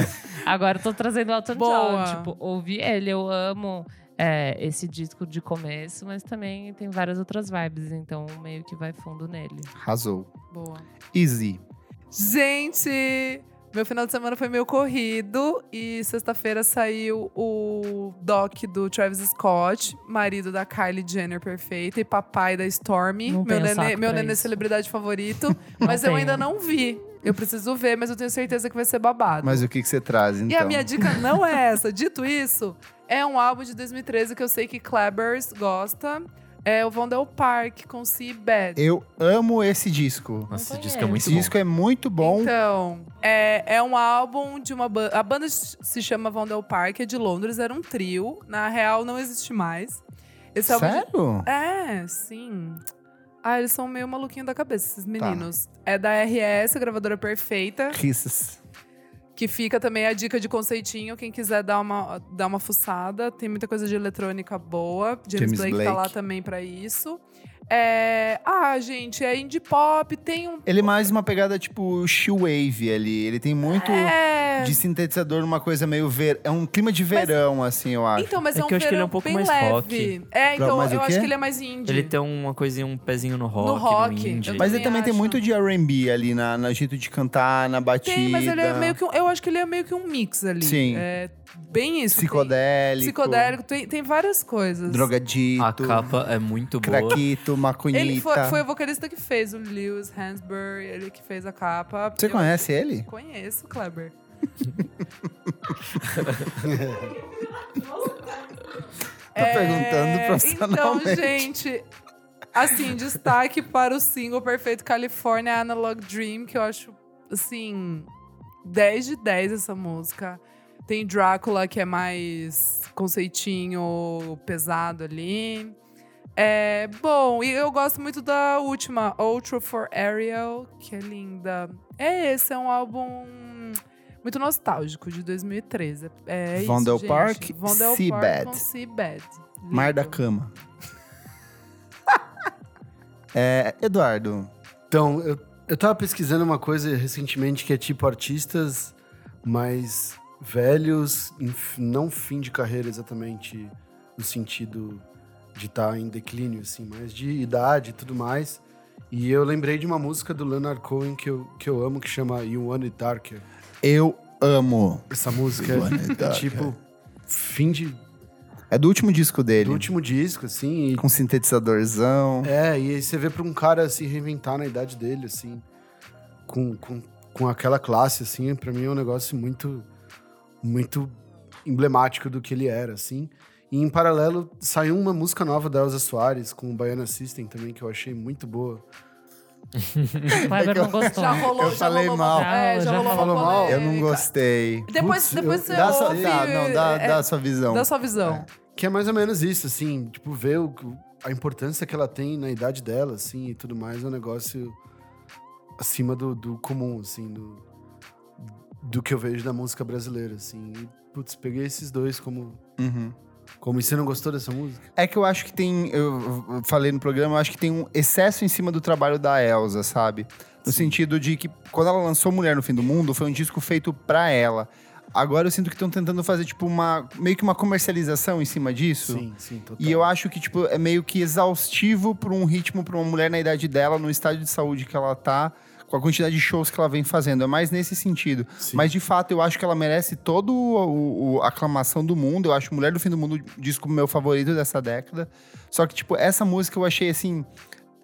Speaker 3: Agora eu tô trazendo Elton
Speaker 2: Boa.
Speaker 3: John. Tipo, ouvi ele, eu amo é, esse disco de começo, mas também tem várias outras vibes, então meio que vai fundo nele.
Speaker 1: Arrasou.
Speaker 2: Boa.
Speaker 1: Easy.
Speaker 2: Gente, meu final de semana foi meio corrido e sexta-feira saiu o doc do Travis Scott, marido da Kylie Jenner perfeita e papai da Stormy,
Speaker 3: Não
Speaker 2: meu
Speaker 3: tenho
Speaker 2: nenê,
Speaker 3: saco
Speaker 2: meu
Speaker 3: pra
Speaker 2: nenê
Speaker 3: isso.
Speaker 2: celebridade favorito, mas eu
Speaker 3: tenho.
Speaker 2: ainda não vi. Eu preciso ver, mas eu tenho certeza que vai ser babado.
Speaker 1: Mas o que, que você traz, então?
Speaker 2: E a minha dica não é essa. Dito isso, é um álbum de 2013 que eu sei que Klebers gosta. É o Vondel Park com See Bad.
Speaker 1: Eu amo esse disco.
Speaker 4: Nossa,
Speaker 3: Não
Speaker 4: esse disco é muito
Speaker 1: Esse
Speaker 4: bom.
Speaker 1: disco é muito bom.
Speaker 2: Então, é, é um álbum de uma banda. A banda se chama Vondel Park, é de Londres, era um trio. Na real, não existe mais. Esse álbum de-
Speaker 1: Sério?
Speaker 2: É, sim. Ah, eles são meio maluquinho da cabeça, esses
Speaker 1: Tá.
Speaker 2: meninos. É da RS, a gravadora perfeita.
Speaker 1: Risas.
Speaker 2: Que fica também a dica de conceitinho, quem quiser dar uma, dar uma fuçada. Tem muita coisa de eletrônica boa. James,
Speaker 1: James
Speaker 2: Blake, tá
Speaker 1: Blake.
Speaker 2: lá também pra isso. É, Ah, gente, é indie pop, tem um.
Speaker 1: Ele é mais uma pegada tipo shoe-wave ali. Ele tem muito
Speaker 2: É.
Speaker 1: de sintetizador, uma coisa meio ver. É um clima de verão, assim, eu acho.
Speaker 2: Então, mas é,
Speaker 4: É
Speaker 2: um
Speaker 4: que eu acho que ele é um
Speaker 2: verão
Speaker 4: pouco
Speaker 2: bem
Speaker 4: mais
Speaker 2: leve.
Speaker 4: rock.
Speaker 2: É, então
Speaker 1: Mas o
Speaker 2: eu
Speaker 1: quê?
Speaker 2: acho que ele é mais indie.
Speaker 4: Ele tem uma coisinha, um pezinho no rock,
Speaker 2: No rock,
Speaker 4: indie.
Speaker 2: eu
Speaker 1: mas é ele
Speaker 2: também
Speaker 1: também tem
Speaker 2: acho.
Speaker 1: muito de R&B ali, na, no jeito de cantar, na batida.
Speaker 2: Tem, mas ele é meio que um, eu acho que ele é meio que um mix ali.
Speaker 1: Sim.
Speaker 2: É bem isso. tem-
Speaker 1: Psicodélico.
Speaker 2: Psicodélico, tem, tem várias coisas.
Speaker 1: Drogadito.
Speaker 4: A capa é muito boa.
Speaker 1: Craquito, maconhita.
Speaker 2: Ele foi, foi o vocalista que fez o Lewis Hansberry, ele que fez a capa.
Speaker 1: Você
Speaker 2: Eu
Speaker 1: conhece ele?
Speaker 2: Conheço, Kleber.
Speaker 1: Tá perguntando profissionalmente.
Speaker 2: Então, gente, assim, destaque para o single perfeito California Analog Dream, que eu acho, assim, 10 de 10 essa música. Tem Drácula, que é mais conceitinho pesado ali. É, bom, e eu gosto muito da última, Outro for Ariel, que é linda. É esse, é um álbum muito nostálgico, de 2013. É
Speaker 1: Vondel
Speaker 2: isso, gente.
Speaker 1: Park,
Speaker 2: Vondel
Speaker 1: Seabed.
Speaker 2: Park com Seabed.
Speaker 1: Mar da
Speaker 2: Lindo.
Speaker 1: Cama. É, Eduardo,
Speaker 5: Então, eu, eu tava pesquisando uma coisa recentemente que é tipo artistas mais velhos, em f- não fim de carreira exatamente no sentido de estar em declínio, assim, mas de idade e tudo mais. E eu lembrei de uma música do Leonard Cohen que eu, que eu amo, que chama You Want It Darker.
Speaker 1: eu amo.
Speaker 5: Essa música
Speaker 1: You Want It
Speaker 5: é
Speaker 1: Darker.
Speaker 5: tipo fim de,
Speaker 1: É do último disco dele.
Speaker 5: do último disco, assim, e
Speaker 1: Com sintetizadorzão.
Speaker 5: É, e aí você vê pra um cara se reinventar na idade dele, assim, com, com, com aquela classe, assim, pra mim é um negócio muito, muito emblemático do que ele era, assim. E em paralelo, saiu uma música nova da Elza Soares, com o Baiana System também, que eu achei muito boa.
Speaker 3: O Kleber não gostou.
Speaker 2: Já rolou,
Speaker 1: Eu
Speaker 2: já
Speaker 1: falei
Speaker 2: rolou
Speaker 1: mal.
Speaker 2: Uma, é, já,
Speaker 3: Já
Speaker 2: rolou uma
Speaker 5: falou mal?
Speaker 1: Eu não
Speaker 2: polêmica.
Speaker 1: gostei.
Speaker 2: Depois,
Speaker 5: Putz,
Speaker 2: depois
Speaker 5: eu-
Speaker 2: você
Speaker 1: dá,
Speaker 2: ouve...
Speaker 1: sua, dá, não, dá,
Speaker 2: é,
Speaker 1: dá sua visão.
Speaker 2: dá sua visão.
Speaker 5: Que é mais ou menos isso, assim, tipo, ver o- a importância que ela tem na idade dela, assim, e tudo mais, é um negócio acima do, do comum, assim, do, do que eu vejo da música brasileira, assim. E, putz, peguei esses dois como
Speaker 1: Uhum.
Speaker 5: Como e você não gostou dessa música?
Speaker 1: É que eu acho que tem. Eu eu falei no programa, eu acho que tem um excesso em cima do trabalho da Elsa, sabe? No sentido de que quando ela lançou Mulher no Fim do Mundo, foi um disco feito pra ela. Agora eu sinto que estão tentando fazer, tipo, uma. meio que uma comercialização em cima disso.
Speaker 5: sim, total.
Speaker 1: E eu acho que, tipo, é meio que exaustivo por um ritmo pra uma mulher na idade dela, no estágio de saúde que ela tá, com a quantidade de shows que ela vem fazendo. É mais nesse sentido.
Speaker 5: Sim.
Speaker 1: Mas, de fato, eu acho que ela merece toda a aclamação do mundo. Eu acho Mulher do Fim do Mundo o disco meu favorito dessa década. Só que, tipo, essa música eu achei, assim,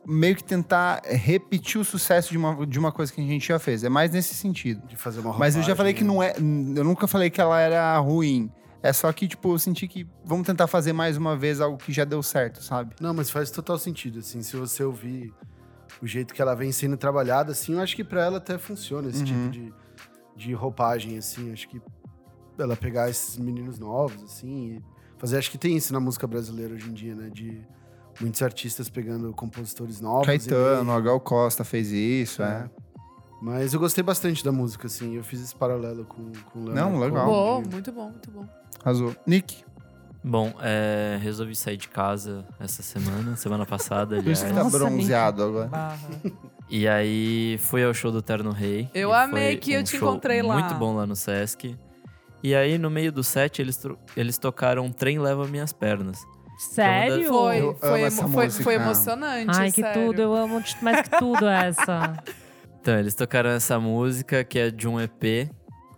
Speaker 1: meio que tentar repetir o sucesso de uma, de uma coisa que a gente já fez. É mais nesse sentido.
Speaker 5: de fazer uma
Speaker 1: Mas eu já
Speaker 5: roupagem,
Speaker 1: falei que
Speaker 5: né?
Speaker 1: não é. Eu nunca falei que ela era ruim. É só que, tipo, eu senti que vamos tentar fazer mais uma vez algo que já deu certo, sabe?
Speaker 5: Não, mas faz total sentido, assim, se você ouvir o jeito que ela vem sendo trabalhada, assim, eu acho que pra ela até funciona esse
Speaker 1: Uhum.
Speaker 5: tipo de, de roupagem, assim, acho que ela pegar esses meninos novos, assim, e fazer, acho que tem isso na música brasileira hoje em dia, né, de muitos artistas pegando compositores novos. e né.
Speaker 1: Caetano, a Gal Costa fez isso, é.
Speaker 5: Mas eu gostei bastante da música, assim. Eu fiz esse paralelo com, com o
Speaker 1: Não, legal.
Speaker 2: Bom, muito bom, muito bom.
Speaker 1: Arrasou. Nick,
Speaker 4: Bom, é, resolvi sair de casa essa semana, semana passada,
Speaker 1: por isso que
Speaker 4: aliás.
Speaker 1: tá
Speaker 3: Nossa,
Speaker 1: bronzeado agora.
Speaker 2: Barra.
Speaker 4: E aí fui ao show do Terno Rei.
Speaker 2: Eu
Speaker 4: e
Speaker 2: amei
Speaker 4: foi um
Speaker 2: que eu te
Speaker 4: show
Speaker 2: encontrei lá.
Speaker 4: Muito bom lá no Sesc. E aí, no meio do set, eles, tro- eles tocaram Trem Leva Minhas Pernas.
Speaker 3: Sério?
Speaker 2: Foi,
Speaker 1: Eu
Speaker 2: foi,
Speaker 1: amo
Speaker 2: emo-
Speaker 1: essa
Speaker 2: foi,
Speaker 1: música.
Speaker 2: foi emocionante. é
Speaker 1: é
Speaker 3: Ai, que
Speaker 2: sério.
Speaker 3: tudo, eu amo t- mais que tudo essa.
Speaker 4: Então, eles tocaram essa música que é de um EP.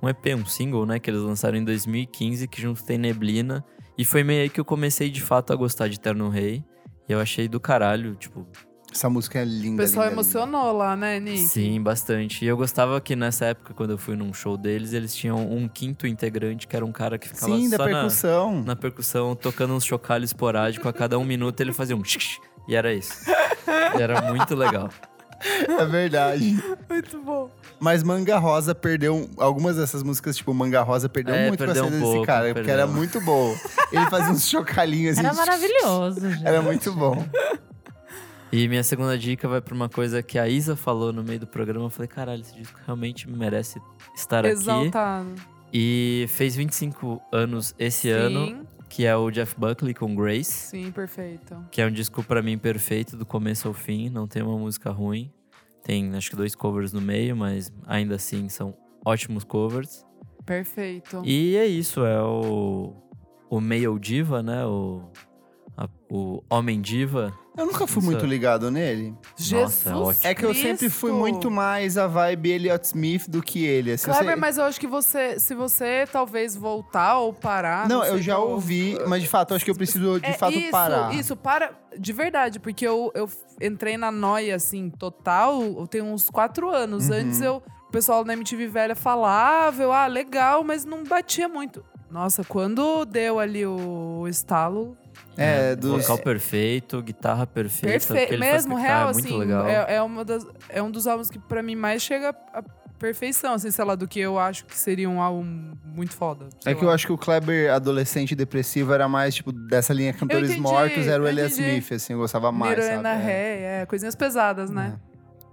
Speaker 4: Um EP, um single, né? Que eles lançaram em 2015, que junto tem Neblina. E foi meio aí que eu comecei de fato a gostar de Terno Rei. E eu achei do caralho, tipo,
Speaker 1: Essa música é
Speaker 2: O
Speaker 1: linda.
Speaker 2: pessoal
Speaker 1: linda, linda.
Speaker 2: emocionou lá, né, Nick?
Speaker 4: Sim, bastante. E eu gostava que nessa época, quando eu fui num show deles, eles tinham um quinto integrante, que era um cara que ficava
Speaker 1: Sim, da
Speaker 4: só na-
Speaker 1: percussão.
Speaker 4: na, percussão, tocando uns chocalhos esporádico. A cada um minuto ele fazia um xix, e era isso. E era muito legal.
Speaker 1: É verdade.
Speaker 2: Muito bom.
Speaker 1: Mas Manga Rosa perdeu um, algumas dessas músicas, tipo Manga Rosa perdeu
Speaker 4: É,
Speaker 1: muito
Speaker 4: perdeu
Speaker 1: com a cena
Speaker 4: um
Speaker 1: desse
Speaker 4: pouco,
Speaker 1: cara, porque era
Speaker 4: perdeu.
Speaker 1: muito bom. Ele fazia uns chocalhinhos assim.
Speaker 3: Era maravilhoso, gente.
Speaker 1: Era muito bom.
Speaker 4: E minha segunda dica vai pra uma coisa que a Isa falou no meio do programa. Eu falei, caralho, esse disco realmente merece estar aqui.
Speaker 2: Exaltado.
Speaker 4: E fez 25 anos esse
Speaker 2: sim,
Speaker 4: ano, que é o Jeff Buckley com Grace.
Speaker 2: sim, perfeito.
Speaker 4: Que é um disco pra mim perfeito, do começo ao fim. Não tem uma música ruim. Tem acho que dois covers no meio, mas ainda assim são ótimos covers.
Speaker 2: Perfeito.
Speaker 4: E é isso, é o. O Male Diva, né? O. a- o Homem Diva.
Speaker 1: Eu nunca fui
Speaker 4: Isso.
Speaker 1: muito ligado nele.
Speaker 2: Jesus
Speaker 4: é ótimo.
Speaker 1: É que eu sempre fui
Speaker 2: Cristo.
Speaker 1: muito mais a vibe Elliot Smith do que ele. Assim, eu
Speaker 2: Kleber,
Speaker 1: sei-
Speaker 2: mas eu acho que você, se você talvez voltar ou parar.
Speaker 1: Não, eu
Speaker 2: sei
Speaker 1: já
Speaker 2: qual-
Speaker 1: ouvi, mas de fato, eu acho que eu preciso de
Speaker 2: É,
Speaker 1: fato
Speaker 2: isso,
Speaker 1: parar.
Speaker 2: Isso, para. De verdade, porque eu, eu entrei na noia, assim, total, eu tenho uns quatro anos.
Speaker 1: Uhum.
Speaker 2: Antes eu. O pessoal na MTV velha falava, eu, ah, legal, mas não batia muito. Nossa, quando deu ali o estalo.
Speaker 1: É, dos-
Speaker 4: Vocal perfeito, guitarra perfeita. o que
Speaker 2: Perfeito.
Speaker 4: ele
Speaker 2: Mesmo,
Speaker 4: faz com a guitarra
Speaker 2: real,
Speaker 4: é muito
Speaker 2: assim.
Speaker 4: legal.
Speaker 2: É, é, uma das, é um dos álbuns que pra mim mais chega à perfeição, assim, sei lá, do que eu acho que seria um álbum muito foda. sei
Speaker 1: É que eu
Speaker 2: lá.
Speaker 1: acho que o Kleber adolescente depressivo era mais, tipo, dessa linha Cantores
Speaker 2: entendi,
Speaker 1: Mortos, era o
Speaker 2: eu
Speaker 1: Elliot
Speaker 2: entendi.
Speaker 1: Smith, assim, eu gostava mais,
Speaker 2: Miranda
Speaker 1: sabe? É.
Speaker 2: Ré, é, coisinhas pesadas, né?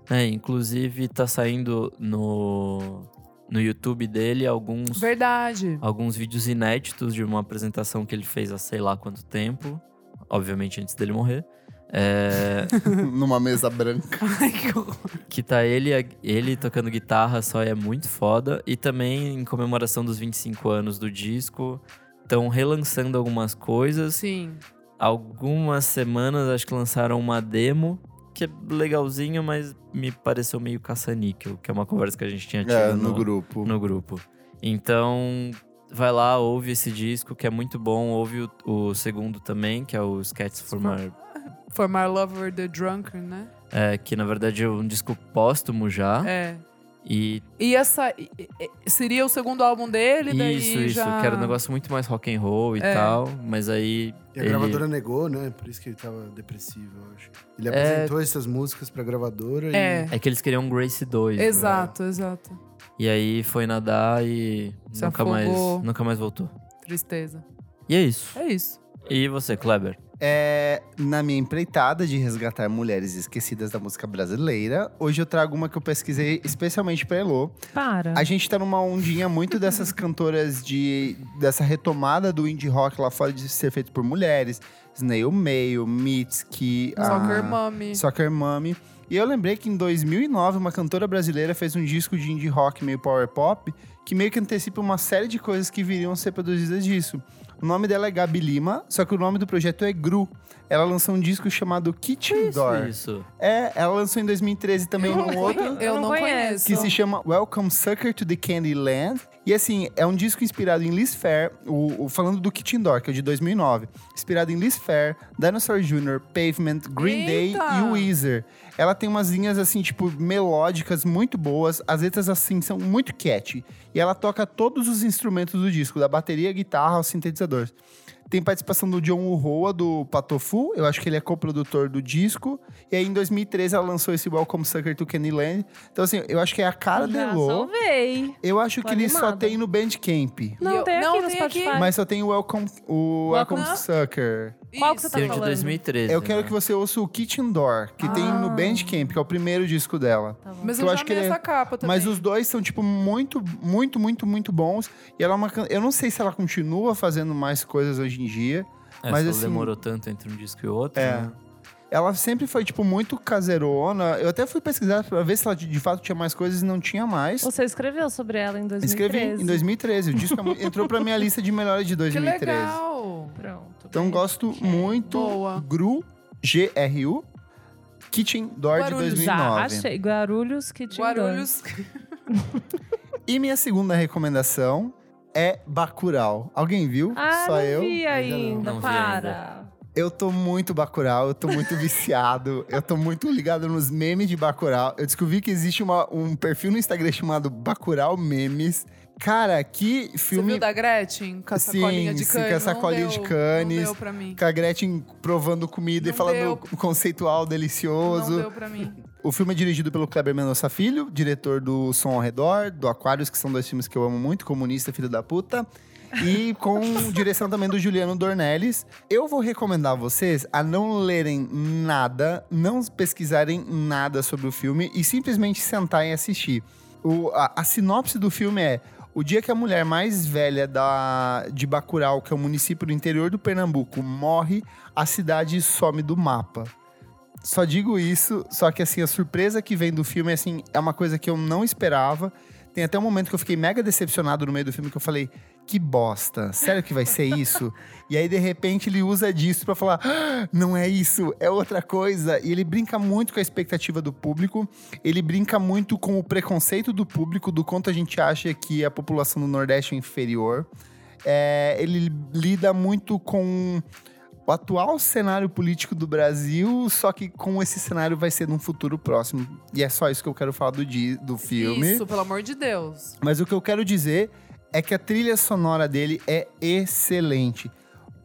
Speaker 4: É, inclusive tá saindo no. No YouTube dele
Speaker 1: É.
Speaker 4: alguns
Speaker 2: Verdade.
Speaker 4: alguns vídeos inéditos de uma apresentação que ele fez há sei lá quanto tempo. Obviamente antes dele morrer. É,
Speaker 1: Numa mesa branca.
Speaker 2: Ai, que horror.
Speaker 4: que tá ele, ele tocando guitarra só é muito foda. E também em comemoração dos 25 anos do disco. Estão relançando algumas coisas.
Speaker 2: Sim.
Speaker 4: Algumas semanas acho que lançaram uma demo. Que é legalzinho, mas me pareceu meio caça-níquel. Que é uma conversa que a gente tinha tido
Speaker 1: É, no grupo.
Speaker 4: no grupo. Então, vai lá, ouve esse disco, que é muito bom. Ouve o, o segundo também, que é o Sketches for My...
Speaker 2: Formar Lover the Drunken, né?
Speaker 4: é, que, na verdade, é um disco póstumo já.
Speaker 2: É.
Speaker 4: E
Speaker 2: E essa. e- e- seria o segundo álbum dele, daí.
Speaker 4: isso, isso.
Speaker 2: já...
Speaker 4: Que era um negócio muito mais rock and roll e
Speaker 2: É.
Speaker 4: tal. Mas aí...
Speaker 5: E a
Speaker 4: ele-
Speaker 5: gravadora negou, né? Por isso que ele tava depressivo, eu acho. Ele
Speaker 4: É.
Speaker 5: apresentou essas músicas pra gravadora
Speaker 2: É.
Speaker 5: e.
Speaker 4: É que eles queriam Grace 2. né?
Speaker 2: Exato, exato.
Speaker 4: E aí foi nadar e
Speaker 2: Se
Speaker 4: nunca mais,
Speaker 2: afogou.
Speaker 4: nunca mais voltou.
Speaker 2: Tristeza.
Speaker 4: E é isso.
Speaker 2: É isso.
Speaker 4: E você, Kleber?
Speaker 1: É, na minha empreitada de resgatar mulheres esquecidas da música brasileira, hoje eu trago uma que eu pesquisei especialmente pra Elô.
Speaker 3: Para.
Speaker 1: A gente tá numa ondinha muito dessas cantoras de dessa retomada do indie rock lá fora de ser feito por mulheres, Snail Mail, Mitski, a-
Speaker 2: Soccer Mommy.
Speaker 1: Soccer Mommy. E eu lembrei que em 2009 uma cantora brasileira fez um disco de indie rock meio power pop que meio que antecipa uma série de coisas que viriam a ser produzidas disso. O nome dela é Gabi Lima, só que o nome do projeto é Gru. Ela lançou um disco chamado Kitchen Door.
Speaker 4: Isso.
Speaker 1: É, ela lançou em 2013 também um outro
Speaker 2: Eu não
Speaker 3: conheço.
Speaker 2: conheço.
Speaker 1: que se chama Welcome Sucker to the Candy Land E assim, é um disco inspirado em Liz Fair, o, o- falando do Kit Indoor, que é de 2009. Inspirado em Liz Fair, Dinosaur Jr., Pavement, Green Day
Speaker 2: Eita!
Speaker 1: e o Weezer. Ela tem umas linhas, assim, tipo, melódicas muito boas. As letras, assim, são muito catchy. E ela toca todos os instrumentos do disco, da bateria, guitarra aos sintetizadores. Tem participação do John Urroa, do Patofu. Eu acho que ele é coprodutor do disco. E aí, em 2013, ela lançou esse Welcome Sucker to Candyland. Então, assim, eu acho que é a cara
Speaker 3: Já
Speaker 1: de Lô.
Speaker 3: salvei.
Speaker 1: Eu acho
Speaker 3: Tô
Speaker 1: que ele só
Speaker 3: animada.
Speaker 1: tem no Bandcamp.
Speaker 3: Não,
Speaker 2: eu-
Speaker 3: tem aqui
Speaker 2: não,
Speaker 3: no
Speaker 2: tem aqui.
Speaker 3: Spotify.
Speaker 1: Mas só tem o Welcome, o
Speaker 3: Welcome-
Speaker 1: Welcome Sucker.
Speaker 3: Qual que você tá
Speaker 4: Tem o de
Speaker 3: falando?
Speaker 4: 2013.
Speaker 1: Eu quero
Speaker 4: né?
Speaker 1: que você ouça o Kitchen Door, que tem no
Speaker 2: Ah.
Speaker 1: Bandcamp, que é o primeiro disco dela.
Speaker 3: Tá bom.
Speaker 2: Mas
Speaker 1: Eu
Speaker 2: eu, já
Speaker 1: acho que
Speaker 2: amei
Speaker 1: ele é-
Speaker 2: essa capa também.
Speaker 1: Mas os dois são, tipo, muito, muito, muito, muito bons. E ela é uma. can- Eu não sei se ela continua fazendo mais coisas hoje em dia.
Speaker 4: É,
Speaker 1: mas
Speaker 4: só
Speaker 1: assim-
Speaker 4: demorou tanto entre um disco e outro.
Speaker 1: É.
Speaker 4: né?
Speaker 1: Ela sempre foi, tipo, muito caseirona. Eu até fui pesquisar pra ver se ela de de fato tinha mais coisas e não tinha mais.
Speaker 3: Você escreveu sobre ela em 2013.
Speaker 1: Escrevi em 2013. O disco é mu- entrou pra minha lista de melhores de
Speaker 2: Que
Speaker 1: 2013.
Speaker 2: legal!
Speaker 3: Pronto.
Speaker 1: Então
Speaker 3: bem.
Speaker 1: gosto muito.
Speaker 2: Boa.
Speaker 1: Gru, G-R-U, Kitchen Door
Speaker 2: Guarulhos,
Speaker 1: de
Speaker 3: Já
Speaker 1: 2009.
Speaker 3: ah, achei. Guarulhos que tinha.
Speaker 2: Guarulhos.
Speaker 1: E minha segunda recomendação é Bacurau. Alguém viu?
Speaker 3: Ah,
Speaker 1: Só
Speaker 3: não
Speaker 1: eu?
Speaker 3: vi ainda.
Speaker 4: Não vi
Speaker 3: para.
Speaker 1: Eu tô muito Bacurau, eu tô muito viciado, eu tô muito ligado nos memes de Bacurau. Eu descobri que existe uma- um perfil no Instagram chamado Bacurau Memes. Cara, que
Speaker 2: Você
Speaker 1: filme
Speaker 2: viu da Gretchen? Com a
Speaker 1: Sim,
Speaker 2: sacolinha de
Speaker 1: sim,
Speaker 2: cane?
Speaker 1: com a
Speaker 2: Não
Speaker 1: sacolinha
Speaker 2: deu,
Speaker 1: de canes.
Speaker 2: Não deu pra mim.
Speaker 1: com a Gretchen provando comida e
Speaker 2: Não
Speaker 1: falando
Speaker 2: deu.
Speaker 1: conceitual delicioso.
Speaker 2: Não deu pra mim.
Speaker 1: O filme é dirigido pelo Kleber Mendonça Filho, diretor do Som ao Redor, do Aquários, que são dois filmes que eu amo muito, Comunista e Filho da Puta. E com direção também do Juliano Dornelles. Eu vou recomendar a vocês a não lerem nada, não pesquisarem nada sobre o filme e simplesmente sentarem e assistir. O- a, a sinopse do filme é o dia que a mulher mais velha da, de Bacurau, que é um município do interior do Pernambuco, morre, a cidade some do mapa. Só digo isso, só que assim, a surpresa que vem do filme assim, é uma coisa que eu não esperava. Tem até um momento que eu fiquei mega decepcionado no meio do filme, que eu falei, que bosta, sério que vai ser isso? e aí, de repente, ele usa disso pra falar, "Ah, não é isso, é outra coisa. E ele brinca muito com a expectativa do público, ele brinca muito com o preconceito do público, do quanto a gente acha que a população do Nordeste é inferior. É, ele lida muito com o atual cenário político do Brasil, só que com esse cenário vai ser num futuro próximo. E é só isso que eu quero falar do, di- do filme.
Speaker 2: Isso, pelo amor de Deus.
Speaker 1: Mas o que eu quero dizer é que a trilha sonora dele é excelente.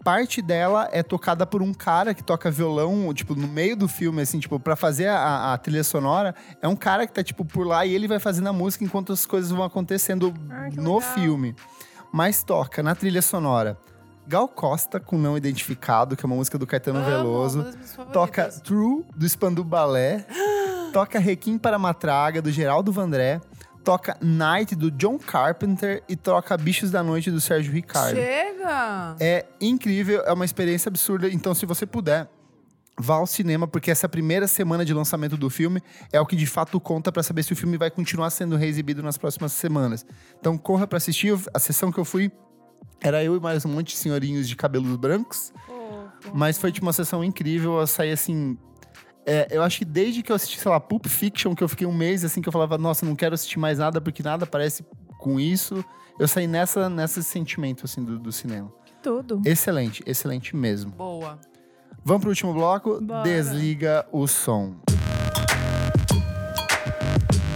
Speaker 1: Parte dela é tocada por um cara que toca violão, tipo, no meio do filme, assim, tipo, pra fazer a, a trilha sonora, é um cara que tá, tipo, por lá e ele vai fazendo a música enquanto as coisas vão acontecendo
Speaker 3: Ah, que
Speaker 1: no
Speaker 3: legal.
Speaker 1: filme. Mas toca na trilha sonora Gal Costa, com Não Identificado, que é uma música do Caetano
Speaker 2: Amo,
Speaker 1: Veloso.
Speaker 2: uma das minhas favoritas.
Speaker 1: Toca True, do Spandu Balé. toca Requiem para Matraga, do Geraldo Vandré. Toca Night, do John Carpenter. E toca Bichos da Noite, do Sérgio Ricardo.
Speaker 2: Chega!
Speaker 1: É incrível, é uma experiência absurda. Então, se você puder, vá ao cinema, porque essa primeira semana de lançamento do filme é o que de fato conta pra saber se o filme vai continuar sendo reexibido nas próximas semanas. Então, corra pra assistir. A sessão que eu fui era eu e mais um monte de senhorinhos de cabelos brancos. Mas foi tipo, uma sessão incrível. Eu saí assim. é, eu acho que desde que eu assisti, sei lá, Pulp Fiction, que eu fiquei um mês assim, que eu falava, nossa, não quero assistir mais nada, porque nada parece com isso. Eu saí nessa, nesse sentimento, assim, do, do cinema.
Speaker 3: Tudo.
Speaker 1: Excelente, excelente mesmo.
Speaker 2: Boa.
Speaker 1: Vamos pro último bloco.
Speaker 3: Bora.
Speaker 1: Desliga o som.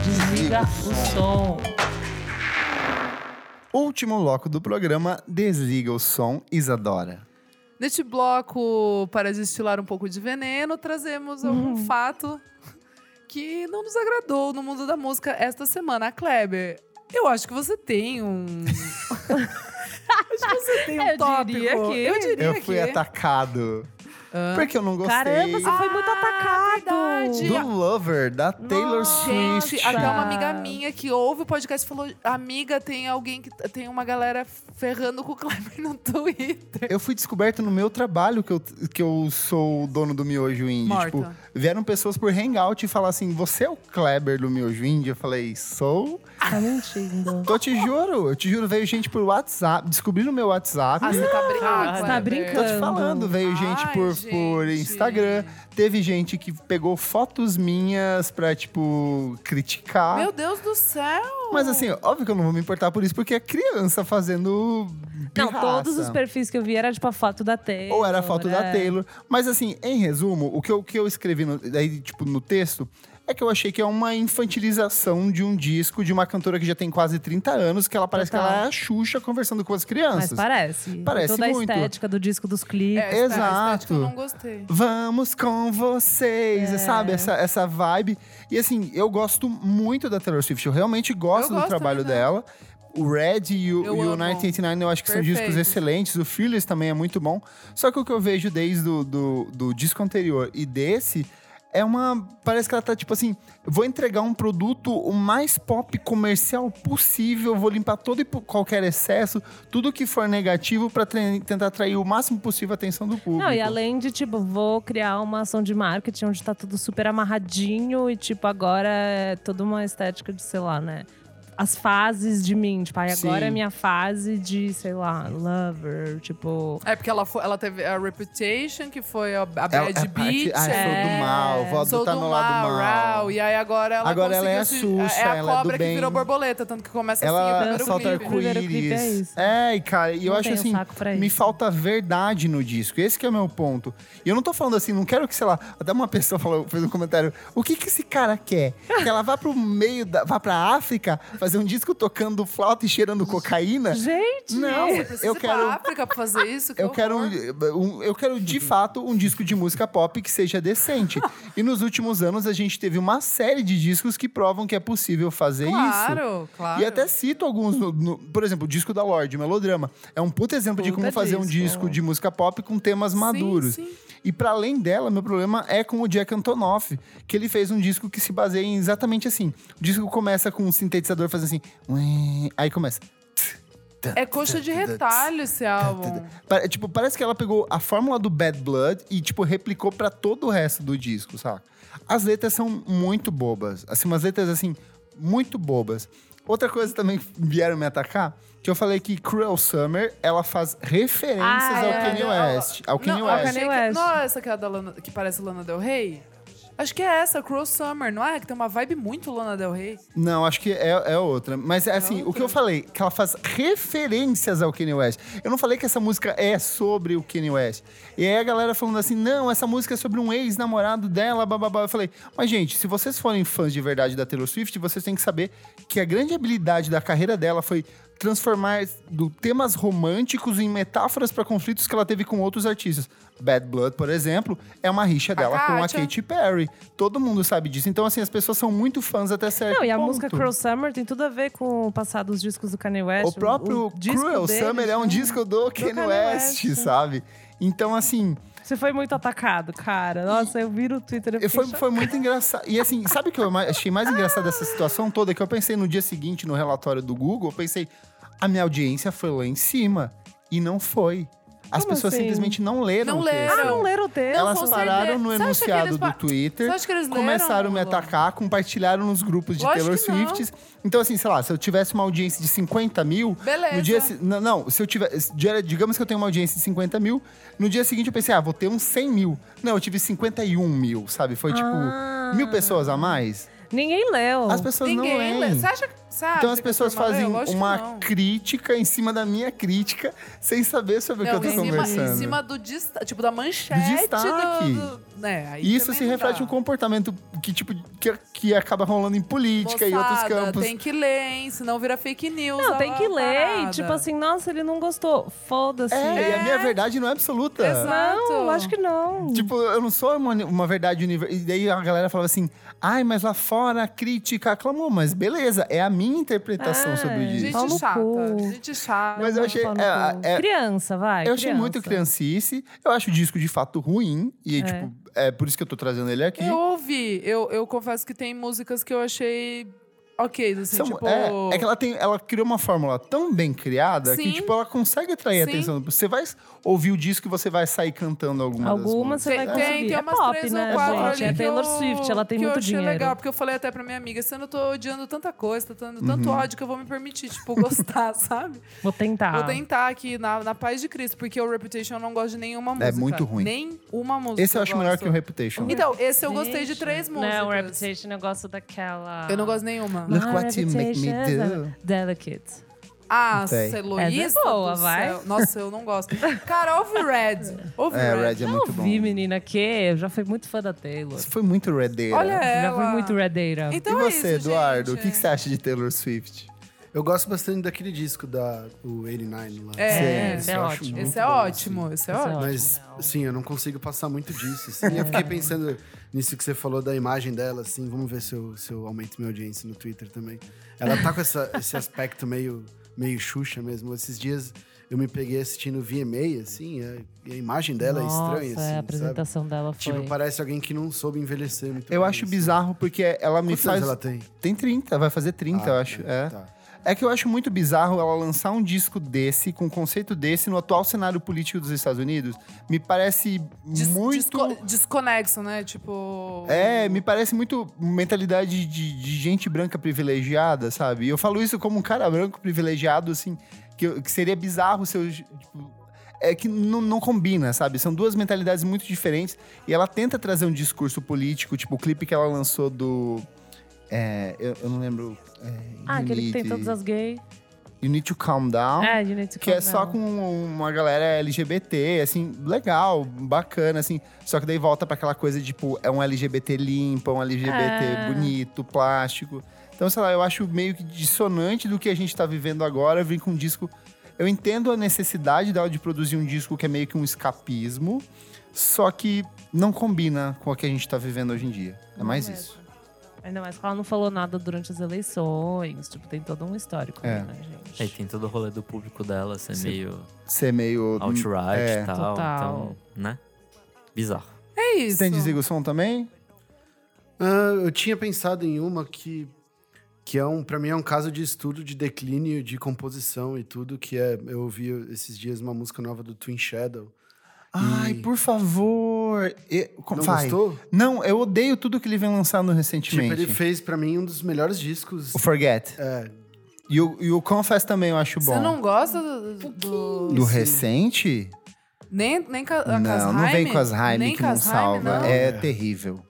Speaker 3: Desliga o som.
Speaker 1: Último bloco do programa Desliga o som, Isadora.
Speaker 2: Neste bloco, para destilar um pouco de veneno, trazemos algum fato que não nos agradou no mundo da música esta semana. Kleber, eu acho que você tem um. acho que você tem um
Speaker 3: Eu
Speaker 2: tópico.
Speaker 3: diria que-
Speaker 2: Eu diria
Speaker 1: Eu fui
Speaker 2: que.
Speaker 1: atacado. Porque eu não gostei
Speaker 3: Caramba, você foi muito atacado.
Speaker 2: Ah, verdade.
Speaker 1: do Lover, da Taylor
Speaker 2: Gente,
Speaker 1: Swift.
Speaker 2: até uma amiga minha que ouve o podcast falou: Amiga, tem alguém que. Tem uma galera ferrando com o Kleber no Twitter.
Speaker 1: Eu fui descoberto no meu trabalho que eu, que eu sou o dono do miojo indie.
Speaker 2: Morta.
Speaker 1: Tipo, vieram pessoas por hangout e falaram assim: Você é o Kleber do Miojo Indie? Eu falei: Sou.
Speaker 3: Tá mentindo.
Speaker 1: Tô te juro, eu te juro, veio gente por WhatsApp, descobri no meu WhatsApp.
Speaker 2: Ah, você tá
Speaker 3: Você
Speaker 2: brincando.
Speaker 3: tá
Speaker 2: Kleber.
Speaker 3: brincando.
Speaker 1: Tô te falando, veio gente
Speaker 2: Ai,
Speaker 1: por, por
Speaker 2: gente.
Speaker 1: Instagram. Teve gente que pegou fotos minhas pra, tipo, criticar.
Speaker 2: Meu Deus do céu!
Speaker 1: Mas assim, óbvio que eu não vou me importar por isso, porque é criança fazendo.
Speaker 3: Não,
Speaker 1: pirraça.
Speaker 3: todos os perfis que eu vi era tipo a foto da Taylor.
Speaker 1: Ou era a foto da
Speaker 3: é.
Speaker 1: Taylor. Mas assim, em resumo, o que eu, o que eu escrevi no, daí, tipo, no texto é que eu achei que é uma infantilização de um disco de uma cantora que já tem quase 30 anos, que ela parece
Speaker 3: Total.
Speaker 1: que ela é a Xuxa conversando com as
Speaker 3: Mas
Speaker 1: crianças.
Speaker 3: parece.
Speaker 1: Parece
Speaker 3: Toda
Speaker 1: muito.
Speaker 3: a estética do disco dos clipes.
Speaker 2: É, essa- essa
Speaker 1: Exato.
Speaker 2: estética Eu não gostei.
Speaker 1: Vamos com vocês,
Speaker 2: É.
Speaker 1: sabe? Essa, essa vibe. E assim, eu gosto muito da Taylor Swift. Eu realmente gosto
Speaker 2: Eu
Speaker 1: do
Speaker 2: gosto
Speaker 1: trabalho
Speaker 2: também né?
Speaker 1: dela. O Red e o,
Speaker 2: Eu
Speaker 1: e o
Speaker 2: amo.
Speaker 1: 1989 eu acho que são discos
Speaker 2: Perfeito.
Speaker 1: excelentes. O Fearless também é muito bom. Só que o que eu vejo desde o do, do disco anterior e desse é uma. Parece que ela tá tipo assim: vou entregar um produto o mais pop comercial possível, vou limpar todo e po- qualquer excesso, tudo que for negativo, pra tre- tentar atrair o máximo possível a atenção do público.
Speaker 3: Não, e além de, tipo, vou criar uma ação de marketing onde tá tudo super amarradinho e, tipo, agora é toda uma estética de, sei lá, né? As fases de mim. Tipo, ai, agora
Speaker 1: Sim.
Speaker 3: é minha fase de, sei lá, lover. Tipo,
Speaker 2: É porque ela, foi, ela teve a Reputation, que foi
Speaker 1: É,
Speaker 2: a, a Bad
Speaker 1: Ela- a parte-
Speaker 2: Beach.
Speaker 1: ah,
Speaker 2: é.
Speaker 1: sou do mal, vou
Speaker 2: Sou
Speaker 1: adotar
Speaker 2: do
Speaker 1: meu lado
Speaker 2: mal,
Speaker 1: mal.
Speaker 2: rau. E aí agora ela
Speaker 1: Agora ela é
Speaker 2: conseguiu
Speaker 1: a
Speaker 2: se-
Speaker 1: Xuxa,
Speaker 2: É a
Speaker 1: ela é do
Speaker 2: cobra que
Speaker 1: bem.
Speaker 2: virou borboleta, tanto que começa assim o
Speaker 1: Ela
Speaker 2: primeiro
Speaker 1: solta
Speaker 2: clipe.
Speaker 3: arco-íris. O primeiro clipe é
Speaker 1: arco-íris.
Speaker 3: isso.
Speaker 1: É, e cara, e eu
Speaker 3: Não
Speaker 1: acho
Speaker 3: tenho
Speaker 1: assim,
Speaker 3: saco pra
Speaker 1: me
Speaker 3: isso.
Speaker 1: falta verdade no disco. Esse que é o meu ponto. E eu não tô falando assim, não quero que, sei lá, até uma pessoa falou, fez um comentário, o que que esse cara quer? Que ela vá pro meio, da, vá pra África fazer um disco tocando flauta e cheirando cocaína?
Speaker 3: gente!
Speaker 1: É. Não, é
Speaker 2: Nossa, precisa
Speaker 1: eu
Speaker 2: ir
Speaker 1: quero-
Speaker 2: pra África pra fazer isso? Que
Speaker 1: Eu quero,
Speaker 2: horror.
Speaker 1: um- um- eu quero, de fato, um disco de música pop que seja decente. e nos últimos anos, a gente teve uma série de discos que provam que é possível fazer isso.
Speaker 2: Claro, claro.
Speaker 1: E até cito alguns, no- no- por exemplo, o disco da Lorde, Melodrama. É um puta exemplo de
Speaker 3: Puta
Speaker 1: como fazer um
Speaker 3: disco.
Speaker 1: disco de música pop com temas
Speaker 2: Sim,
Speaker 1: maduros.
Speaker 2: sim.
Speaker 1: E pra além dela, meu problema é com o Jack Antonoff, que ele fez um disco que se baseia em exatamente assim. O disco começa com um sintetizador fazendo assim, ué, aí começa.
Speaker 2: É coxa de retalho esse álbum.
Speaker 1: Pa- Tipo, parece que ela pegou a fórmula do Bad Blood e, tipo, replicou pra todo o resto do disco, saca? As letras são muito bobas. Assim, umas letras, assim, muito bobas. Outra coisa também que vieram me atacar, que eu falei que Cruel Summer, ela faz referências
Speaker 3: Ah,
Speaker 1: ao
Speaker 3: é.
Speaker 1: Kanye West. Ao Kanye
Speaker 2: não,
Speaker 1: West.
Speaker 2: eu achei
Speaker 3: Kanye
Speaker 2: que-
Speaker 3: West.
Speaker 2: não é essa que é a da Lana, que parece Lana Del Rey? Acho que é essa, Crow Summer, não é? Que tem uma vibe muito Lana Del Rey.
Speaker 1: Não, acho que é, é outra. Mas, assim, o que eu falei, que ela faz referências ao Kanye West. Eu não falei que essa música é sobre o Kanye West. E aí a galera falando assim, não, essa música é sobre um ex-namorado dela, bababá. Eu falei, mas, gente, se vocês forem fãs de verdade da Taylor Swift, vocês têm que saber que a grande habilidade da carreira dela foi transformar do temas românticos em metáforas para conflitos que ela teve com outros artistas. Bad Blood, por exemplo, é uma rixa dela com a
Speaker 2: Kátia.
Speaker 1: Katy Perry. Todo mundo sabe disso. Então, assim, as pessoas são muito fãs até certo
Speaker 3: Não, e a
Speaker 1: ponto.
Speaker 3: música Cruel Summer tem tudo a ver com o passado dos discos do Kanye West.
Speaker 1: O próprio
Speaker 3: disco
Speaker 1: Cruel
Speaker 3: deles,
Speaker 1: Summer é um
Speaker 3: né?
Speaker 1: disco do, Kanye
Speaker 3: Kanye
Speaker 1: West,
Speaker 3: West.
Speaker 1: sabe? Então, assim,
Speaker 3: Você foi muito atacado, cara. Nossa, eu vi no Twitter. Eu
Speaker 1: foi,
Speaker 3: fiquei
Speaker 1: foi muito engraçado. E assim, sabe o que eu ma- achei mais engraçado dessa situação toda? É Que eu pensei no dia seguinte, no relatório do Google, eu pensei, a minha audiência foi lá em cima. E não foi. As
Speaker 3: Como
Speaker 1: pessoas
Speaker 3: assim?
Speaker 1: simplesmente não leram.
Speaker 2: Não
Speaker 1: o texto.
Speaker 2: leram.
Speaker 3: Ah, não leram o texto?
Speaker 1: Elas
Speaker 2: com
Speaker 1: pararam
Speaker 2: certeza.
Speaker 1: no
Speaker 2: Você acha que
Speaker 1: enunciado
Speaker 2: eles
Speaker 1: do
Speaker 2: pa-
Speaker 1: Twitter,
Speaker 2: Você acha que eles leram,
Speaker 1: começaram a me
Speaker 2: Lula?
Speaker 1: atacar, compartilharam nos grupos de
Speaker 2: Lógico
Speaker 1: Taylor
Speaker 2: que não.
Speaker 1: Swifts. Então, assim, sei lá, se eu tivesse uma audiência de 50 mil,
Speaker 2: Beleza.
Speaker 1: no dia. se- Não, não, se eu tivesse. dia- Digamos que eu tenho uma audiência de 50 mil, no dia seguinte eu pensei, ah, vou ter uns 100 mil. Não, eu tive 51 mil, sabe? Foi
Speaker 3: Ah.
Speaker 1: tipo mil pessoas a mais.
Speaker 3: Ninguém leu.
Speaker 1: As pessoas não
Speaker 2: Oh. Ninguém
Speaker 1: leem.
Speaker 2: lê. Você acha, você acha
Speaker 1: Então as
Speaker 2: que a
Speaker 1: pessoas
Speaker 2: turma leu?
Speaker 1: fazem
Speaker 2: é Lógico que
Speaker 1: uma
Speaker 2: não.
Speaker 1: crítica em cima da minha crítica, sem saber sobre
Speaker 2: Não,
Speaker 1: o que eu
Speaker 2: em
Speaker 1: tô
Speaker 2: cima,
Speaker 1: conversando.
Speaker 2: Em cima do destaque, tipo, da manchete.
Speaker 1: Do destaque.
Speaker 2: do- do- né, aí
Speaker 1: E isso
Speaker 2: também
Speaker 1: se
Speaker 2: não
Speaker 1: reflete
Speaker 2: dá.
Speaker 1: no comportamento que, tipo, que, que acaba rolando em política e outros
Speaker 2: Moçada,
Speaker 1: campos.
Speaker 2: Tem que ler, hein? Senão vira fake news.
Speaker 3: Não,
Speaker 2: a
Speaker 3: tem que ler.
Speaker 2: parada.
Speaker 3: e Tipo assim, nossa, ele não gostou. Foda-se.
Speaker 1: É, e a minha verdade não é absoluta.
Speaker 2: Exato.
Speaker 3: Não, eu acho que não.
Speaker 1: Tipo, eu não sou uma, uma verdade universal. E daí a galera falava assim, ai, mas lá fora a crítica aclamou. Mas beleza, é a minha interpretação
Speaker 3: Ah,
Speaker 1: sobre isso.
Speaker 2: É, Gente
Speaker 3: Pau no
Speaker 2: chata.
Speaker 3: cu.
Speaker 2: Gente chata.
Speaker 1: Mas eu achei-
Speaker 3: Pau no
Speaker 1: é,
Speaker 3: cu.
Speaker 1: é-
Speaker 3: criança, vai.
Speaker 1: Eu achei
Speaker 3: criança.
Speaker 1: muito criancice. Eu acho o disco, de fato, ruim. E, tipo, é por isso que eu tô trazendo ele aqui.
Speaker 2: Eu ouvi, eu, eu confesso que tem músicas que eu achei ok, assim,
Speaker 1: São-
Speaker 2: tipo...
Speaker 1: é, é que ela, tem, ela criou uma fórmula tão bem criada
Speaker 2: Sim.
Speaker 1: que, tipo, ela consegue atrair a
Speaker 2: Sim.
Speaker 1: atenção. Você vai ouvir o disco e você vai sair cantando alguma das
Speaker 3: Algumas
Speaker 1: músicas.
Speaker 3: você vai
Speaker 2: Tem-
Speaker 3: conseguir.
Speaker 2: Tem, tem
Speaker 3: é
Speaker 2: umas
Speaker 3: pop,
Speaker 2: três
Speaker 3: né,
Speaker 2: ou quatro
Speaker 3: gente?
Speaker 2: ali
Speaker 3: É
Speaker 2: que
Speaker 3: Taylor
Speaker 2: eu-
Speaker 3: Swift, ela tem
Speaker 2: que eu
Speaker 3: muito
Speaker 2: achei
Speaker 3: dinheiro.
Speaker 2: legal, porque eu falei até pra minha amiga, se eu não tô odiando tanta coisa, tô dando tanto
Speaker 1: Uhum.
Speaker 2: ódio que eu vou me permitir, tipo, gostar, sabe?
Speaker 3: Vou tentar.
Speaker 2: Vou tentar aqui na, na paz de Cristo, porque o Reputation eu não gosto de nenhuma música.
Speaker 1: É muito ruim.
Speaker 2: Nem uma música.
Speaker 1: Esse eu acho melhor que o
Speaker 2: gosto.
Speaker 1: Reputation.
Speaker 2: Então, esse eu gostei de três músicas.
Speaker 3: Não, é Reputation, eu gosto daquela...
Speaker 2: Eu não gosto nenhuma.
Speaker 1: Look
Speaker 3: My
Speaker 1: what you make me
Speaker 3: reputation
Speaker 1: do.
Speaker 3: is Delicate.
Speaker 2: Ah,
Speaker 1: Tem.
Speaker 2: Celoísa.
Speaker 3: Essa é boa,
Speaker 2: do
Speaker 3: vai.
Speaker 2: céu. Nossa, eu não gosto. Cara, ouve Red. Ouve
Speaker 1: É,
Speaker 2: Red.
Speaker 1: Red é
Speaker 3: não
Speaker 1: muito bom.
Speaker 3: ouvi, menina, que eu já fui muito fã da Taylor.
Speaker 1: Isso foi muito Redeira.
Speaker 2: Olha
Speaker 3: Já
Speaker 2: ela.
Speaker 3: fui muito redeira.
Speaker 1: é e
Speaker 2: Então é
Speaker 1: você,
Speaker 2: isso,
Speaker 1: Eduardo,
Speaker 2: gente.
Speaker 1: o que, que você acha de Taylor Swift?
Speaker 5: Eu gosto bastante daquele disco da o 89 lá.
Speaker 2: É, Sim,
Speaker 5: Esse
Speaker 3: é
Speaker 5: eu acho
Speaker 3: ótimo.
Speaker 5: muito
Speaker 2: Esse é
Speaker 5: bom,
Speaker 2: ótimo,
Speaker 1: assim.
Speaker 2: esse é
Speaker 3: Esse é
Speaker 2: ótimo.
Speaker 5: Mas,
Speaker 3: Ótimo.
Speaker 5: sim, eu não consigo passar muito disso. Assim. Eu fiquei pensando nisso que você falou da imagem dela, assim. Vamos ver se eu, se eu aumento minha audiência no Twitter também. Ela tá com essa- esse aspecto meio, meio Xuxa mesmo. Esses dias eu me peguei assistindo VMA, assim, e a- e a imagem dela
Speaker 3: Nossa,
Speaker 5: é estranha,
Speaker 3: a
Speaker 5: assim, sabe?
Speaker 3: apresentação dela foi...
Speaker 5: Tipo, parece alguém que não soube envelhecer muito
Speaker 1: Eu
Speaker 5: bem,
Speaker 1: acho
Speaker 5: assim.
Speaker 1: bizarro porque ela me
Speaker 5: Quantos
Speaker 1: faz.
Speaker 5: anos ela tem?
Speaker 1: Tem 30, vai fazer
Speaker 2: Ah,
Speaker 1: 30, eu acho. É.
Speaker 5: Tá.
Speaker 1: É que eu acho muito bizarro ela lançar um disco desse, com um conceito desse, no atual cenário político dos Estados Unidos. Me parece
Speaker 2: Des-
Speaker 1: muito.
Speaker 2: desco- desconexo, né? Tipo.
Speaker 1: É, me parece muito mentalidade de, de gente branca privilegiada, sabe? E eu falo isso como um cara branco privilegiado, assim, que, eu- que seria bizarro se eu. tipo, é que não, não combina, sabe? São duas mentalidades muito diferentes. E ela tenta trazer um discurso político, tipo o clipe que ela lançou do. é, eu, eu não lembro. é,
Speaker 3: Ah,
Speaker 1: You
Speaker 3: aquele que tem
Speaker 1: Need-
Speaker 3: todas as gays.
Speaker 1: You Need to Calm Down.
Speaker 3: É, de Need to
Speaker 1: Que
Speaker 3: Calm
Speaker 1: é só
Speaker 3: Down.
Speaker 1: com uma galera LGBT, assim, legal, bacana, assim. Só que daí volta pra aquela coisa, tipo, é um LGBT limpo, é um LGBT
Speaker 3: É.
Speaker 1: bonito, plástico. Então, sei lá, eu acho meio que dissonante do que a gente tá vivendo agora, vir com um disco. Eu entendo a necessidade dela de produzir um disco que é meio que um escapismo, só que não combina com o que a gente tá vivendo hoje em dia. É
Speaker 3: Não
Speaker 1: mais
Speaker 3: mesmo.
Speaker 1: isso.
Speaker 3: Ainda mais que ela não falou nada durante as eleições. Tipo, tem todo um histórico,
Speaker 1: É.
Speaker 3: aí, né, gente?
Speaker 4: Aí tem todo o rolê do público dela ser
Speaker 1: Sim.
Speaker 4: meio
Speaker 1: Ser meio.
Speaker 4: outright
Speaker 1: É.
Speaker 4: e tal.
Speaker 3: Total.
Speaker 4: Então, né? Bizarro.
Speaker 2: É isso.
Speaker 1: Você tem desigualdade também?
Speaker 5: Ah, eu tinha pensado em uma que que é um para mim é um caso de estudo de declínio de composição e tudo que é eu ouvi esses dias uma música nova do Twin Shadow.
Speaker 1: Ai, por favor. Eu, com-
Speaker 5: Não
Speaker 1: vai.
Speaker 5: gostou?
Speaker 1: Não, eu odeio tudo que ele vem lançando
Speaker 5: Tipo,
Speaker 1: recentemente.
Speaker 5: ele fez pra mim um dos melhores discos.
Speaker 1: O Forget.
Speaker 5: É,
Speaker 1: E o, e o Confess também eu acho é bom.
Speaker 2: Você não gosta do. do-
Speaker 1: Do recente?
Speaker 2: Nem, nem ca, a
Speaker 1: não, não vem
Speaker 2: Casheim?
Speaker 1: com as Heim
Speaker 2: Nem
Speaker 1: que não
Speaker 2: Casheim,
Speaker 1: salva.
Speaker 2: não.
Speaker 1: É
Speaker 5: É.
Speaker 1: terrível.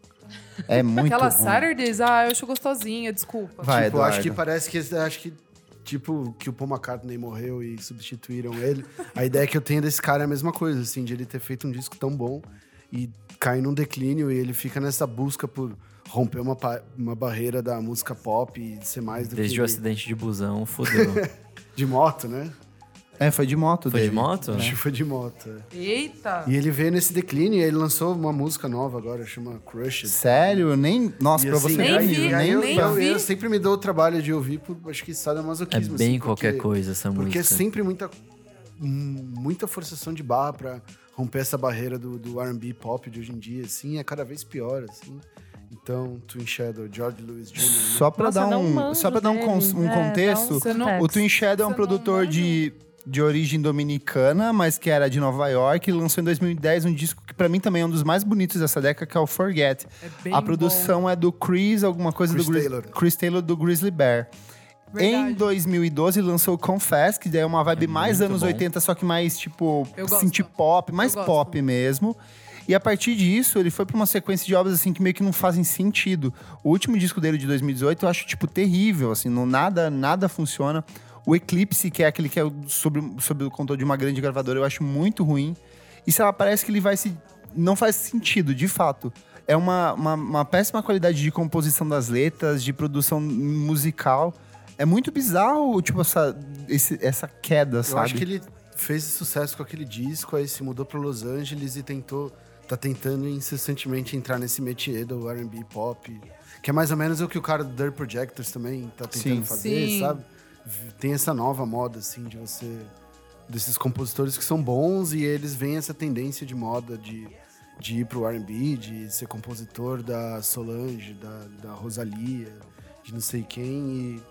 Speaker 1: É muito
Speaker 2: Aquela
Speaker 1: ruim.
Speaker 2: Saturdays, ah, eu acho gostosinha, desculpa.
Speaker 1: Vai,
Speaker 5: tipo, eu acho
Speaker 1: Eduardo.
Speaker 5: que parece que esse- acho que tipo que o Paul McCartney morreu e substituíram ele. a ideia que eu tenho desse cara é a mesma coisa, assim, de ele ter feito um disco tão bom e cair num declínio e ele fica nessa busca por romper uma, pa- uma barreira da música pop e ser mais do
Speaker 4: Desde
Speaker 5: que
Speaker 4: o acidente de busão, fodeu.
Speaker 5: de moto, né?
Speaker 1: É, foi de moto
Speaker 4: Foi de
Speaker 1: dele.
Speaker 4: moto?
Speaker 5: Acho
Speaker 4: Né?
Speaker 5: que foi de moto. é.
Speaker 2: Eita!
Speaker 5: E ele veio nesse declínio e ele lançou uma música nova agora, chama Crushed.
Speaker 1: Sério? Eu Nem... Nossa,
Speaker 5: E
Speaker 1: pra
Speaker 5: assim,
Speaker 1: você...
Speaker 2: Nem
Speaker 5: aí-
Speaker 2: vi,
Speaker 5: aí eu,
Speaker 2: nem
Speaker 5: eu,
Speaker 2: vi.
Speaker 5: eu sempre me dou o trabalho de ouvir por acho que
Speaker 4: É
Speaker 5: sadomasoquismo.
Speaker 4: bem
Speaker 5: assim, porque-
Speaker 4: qualquer coisa essa
Speaker 5: Porque
Speaker 4: música.
Speaker 5: é sempre muita, hum, muita forçação de barra pra romper essa barreira do, do R&B pop de hoje em dia, assim, é cada vez pior, assim. Então, Twin Shadow, George Lewis Jr., né?
Speaker 1: Só pra
Speaker 3: Nossa,
Speaker 1: dar
Speaker 3: não
Speaker 1: um,
Speaker 3: manjo
Speaker 1: só pra dar um, cons- um
Speaker 3: dele. É,
Speaker 1: contexto,
Speaker 3: dá um
Speaker 2: não-
Speaker 1: o
Speaker 3: contexto.
Speaker 1: Twin Shadow é um
Speaker 2: Você não
Speaker 1: produtor
Speaker 2: manjo.
Speaker 1: de, de origem dominicana, mas que era de Nova York e lançou em 2010 um disco que pra mim também é um dos mais bonitos dessa década, que é o Forget.
Speaker 2: É bem
Speaker 1: a produção é do Chris, alguma coisa
Speaker 5: Chris
Speaker 1: do Gri-
Speaker 5: Taylor.
Speaker 1: Chris Taylor do Grizzly Bear. Em
Speaker 2: Verdade.
Speaker 1: 2012 lançou Confess, que daí é uma vibe mais
Speaker 4: muito
Speaker 1: anos
Speaker 4: bom.
Speaker 1: 80, só que mais tipo
Speaker 2: Eu gosto.
Speaker 1: synth pop, mais
Speaker 2: Eu gosto.
Speaker 1: pop mesmo. E a partir disso, ele foi pra uma sequência de obras assim que meio que não fazem sentido. O último disco dele de 2018 eu acho tipo terrível, assim, não nada, nada funciona. O Eclipse, que é aquele que é o- sobre, sobre o controle de uma grande gravadora, eu acho muito ruim. E sei lá, parece que ele vai se. Não faz sentido, de fato. É uma, uma, uma péssima qualidade de composição das letras, de produção musical. É muito bizarro, tipo, essa, esse- essa queda,
Speaker 5: Eu
Speaker 1: sabe?
Speaker 5: acho que ele fez sucesso com aquele disco, aí se mudou para Los Angeles e tentou, tá tentando incessantemente entrar nesse métier do R&B pop, que é mais ou menos o que o cara do Dirt Projectors também tá tentando
Speaker 1: Sim.
Speaker 5: fazer,
Speaker 2: Sim.
Speaker 5: sabe? V- Tem essa nova moda assim de você desses compositores que são bons e eles veem essa tendência de moda de de ir pro R&B, de ser compositor da Solange, da, da Rosalia, de não sei quem e,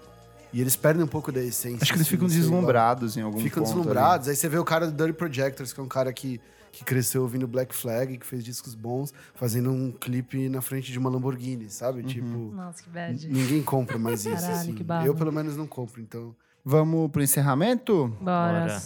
Speaker 5: e eles perdem um pouco da essência.
Speaker 1: Acho que eles
Speaker 5: assim,
Speaker 1: ficam
Speaker 5: não sei,
Speaker 1: deslumbrados em algum
Speaker 5: Ficam
Speaker 1: ponto ali.
Speaker 5: deslumbrados. Aí você vê o cara do Dirty Projectors, que é um cara que, que cresceu ouvindo Black Flag, que fez discos bons, fazendo um clipe na frente de uma Lamborghini,
Speaker 1: Uhum.
Speaker 5: sabe? Tipo,
Speaker 3: Nossa, que bad.
Speaker 5: ninguém compra mais isso.
Speaker 3: Caralho,
Speaker 5: assim.
Speaker 3: que barro.
Speaker 5: Eu, pelo menos, não compro, então.
Speaker 1: Vamos pro encerramento?
Speaker 3: Bora.
Speaker 4: Bora.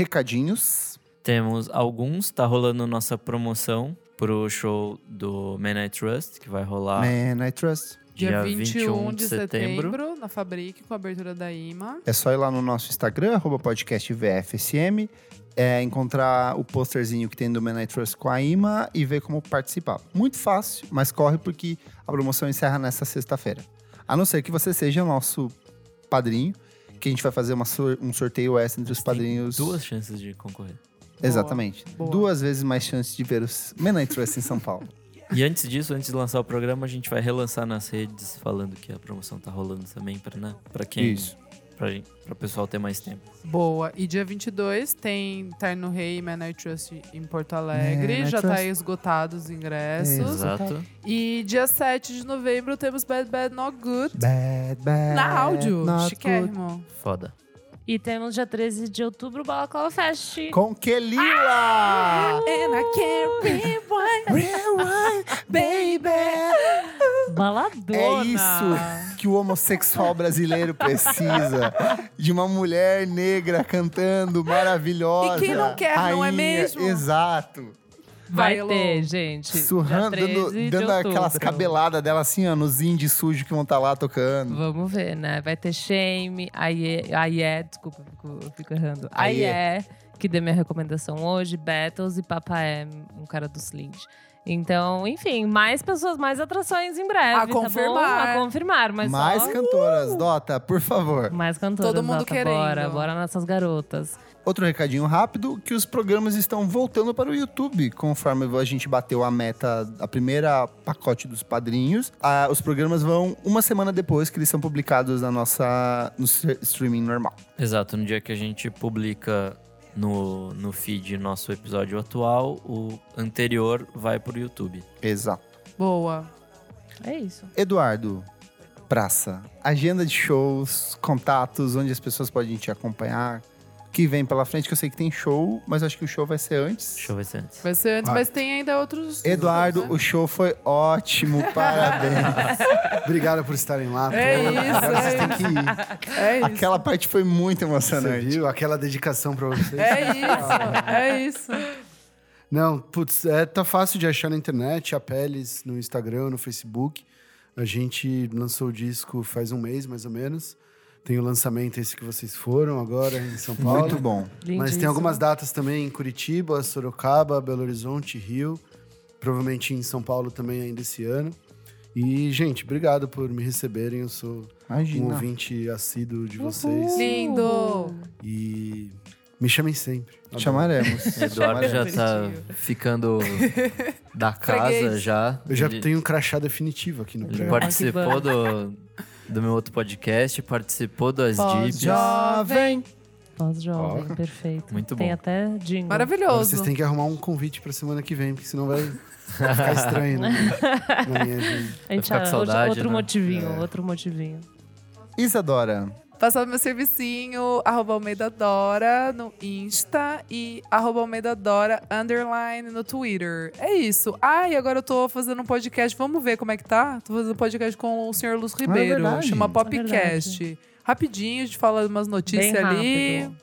Speaker 1: Recadinhos.
Speaker 4: Temos alguns, tá rolando nossa promoção pro show do Man I Trust, que vai rolar
Speaker 1: Man, I Trust.
Speaker 4: dia 21 de setembro.
Speaker 2: um na Fabric, com a abertura da IMA.
Speaker 1: É só ir lá no nosso Instagram, arroba podcast VFSM, é, encontrar o posterzinho que tem do Man I Trust com a IMA e ver como participar. Muito fácil, mas corre porque a promoção encerra nessa sexta-feira. A não ser que você seja nosso padrinho, que a gente vai fazer uma sor- um sorteio extra entre os
Speaker 4: Tem
Speaker 1: padrinhos.
Speaker 4: Duas chances de concorrer.
Speaker 1: Exatamente.
Speaker 2: boa.
Speaker 1: Duas vezes mais chance de ver os Man I Trust em São Paulo.
Speaker 4: E antes disso, antes de lançar o programa, a gente vai relançar nas redes falando que a promoção tá rolando também pra, né, pra quem.
Speaker 1: Isso.
Speaker 4: Pra, gente- pra pessoal ter mais tempo.
Speaker 2: Boa. E dia 22 tem Terno Rei e Man I Trust em Porto Alegre.
Speaker 1: Man I
Speaker 2: Já tá
Speaker 1: Trust.
Speaker 2: aí esgotados os ingressos.
Speaker 4: Exato.
Speaker 2: E dia 7 de novembro temos Bad Bad Not Good.
Speaker 1: Bad,
Speaker 5: É,
Speaker 1: bad.
Speaker 2: na áudio,
Speaker 1: not good.
Speaker 2: chiquérrimo.
Speaker 4: Foda.
Speaker 3: E temos dia 13 de outubro o Balaclava Fest.
Speaker 1: Com Kelila!
Speaker 2: And I can't rewind, baby.
Speaker 3: Baladona.
Speaker 1: É isso que o homossexual brasileiro precisa. De uma mulher negra cantando, maravilhosa.
Speaker 2: E quem não quer, não é
Speaker 1: rainha.
Speaker 2: mesmo?
Speaker 1: Exato.
Speaker 3: Vai
Speaker 2: Vai, Elô.
Speaker 3: ter, gente. Dia
Speaker 1: Surrando,
Speaker 3: 13
Speaker 1: dando,
Speaker 3: de
Speaker 1: dando aquelas
Speaker 3: outubro.
Speaker 1: cabeladas dela assim, ó, nos indies sujos que vão estar lá tocando.
Speaker 3: Vamos ver, né? Vai ter Shame, Aie, Aie desculpa, eu fico, eu fico errando.
Speaker 1: Aie.
Speaker 3: Aie, que deu minha recomendação hoje, Battles e Papa M, um cara do Slint. Então, enfim, mais pessoas, mais atrações em breve.
Speaker 2: A
Speaker 3: tá bom?
Speaker 2: confirmar.
Speaker 3: A confirmar, mas
Speaker 1: Mais
Speaker 3: só...
Speaker 1: cantoras, Dota, por favor.
Speaker 3: Mais cantoras,
Speaker 2: Todo mundo
Speaker 3: Nota,
Speaker 2: querendo.
Speaker 3: Bora, bora nessas garotas.
Speaker 1: Outro recadinho rápido, que os programas estão voltando para o YouTube. Conforme a gente bateu a meta, a primeira pacote dos padrinhos, ah, os programas vão uma semana depois que eles são publicados na nossa, no s- streaming normal.
Speaker 4: Exato. No dia que a gente publica no, no feed nosso episódio atual, o anterior vai pro YouTube.
Speaker 1: Exato.
Speaker 2: Boa.
Speaker 3: É isso.
Speaker 1: Eduardo, praça, agenda de shows, contatos, onde as pessoas podem te acompanhar, o que vem pela frente, que eu sei que tem show, mas acho que o show vai ser antes.
Speaker 4: Deixa eu ver se é antes.
Speaker 2: Vai ser antes,
Speaker 5: Ah.
Speaker 2: mas tem ainda outros.
Speaker 5: É.
Speaker 1: Eduardo,
Speaker 2: né?
Speaker 1: o show foi ótimo, parabéns.
Speaker 5: Obrigado por estarem lá.
Speaker 2: É
Speaker 5: pô.
Speaker 2: isso,
Speaker 5: Agora
Speaker 2: é
Speaker 5: vocês têm
Speaker 2: isso.
Speaker 5: que ir.
Speaker 2: É isso.
Speaker 1: Aquela parte foi muito
Speaker 5: Você
Speaker 1: emocionante.
Speaker 5: viu? Aquela dedicação pra vocês.
Speaker 2: É isso, é isso.
Speaker 5: Não, putz, é, tá fácil de achar na internet, a Peles no Instagram, no Facebook. A gente lançou o disco faz um mês, mais ou menos. Tem o lançamento esse que vocês foram agora em São Paulo.
Speaker 1: Muito bom.
Speaker 5: Mas tem
Speaker 3: Lindíssimo.
Speaker 5: algumas datas também em Curitiba, Sorocaba, Belo Horizonte, Rio. Provavelmente em São Paulo também ainda esse ano. E, gente, obrigado por me receberem. Eu sou um
Speaker 1: Imagina.
Speaker 5: ouvinte assíduo de vocês.
Speaker 2: Lindo.
Speaker 5: E me chamem sempre.
Speaker 1: Chamaremos.
Speaker 4: Eduardo já
Speaker 2: Bonitinho.
Speaker 4: tá ficando da casa
Speaker 2: Freguês.
Speaker 4: já.
Speaker 5: Eu já
Speaker 4: Ele-
Speaker 5: tenho um crachá definitivo aqui no
Speaker 4: Ele
Speaker 5: prédio.
Speaker 4: participou do, do meu outro podcast, participou das
Speaker 3: Pode.
Speaker 4: Dips.
Speaker 1: Jovem.
Speaker 3: Pós-jovem, perfeito.
Speaker 4: Muito
Speaker 3: Tem
Speaker 4: bom.
Speaker 3: até jingle.
Speaker 5: Agora vocês
Speaker 2: Maravilhoso.
Speaker 5: têm que arrumar um convite pra semana que vem, porque senão vai vai ficar estranho né? na minha agenda.
Speaker 3: A gente
Speaker 4: ficar com
Speaker 3: ah,
Speaker 4: saudade,
Speaker 3: outro
Speaker 4: né?
Speaker 3: motivinho, outro motivinho.
Speaker 1: Isadora,
Speaker 2: Passar meu servicinho, arroba Almeida Dora no Insta e arroba Almeida Dora underline no Twitter. É isso. Ah, e agora eu tô fazendo um podcast. Vamos ver como é que tá? Tô fazendo um podcast com o senhor
Speaker 5: Ah,
Speaker 2: Luz Ribeiro.
Speaker 1: verdade.
Speaker 2: chama
Speaker 3: É
Speaker 2: Popcast. Rapidinho, a gente fala umas
Speaker 3: Bem
Speaker 2: notícias ali.
Speaker 3: rápido.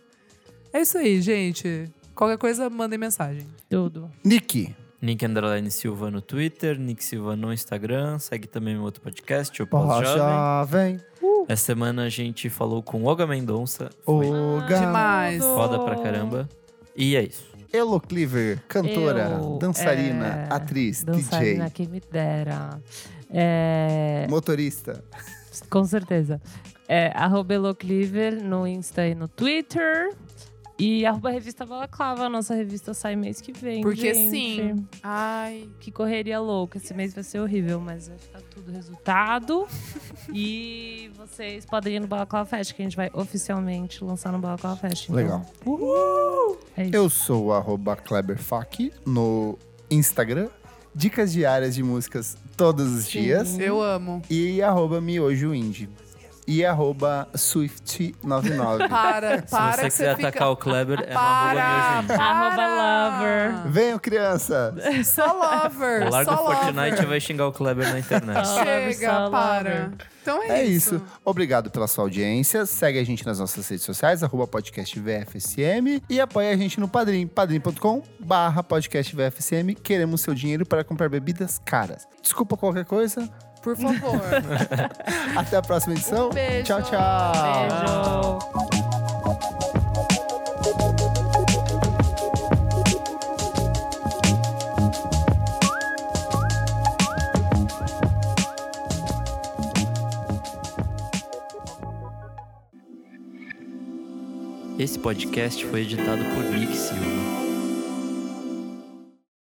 Speaker 2: É isso aí, gente. Qualquer coisa, mandem mensagem.
Speaker 3: Tudo.
Speaker 1: Nick,
Speaker 4: Nick Andrade Silva no Twitter, Nick Silva no Instagram, segue também meu outro podcast, o Pós Jovem.
Speaker 1: Jovem,
Speaker 4: Essa semana a gente falou com Olga Mendonça, foi
Speaker 1: o
Speaker 2: Demais.
Speaker 4: foda pra caramba. E é isso.
Speaker 1: Elo Cleaver, cantora,
Speaker 3: Eu,
Speaker 1: dançarina,
Speaker 3: é,
Speaker 1: atriz,
Speaker 3: Dançarina,
Speaker 1: DJ,
Speaker 3: quem me dera. É,
Speaker 1: motorista.
Speaker 3: com certeza. É, arroba Elocliver no Insta e no Twitter. E arroba revista Balaclava, a nossa revista sai mês que vem.
Speaker 2: Porque
Speaker 3: gente.
Speaker 2: sim. Ai.
Speaker 3: Que correria louca. Esse mês vai ser horrível, mas vai ficar tudo resultado. e vocês podem ir no Balaclava Fest, que a gente vai oficialmente lançar no Balaclava Fest. Então,
Speaker 1: Legal.
Speaker 3: É isso.
Speaker 1: Eu sou o arroba Kleberfac no Instagram dicas diárias de músicas todos os
Speaker 3: Sim.
Speaker 1: dias.
Speaker 2: Eu amo.
Speaker 1: E arroba miojoindie. E arroba swift99.
Speaker 2: Para, para
Speaker 4: Se você
Speaker 2: que você
Speaker 4: quiser
Speaker 2: fica...
Speaker 4: atacar o Kleber, é uma
Speaker 2: Para,
Speaker 4: boa
Speaker 2: para.
Speaker 3: Arroba
Speaker 1: Venham, crianças!
Speaker 2: Só lover,
Speaker 4: Larga
Speaker 2: só
Speaker 4: o Fortnite e
Speaker 2: lover.
Speaker 4: vai xingar o Kleber na internet.
Speaker 3: Só lover,
Speaker 2: Chega,
Speaker 3: só
Speaker 2: para.
Speaker 3: lover.
Speaker 2: Então é,
Speaker 1: É isso. Obrigado pela sua audiência. Segue a gente nas nossas redes sociais, arroba podcast VFSM e apoia a gente no Padrim, padrim.com barra podcast VFSM. Queremos seu dinheiro para comprar bebidas caras. Desculpa qualquer coisa.
Speaker 2: Por favor.
Speaker 1: Até a próxima edição.
Speaker 2: beijo.
Speaker 1: Tchau, tchau.
Speaker 3: Beijo.
Speaker 4: Esse podcast foi editado por Nick Silva.